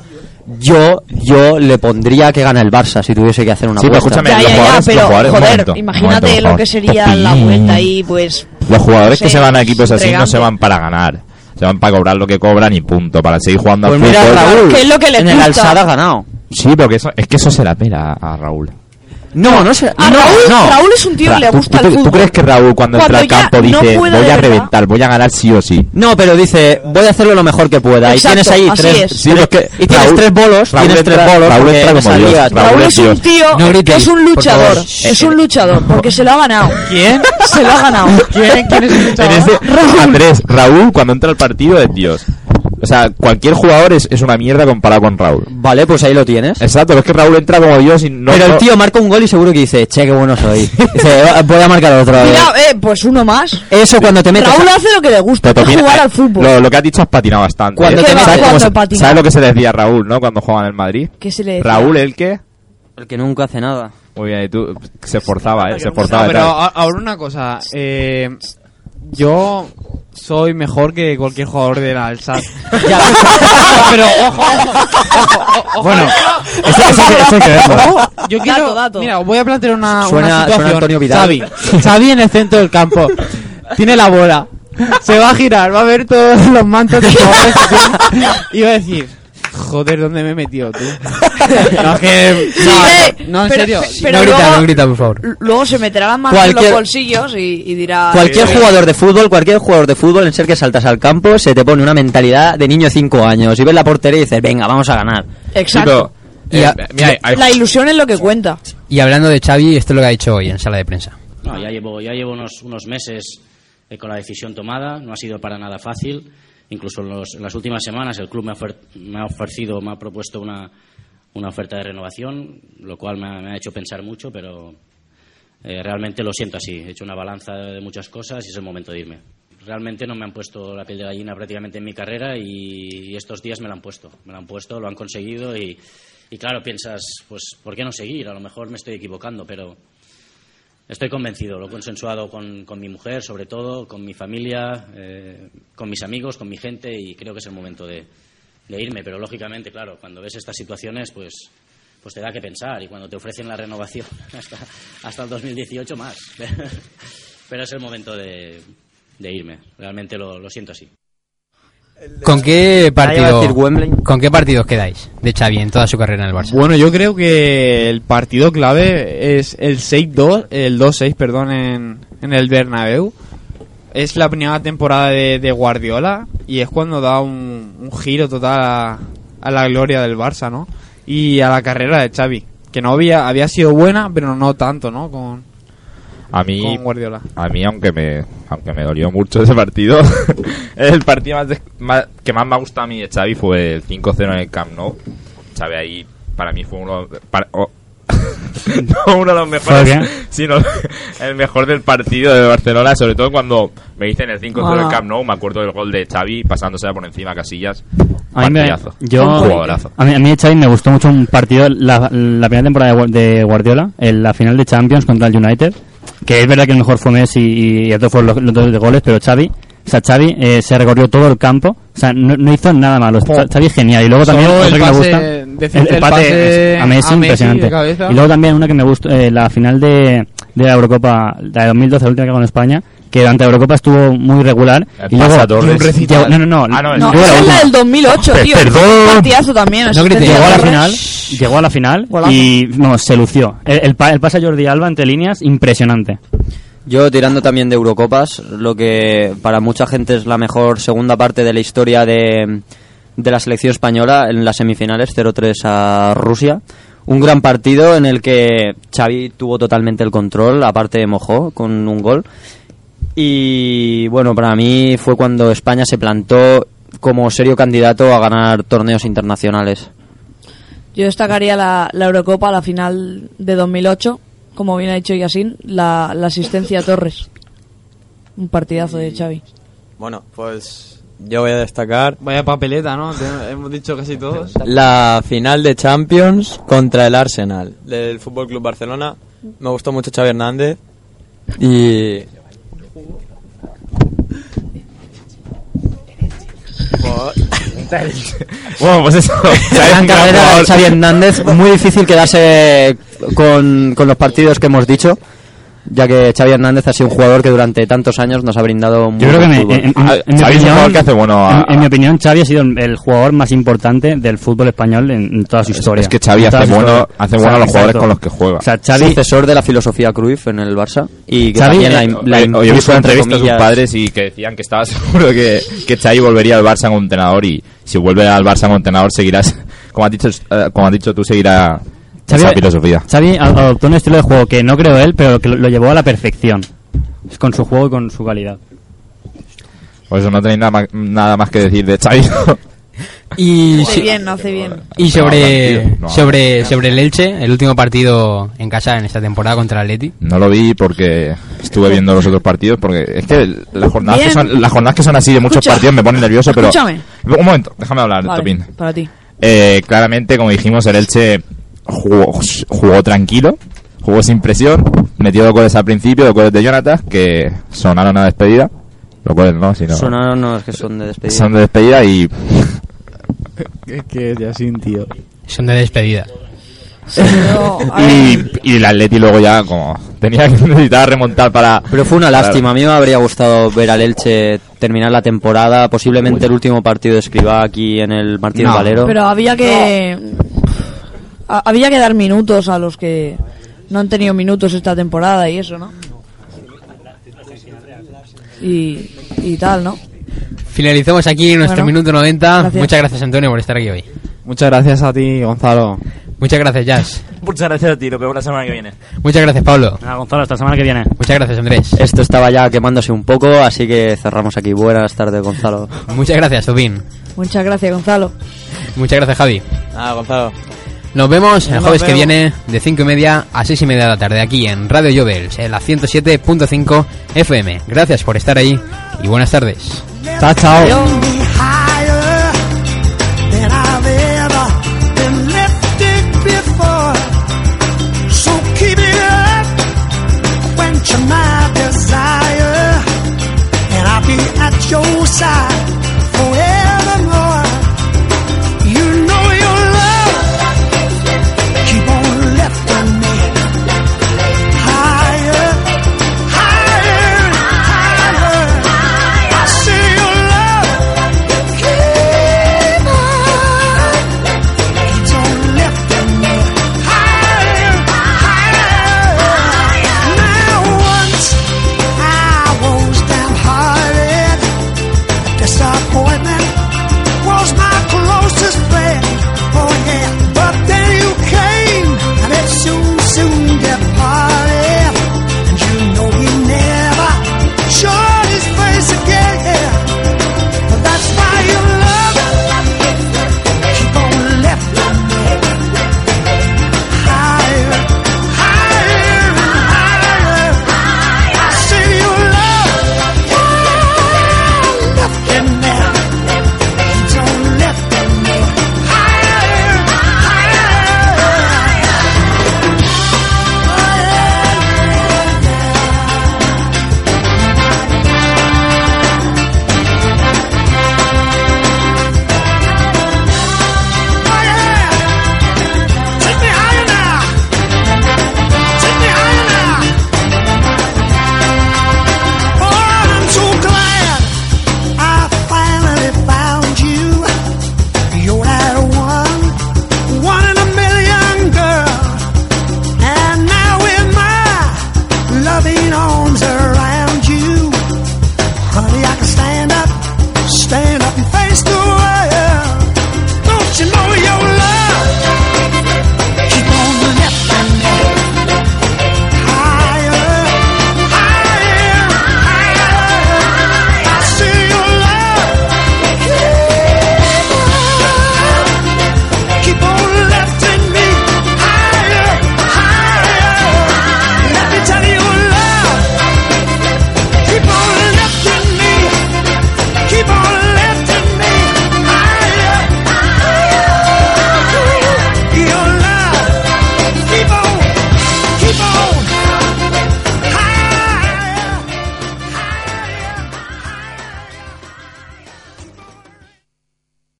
[SPEAKER 11] yo, yo le pondría que gana el Barça si tuviese que hacer una
[SPEAKER 6] Sí, pero
[SPEAKER 11] apuesta.
[SPEAKER 6] escúchame, Ya, los ya, ya, jugadores- los
[SPEAKER 5] Pero,
[SPEAKER 6] jugadores- un
[SPEAKER 5] joder,
[SPEAKER 6] momento, un
[SPEAKER 5] imagínate
[SPEAKER 6] momento, por
[SPEAKER 5] lo
[SPEAKER 6] favor.
[SPEAKER 5] que sería la
[SPEAKER 6] Popín.
[SPEAKER 5] vuelta ahí, pues...
[SPEAKER 6] Los jugadores
[SPEAKER 5] no
[SPEAKER 6] que
[SPEAKER 5] sé,
[SPEAKER 6] se van a equipos así no
[SPEAKER 5] entregando.
[SPEAKER 6] se van para ganar. Se van para cobrar lo que cobran y punto. Para seguir jugando
[SPEAKER 11] Pues
[SPEAKER 6] al
[SPEAKER 11] mira,
[SPEAKER 6] fútbol.
[SPEAKER 11] Raúl,
[SPEAKER 5] Que es lo que le
[SPEAKER 11] en el
[SPEAKER 5] gusta.
[SPEAKER 11] Al-Sad ha ganado.
[SPEAKER 6] Sí, pero que eso, es que eso se la pela a, a Raúl.
[SPEAKER 11] No, no sé.
[SPEAKER 5] Ah,
[SPEAKER 11] no,
[SPEAKER 5] Raúl-
[SPEAKER 11] no.
[SPEAKER 5] Raúl es un tío que
[SPEAKER 6] Ra-
[SPEAKER 5] le
[SPEAKER 6] ¿tú-
[SPEAKER 5] gusta
[SPEAKER 6] tú,
[SPEAKER 5] el
[SPEAKER 6] tú
[SPEAKER 5] fútbol.
[SPEAKER 6] crees que Raúl cuando,
[SPEAKER 5] Cuando ya
[SPEAKER 6] entra al campo
[SPEAKER 5] no puede
[SPEAKER 6] dice voy
[SPEAKER 5] de
[SPEAKER 6] a
[SPEAKER 5] verdad"?
[SPEAKER 6] reventar, voy a ganar sí o sí?
[SPEAKER 11] No, pero dice, voy a hacerlo lo mejor que pueda.
[SPEAKER 5] Exacto,
[SPEAKER 11] y tienes ahí
[SPEAKER 5] así
[SPEAKER 11] tres,
[SPEAKER 5] es.
[SPEAKER 6] Sí, pero es que
[SPEAKER 11] y tienes
[SPEAKER 6] Raúl-
[SPEAKER 11] tres bolos,
[SPEAKER 6] Raúl
[SPEAKER 11] tienes
[SPEAKER 6] entra-
[SPEAKER 11] tres bolos.
[SPEAKER 6] Raúl
[SPEAKER 11] porque
[SPEAKER 6] entra como
[SPEAKER 11] esas
[SPEAKER 6] Dios,
[SPEAKER 11] ligas-
[SPEAKER 6] Raúl
[SPEAKER 5] Raúl es un
[SPEAKER 6] Dios.
[SPEAKER 5] tío,
[SPEAKER 6] No grites,
[SPEAKER 5] es un
[SPEAKER 6] por
[SPEAKER 5] luchador,
[SPEAKER 6] favor.
[SPEAKER 5] es un luchador, porque se lo ha ganado.
[SPEAKER 4] ¿Quién?
[SPEAKER 5] Se lo ha ganado.
[SPEAKER 4] ¿Quién? ¿Quién es el
[SPEAKER 6] En
[SPEAKER 4] luchador?
[SPEAKER 5] Ah,
[SPEAKER 6] ese- Andrés, Raúl cuando entra al partido es Dios. O sea, cualquier jugador es, es una mierda comparado con Raúl.
[SPEAKER 11] Vale, pues ahí lo tienes.
[SPEAKER 6] Exacto, pero es que Raúl entra como Dios y no.
[SPEAKER 11] pero
[SPEAKER 6] no-
[SPEAKER 11] el tío marca un gol y seguro que dice, che, qué bueno
[SPEAKER 6] [LAUGHS]
[SPEAKER 11] soy. Dice, "Va- voy a marcar otro.
[SPEAKER 5] Mira, eh, pues uno más.
[SPEAKER 11] Eso cuando te metes...
[SPEAKER 5] Raúl hace lo que le gusta,
[SPEAKER 6] Pero
[SPEAKER 5] que es
[SPEAKER 6] Topín,
[SPEAKER 5] jugar
[SPEAKER 6] eh,
[SPEAKER 5] al fútbol.
[SPEAKER 6] Lo, lo que has dicho has patinado bastante.
[SPEAKER 5] Cuando
[SPEAKER 6] ¿eh?
[SPEAKER 5] te
[SPEAKER 6] ¿Sabes,
[SPEAKER 5] metes-
[SPEAKER 6] cómo se-
[SPEAKER 5] cuando patina.
[SPEAKER 6] sabes lo que se decía Raúl, no? Cuando jugaba en el Madrid.
[SPEAKER 5] ¿Qué se le decía?
[SPEAKER 6] Raúl, ¿el qué?
[SPEAKER 11] El que nunca hace nada.
[SPEAKER 6] Muy bien, y tú se esforzaba, ¿eh? Se
[SPEAKER 4] No,
[SPEAKER 6] esforzaba. y
[SPEAKER 4] pero
[SPEAKER 6] tal.
[SPEAKER 4] a- ahora una cosa. Eh, yo soy mejor que cualquier jugador de la Alsat. pero ojo, ojo, ojo.
[SPEAKER 9] Bueno, eso- eso hay que- eso hay que verlo.
[SPEAKER 4] Yo quiero, Mira, os voy a plantear Ah, una, una
[SPEAKER 9] Suena- suena
[SPEAKER 4] situación.
[SPEAKER 9] Antonio Vidal.
[SPEAKER 4] Xavi, [LAUGHS] Xavi en el centro del campo. Tiene la bola. Se va a girar, va a ver todos los mantos [LAUGHS] de jugadores que tiene, Y va a decir... Joder, ¿dónde me he metido tú? No, es que...
[SPEAKER 5] Sí, eh,
[SPEAKER 4] no, no, en
[SPEAKER 5] pero-
[SPEAKER 4] serio.
[SPEAKER 5] pero No grita, luego- no grita,
[SPEAKER 2] por favor.
[SPEAKER 5] L- Luego se meterá las manos en
[SPEAKER 11] Cualquier-
[SPEAKER 5] los bolsillos y, y dirá...
[SPEAKER 11] Cualquier
[SPEAKER 5] eh,
[SPEAKER 11] jugador de fútbol, cualquier jugador de fútbol, en ser que saltas al campo, se te pone una mentalidad de niño de 5 años. Y ves la portería y dices, venga, vamos a ganar.
[SPEAKER 5] Exacto.
[SPEAKER 2] Y, a-
[SPEAKER 5] La ilusión es lo que cuenta.
[SPEAKER 2] [LAUGHS] y hablando de Xavi, esto es lo que ha dicho hoy en sala de prensa.
[SPEAKER 7] No, ya llevo, ya llevo unos, unos meses eh, con la decisión tomada, no ha sido para nada fácil.
[SPEAKER 20] Incluso en, los- en las últimas semanas el club me ha, ofer- me ha ofrecido, me ha propuesto una, una oferta de renovación, lo cual me ha, me ha hecho pensar mucho, pero eh, realmente lo siento así. He hecho una balanza de muchas cosas y es el momento de irme. Realmente no me han puesto la piel de gallina prácticamente en mi carrera y, y estos días me la han puesto. Me la han puesto, lo han conseguido y, y claro, piensas, pues, ¿por qué no seguir? A lo mejor me estoy equivocando, pero estoy convencido. Lo he consensuado con, con mi mujer, sobre todo, con mi familia, eh, con mis amigos, con mi gente y creo que es el momento de, de irme. Pero lógicamente, claro, cuando ves estas situaciones, pues, pues te da que pensar y cuando te ofrecen la renovación [LAUGHS] hasta, hasta el 2018 más. [LAUGHS] Pero es el momento de, de irme. Realmente lo- lo siento así.
[SPEAKER 2] ¿Con qué
[SPEAKER 4] iba a
[SPEAKER 2] partido
[SPEAKER 4] decir Wembley.
[SPEAKER 2] con qué partido os quedáis de Xavi en toda su carrera en el Barça?
[SPEAKER 4] Bueno, yo creo que el partido clave es el 6-2, el 2-6, perdón, en, en el Bernabéu. Es la primera temporada de, de Guardiola y es cuando da un, un giro total a, a la gloria del Barça, ¿no? Y a la carrera de Xavi, que no había había sido buena, pero no tanto, ¿no? Con
[SPEAKER 6] A mí,
[SPEAKER 4] Con Guardiola.
[SPEAKER 6] a mí aunque me aunque me dolió mucho ese partido, [LAUGHS] el partido más, de- más- que más me ha gustado a mí de Xavi fue el 5-0 en el Camp Nou. Xavi ahí para mí fue uno para- o- [LAUGHS] no uno de los
[SPEAKER 9] Fue bien.
[SPEAKER 6] mejores, sino [LAUGHS] el mejor del partido de Barcelona, sobre todo cuando me dicen el 5-0 en
[SPEAKER 9] Ah.
[SPEAKER 6] el Camp Nou, me acuerdo del gol de Xavi pasándose por encima a Casillas.
[SPEAKER 9] A mí, me,
[SPEAKER 6] Partidazo.
[SPEAKER 9] yo,
[SPEAKER 6] Jugadorazo.
[SPEAKER 9] a mí, a mí Xavi me gustó mucho un partido, la, la primera temporada de Gua- de Guardiola, en la final de Champions contra el United, que es verdad que el mejor fue Messi y, y otro fueron los, los dos de goles, pero Xavi, o sea, Xavi eh, se recorrió todo el campo, o sea, no, no hizo nada malo, Xa- Xavi es genial, y luego
[SPEAKER 4] Solo
[SPEAKER 9] también
[SPEAKER 4] el
[SPEAKER 9] otra que me
[SPEAKER 4] pase
[SPEAKER 9] gusta,
[SPEAKER 4] de- el
[SPEAKER 9] el, pase
[SPEAKER 4] pase
[SPEAKER 9] es-
[SPEAKER 4] a
[SPEAKER 9] a Messi,
[SPEAKER 4] Messi de
[SPEAKER 9] impresionante,
[SPEAKER 4] cabeza.
[SPEAKER 9] y luego también una que me gustó, eh, la final de, de la Eurocopa, la de 2012, la última que con España, que durante la Eurocopa estuvo muy regular, y
[SPEAKER 6] pase
[SPEAKER 9] luego,
[SPEAKER 6] a Torres. Ah,
[SPEAKER 9] llegó- no, no, no,
[SPEAKER 5] No,
[SPEAKER 9] llegó la
[SPEAKER 5] esa es la
[SPEAKER 9] última.
[SPEAKER 5] del 2008, tío.
[SPEAKER 9] Perdón.
[SPEAKER 5] Partidazo también.
[SPEAKER 9] No grites.
[SPEAKER 5] asistencia
[SPEAKER 9] Llegó a la
[SPEAKER 5] de Torres.
[SPEAKER 9] final, llegó a la final y no, se lució. El, el, pa- el pase a Jordi Alba entre líneas, impresionante.
[SPEAKER 11] Yo tirando también de Eurocopas, lo que para mucha gente es la mejor segunda parte de la historia de, de la selección española en las semifinales 0-3 a Rusia. Un gran partido en el que Xavi tuvo totalmente el control, aparte mojó con un gol. Y bueno, para mí fue cuando España se plantó como serio candidato a ganar torneos internacionales.
[SPEAKER 5] Yo destacaría la, la Eurocopa, la final de 2008, como bien ha dicho Yasin, la, la asistencia a Torres. Un partidazo de Xavi.
[SPEAKER 3] Bueno, pues yo voy a destacar
[SPEAKER 4] Vaya papeleta, ¿no? Te- hemos dicho casi todos.
[SPEAKER 3] la final de Champions contra el Arsenal del Fútbol Club Barcelona. Me gustó mucho Xavi Hernández y
[SPEAKER 6] Bueno,
[SPEAKER 11] [LAUGHS]
[SPEAKER 6] pues eso. Xavi es
[SPEAKER 11] gran
[SPEAKER 6] un gran
[SPEAKER 11] carrera de
[SPEAKER 6] jugador.
[SPEAKER 11] Xavi Hernández. Muy difícil quedarse con, con los partidos que hemos dicho, ya que Xavi Hernández ha sido un jugador que durante tantos años nos ha brindado mucho
[SPEAKER 9] Yo creo que en, en-
[SPEAKER 11] fútbol.
[SPEAKER 9] en- en-
[SPEAKER 6] Ah,
[SPEAKER 9] en mi opinión, en- en mi opinión, Xavi ha sido el, el jugador más importante del fútbol español en, en toda su historia.
[SPEAKER 6] es que Xavi
[SPEAKER 9] En toda
[SPEAKER 6] hace
[SPEAKER 9] su
[SPEAKER 6] bueno-
[SPEAKER 9] historia.
[SPEAKER 6] hace bueno a los jugadores con los que juega.
[SPEAKER 11] O sea,
[SPEAKER 6] Xavi-
[SPEAKER 11] sucesor de la filosofía Cruyff en el Barça y que
[SPEAKER 6] Xavi,
[SPEAKER 11] también la,
[SPEAKER 6] eh,
[SPEAKER 11] im- la
[SPEAKER 6] eh, yo he visto
[SPEAKER 11] impuso,
[SPEAKER 6] una
[SPEAKER 11] entre
[SPEAKER 6] entrevista a sus
[SPEAKER 11] comillas.
[SPEAKER 6] padres y que decían que estaba [LAUGHS] seguro que, que Xavi volvería al Barça como entrenador y si vuelve al Barça como entrenador seguirás, [LAUGHS] como has dicho, eh, como has dicho tú, seguirá esa filosofía.
[SPEAKER 9] Xavi ad- adoptó un estilo de juego que no creo él, pero que lo, lo llevó a la perfección. Con su juego y con su calidad.
[SPEAKER 6] Por eso no tenéis nada, ma- nada más que decir de Xavi. [LAUGHS]
[SPEAKER 2] Y
[SPEAKER 5] Hace
[SPEAKER 2] si-
[SPEAKER 5] bien, no hace bien.
[SPEAKER 2] Y
[SPEAKER 6] No
[SPEAKER 2] sobre,
[SPEAKER 6] hablan, tío, no
[SPEAKER 2] sobre, sobre el Elche, el último partido en casa en esta temporada contra el Atleti.
[SPEAKER 6] No lo vi porque estuve viendo los otros partidos porque es que las jornadas,
[SPEAKER 2] Bien.
[SPEAKER 6] que son, las jornadas que son así de muchos
[SPEAKER 2] Escucha.
[SPEAKER 6] partidos me ponen nervioso, pero...
[SPEAKER 5] Escúchame.
[SPEAKER 6] Un momento, déjame hablar,
[SPEAKER 5] Vale,
[SPEAKER 6] Topín.
[SPEAKER 5] para ti.
[SPEAKER 6] Eh, claramente, como dijimos, el Elche jugó, jugó tranquilo, jugó sin presión, metió dos goles al principio, dos goles de Jonathan, que sonaron a despedida. Los goles no, sino...
[SPEAKER 11] Sonaron no, es que son de despedida.
[SPEAKER 6] Son de despedida y...
[SPEAKER 4] Es que Yasin, tío.
[SPEAKER 2] Son de despedida.
[SPEAKER 6] y, y el Atleti luego ya como... Tenía que necesitar remontar para...
[SPEAKER 11] Pero fue una
[SPEAKER 6] para-
[SPEAKER 11] lástima. A mí me habría gustado ver al Elche terminar la temporada, posiblemente el último partido de Escribá aquí en el Martínez Valero.
[SPEAKER 5] Pero había que. ha- Había que dar minutos a los que no han tenido minutos esta temporada y eso, ¿no? Y, y tal, ¿no?
[SPEAKER 2] [LAUGHS] Finalizamos aquí nuestro
[SPEAKER 5] Bueno,
[SPEAKER 2] minuto 90.
[SPEAKER 5] gracias.
[SPEAKER 2] Muchas gracias, Antonio, por estar aquí hoy.
[SPEAKER 4] Muchas gracias a ti, Gonzalo.
[SPEAKER 2] Muchas gracias, Jazz.
[SPEAKER 1] Muchas gracias a ti, lo vemos la semana que viene.
[SPEAKER 2] Muchas gracias, Pablo.
[SPEAKER 9] Nada, Gonzalo, hasta la semana que viene.
[SPEAKER 2] Muchas gracias, Andrés.
[SPEAKER 11] Esto estaba ya quemándose un poco, así que cerramos aquí. Buenas tardes, Gonzalo.
[SPEAKER 2] Muchas gracias, Tobin.
[SPEAKER 5] Muchas gracias, Gonzalo.
[SPEAKER 2] Muchas gracias, Javi.
[SPEAKER 19] Ah, Gonzalo.
[SPEAKER 2] Nos vemos el
[SPEAKER 19] Nos
[SPEAKER 2] jueves que
[SPEAKER 19] vemos.
[SPEAKER 2] viene de 5 y media a 6 y media de la tarde aquí en Radio Jovels, en la 107.5 FM. Gracias por estar ahí y buenas tardes.
[SPEAKER 4] Chao, chao.
[SPEAKER 12] Adiós.
[SPEAKER 14] e Oh,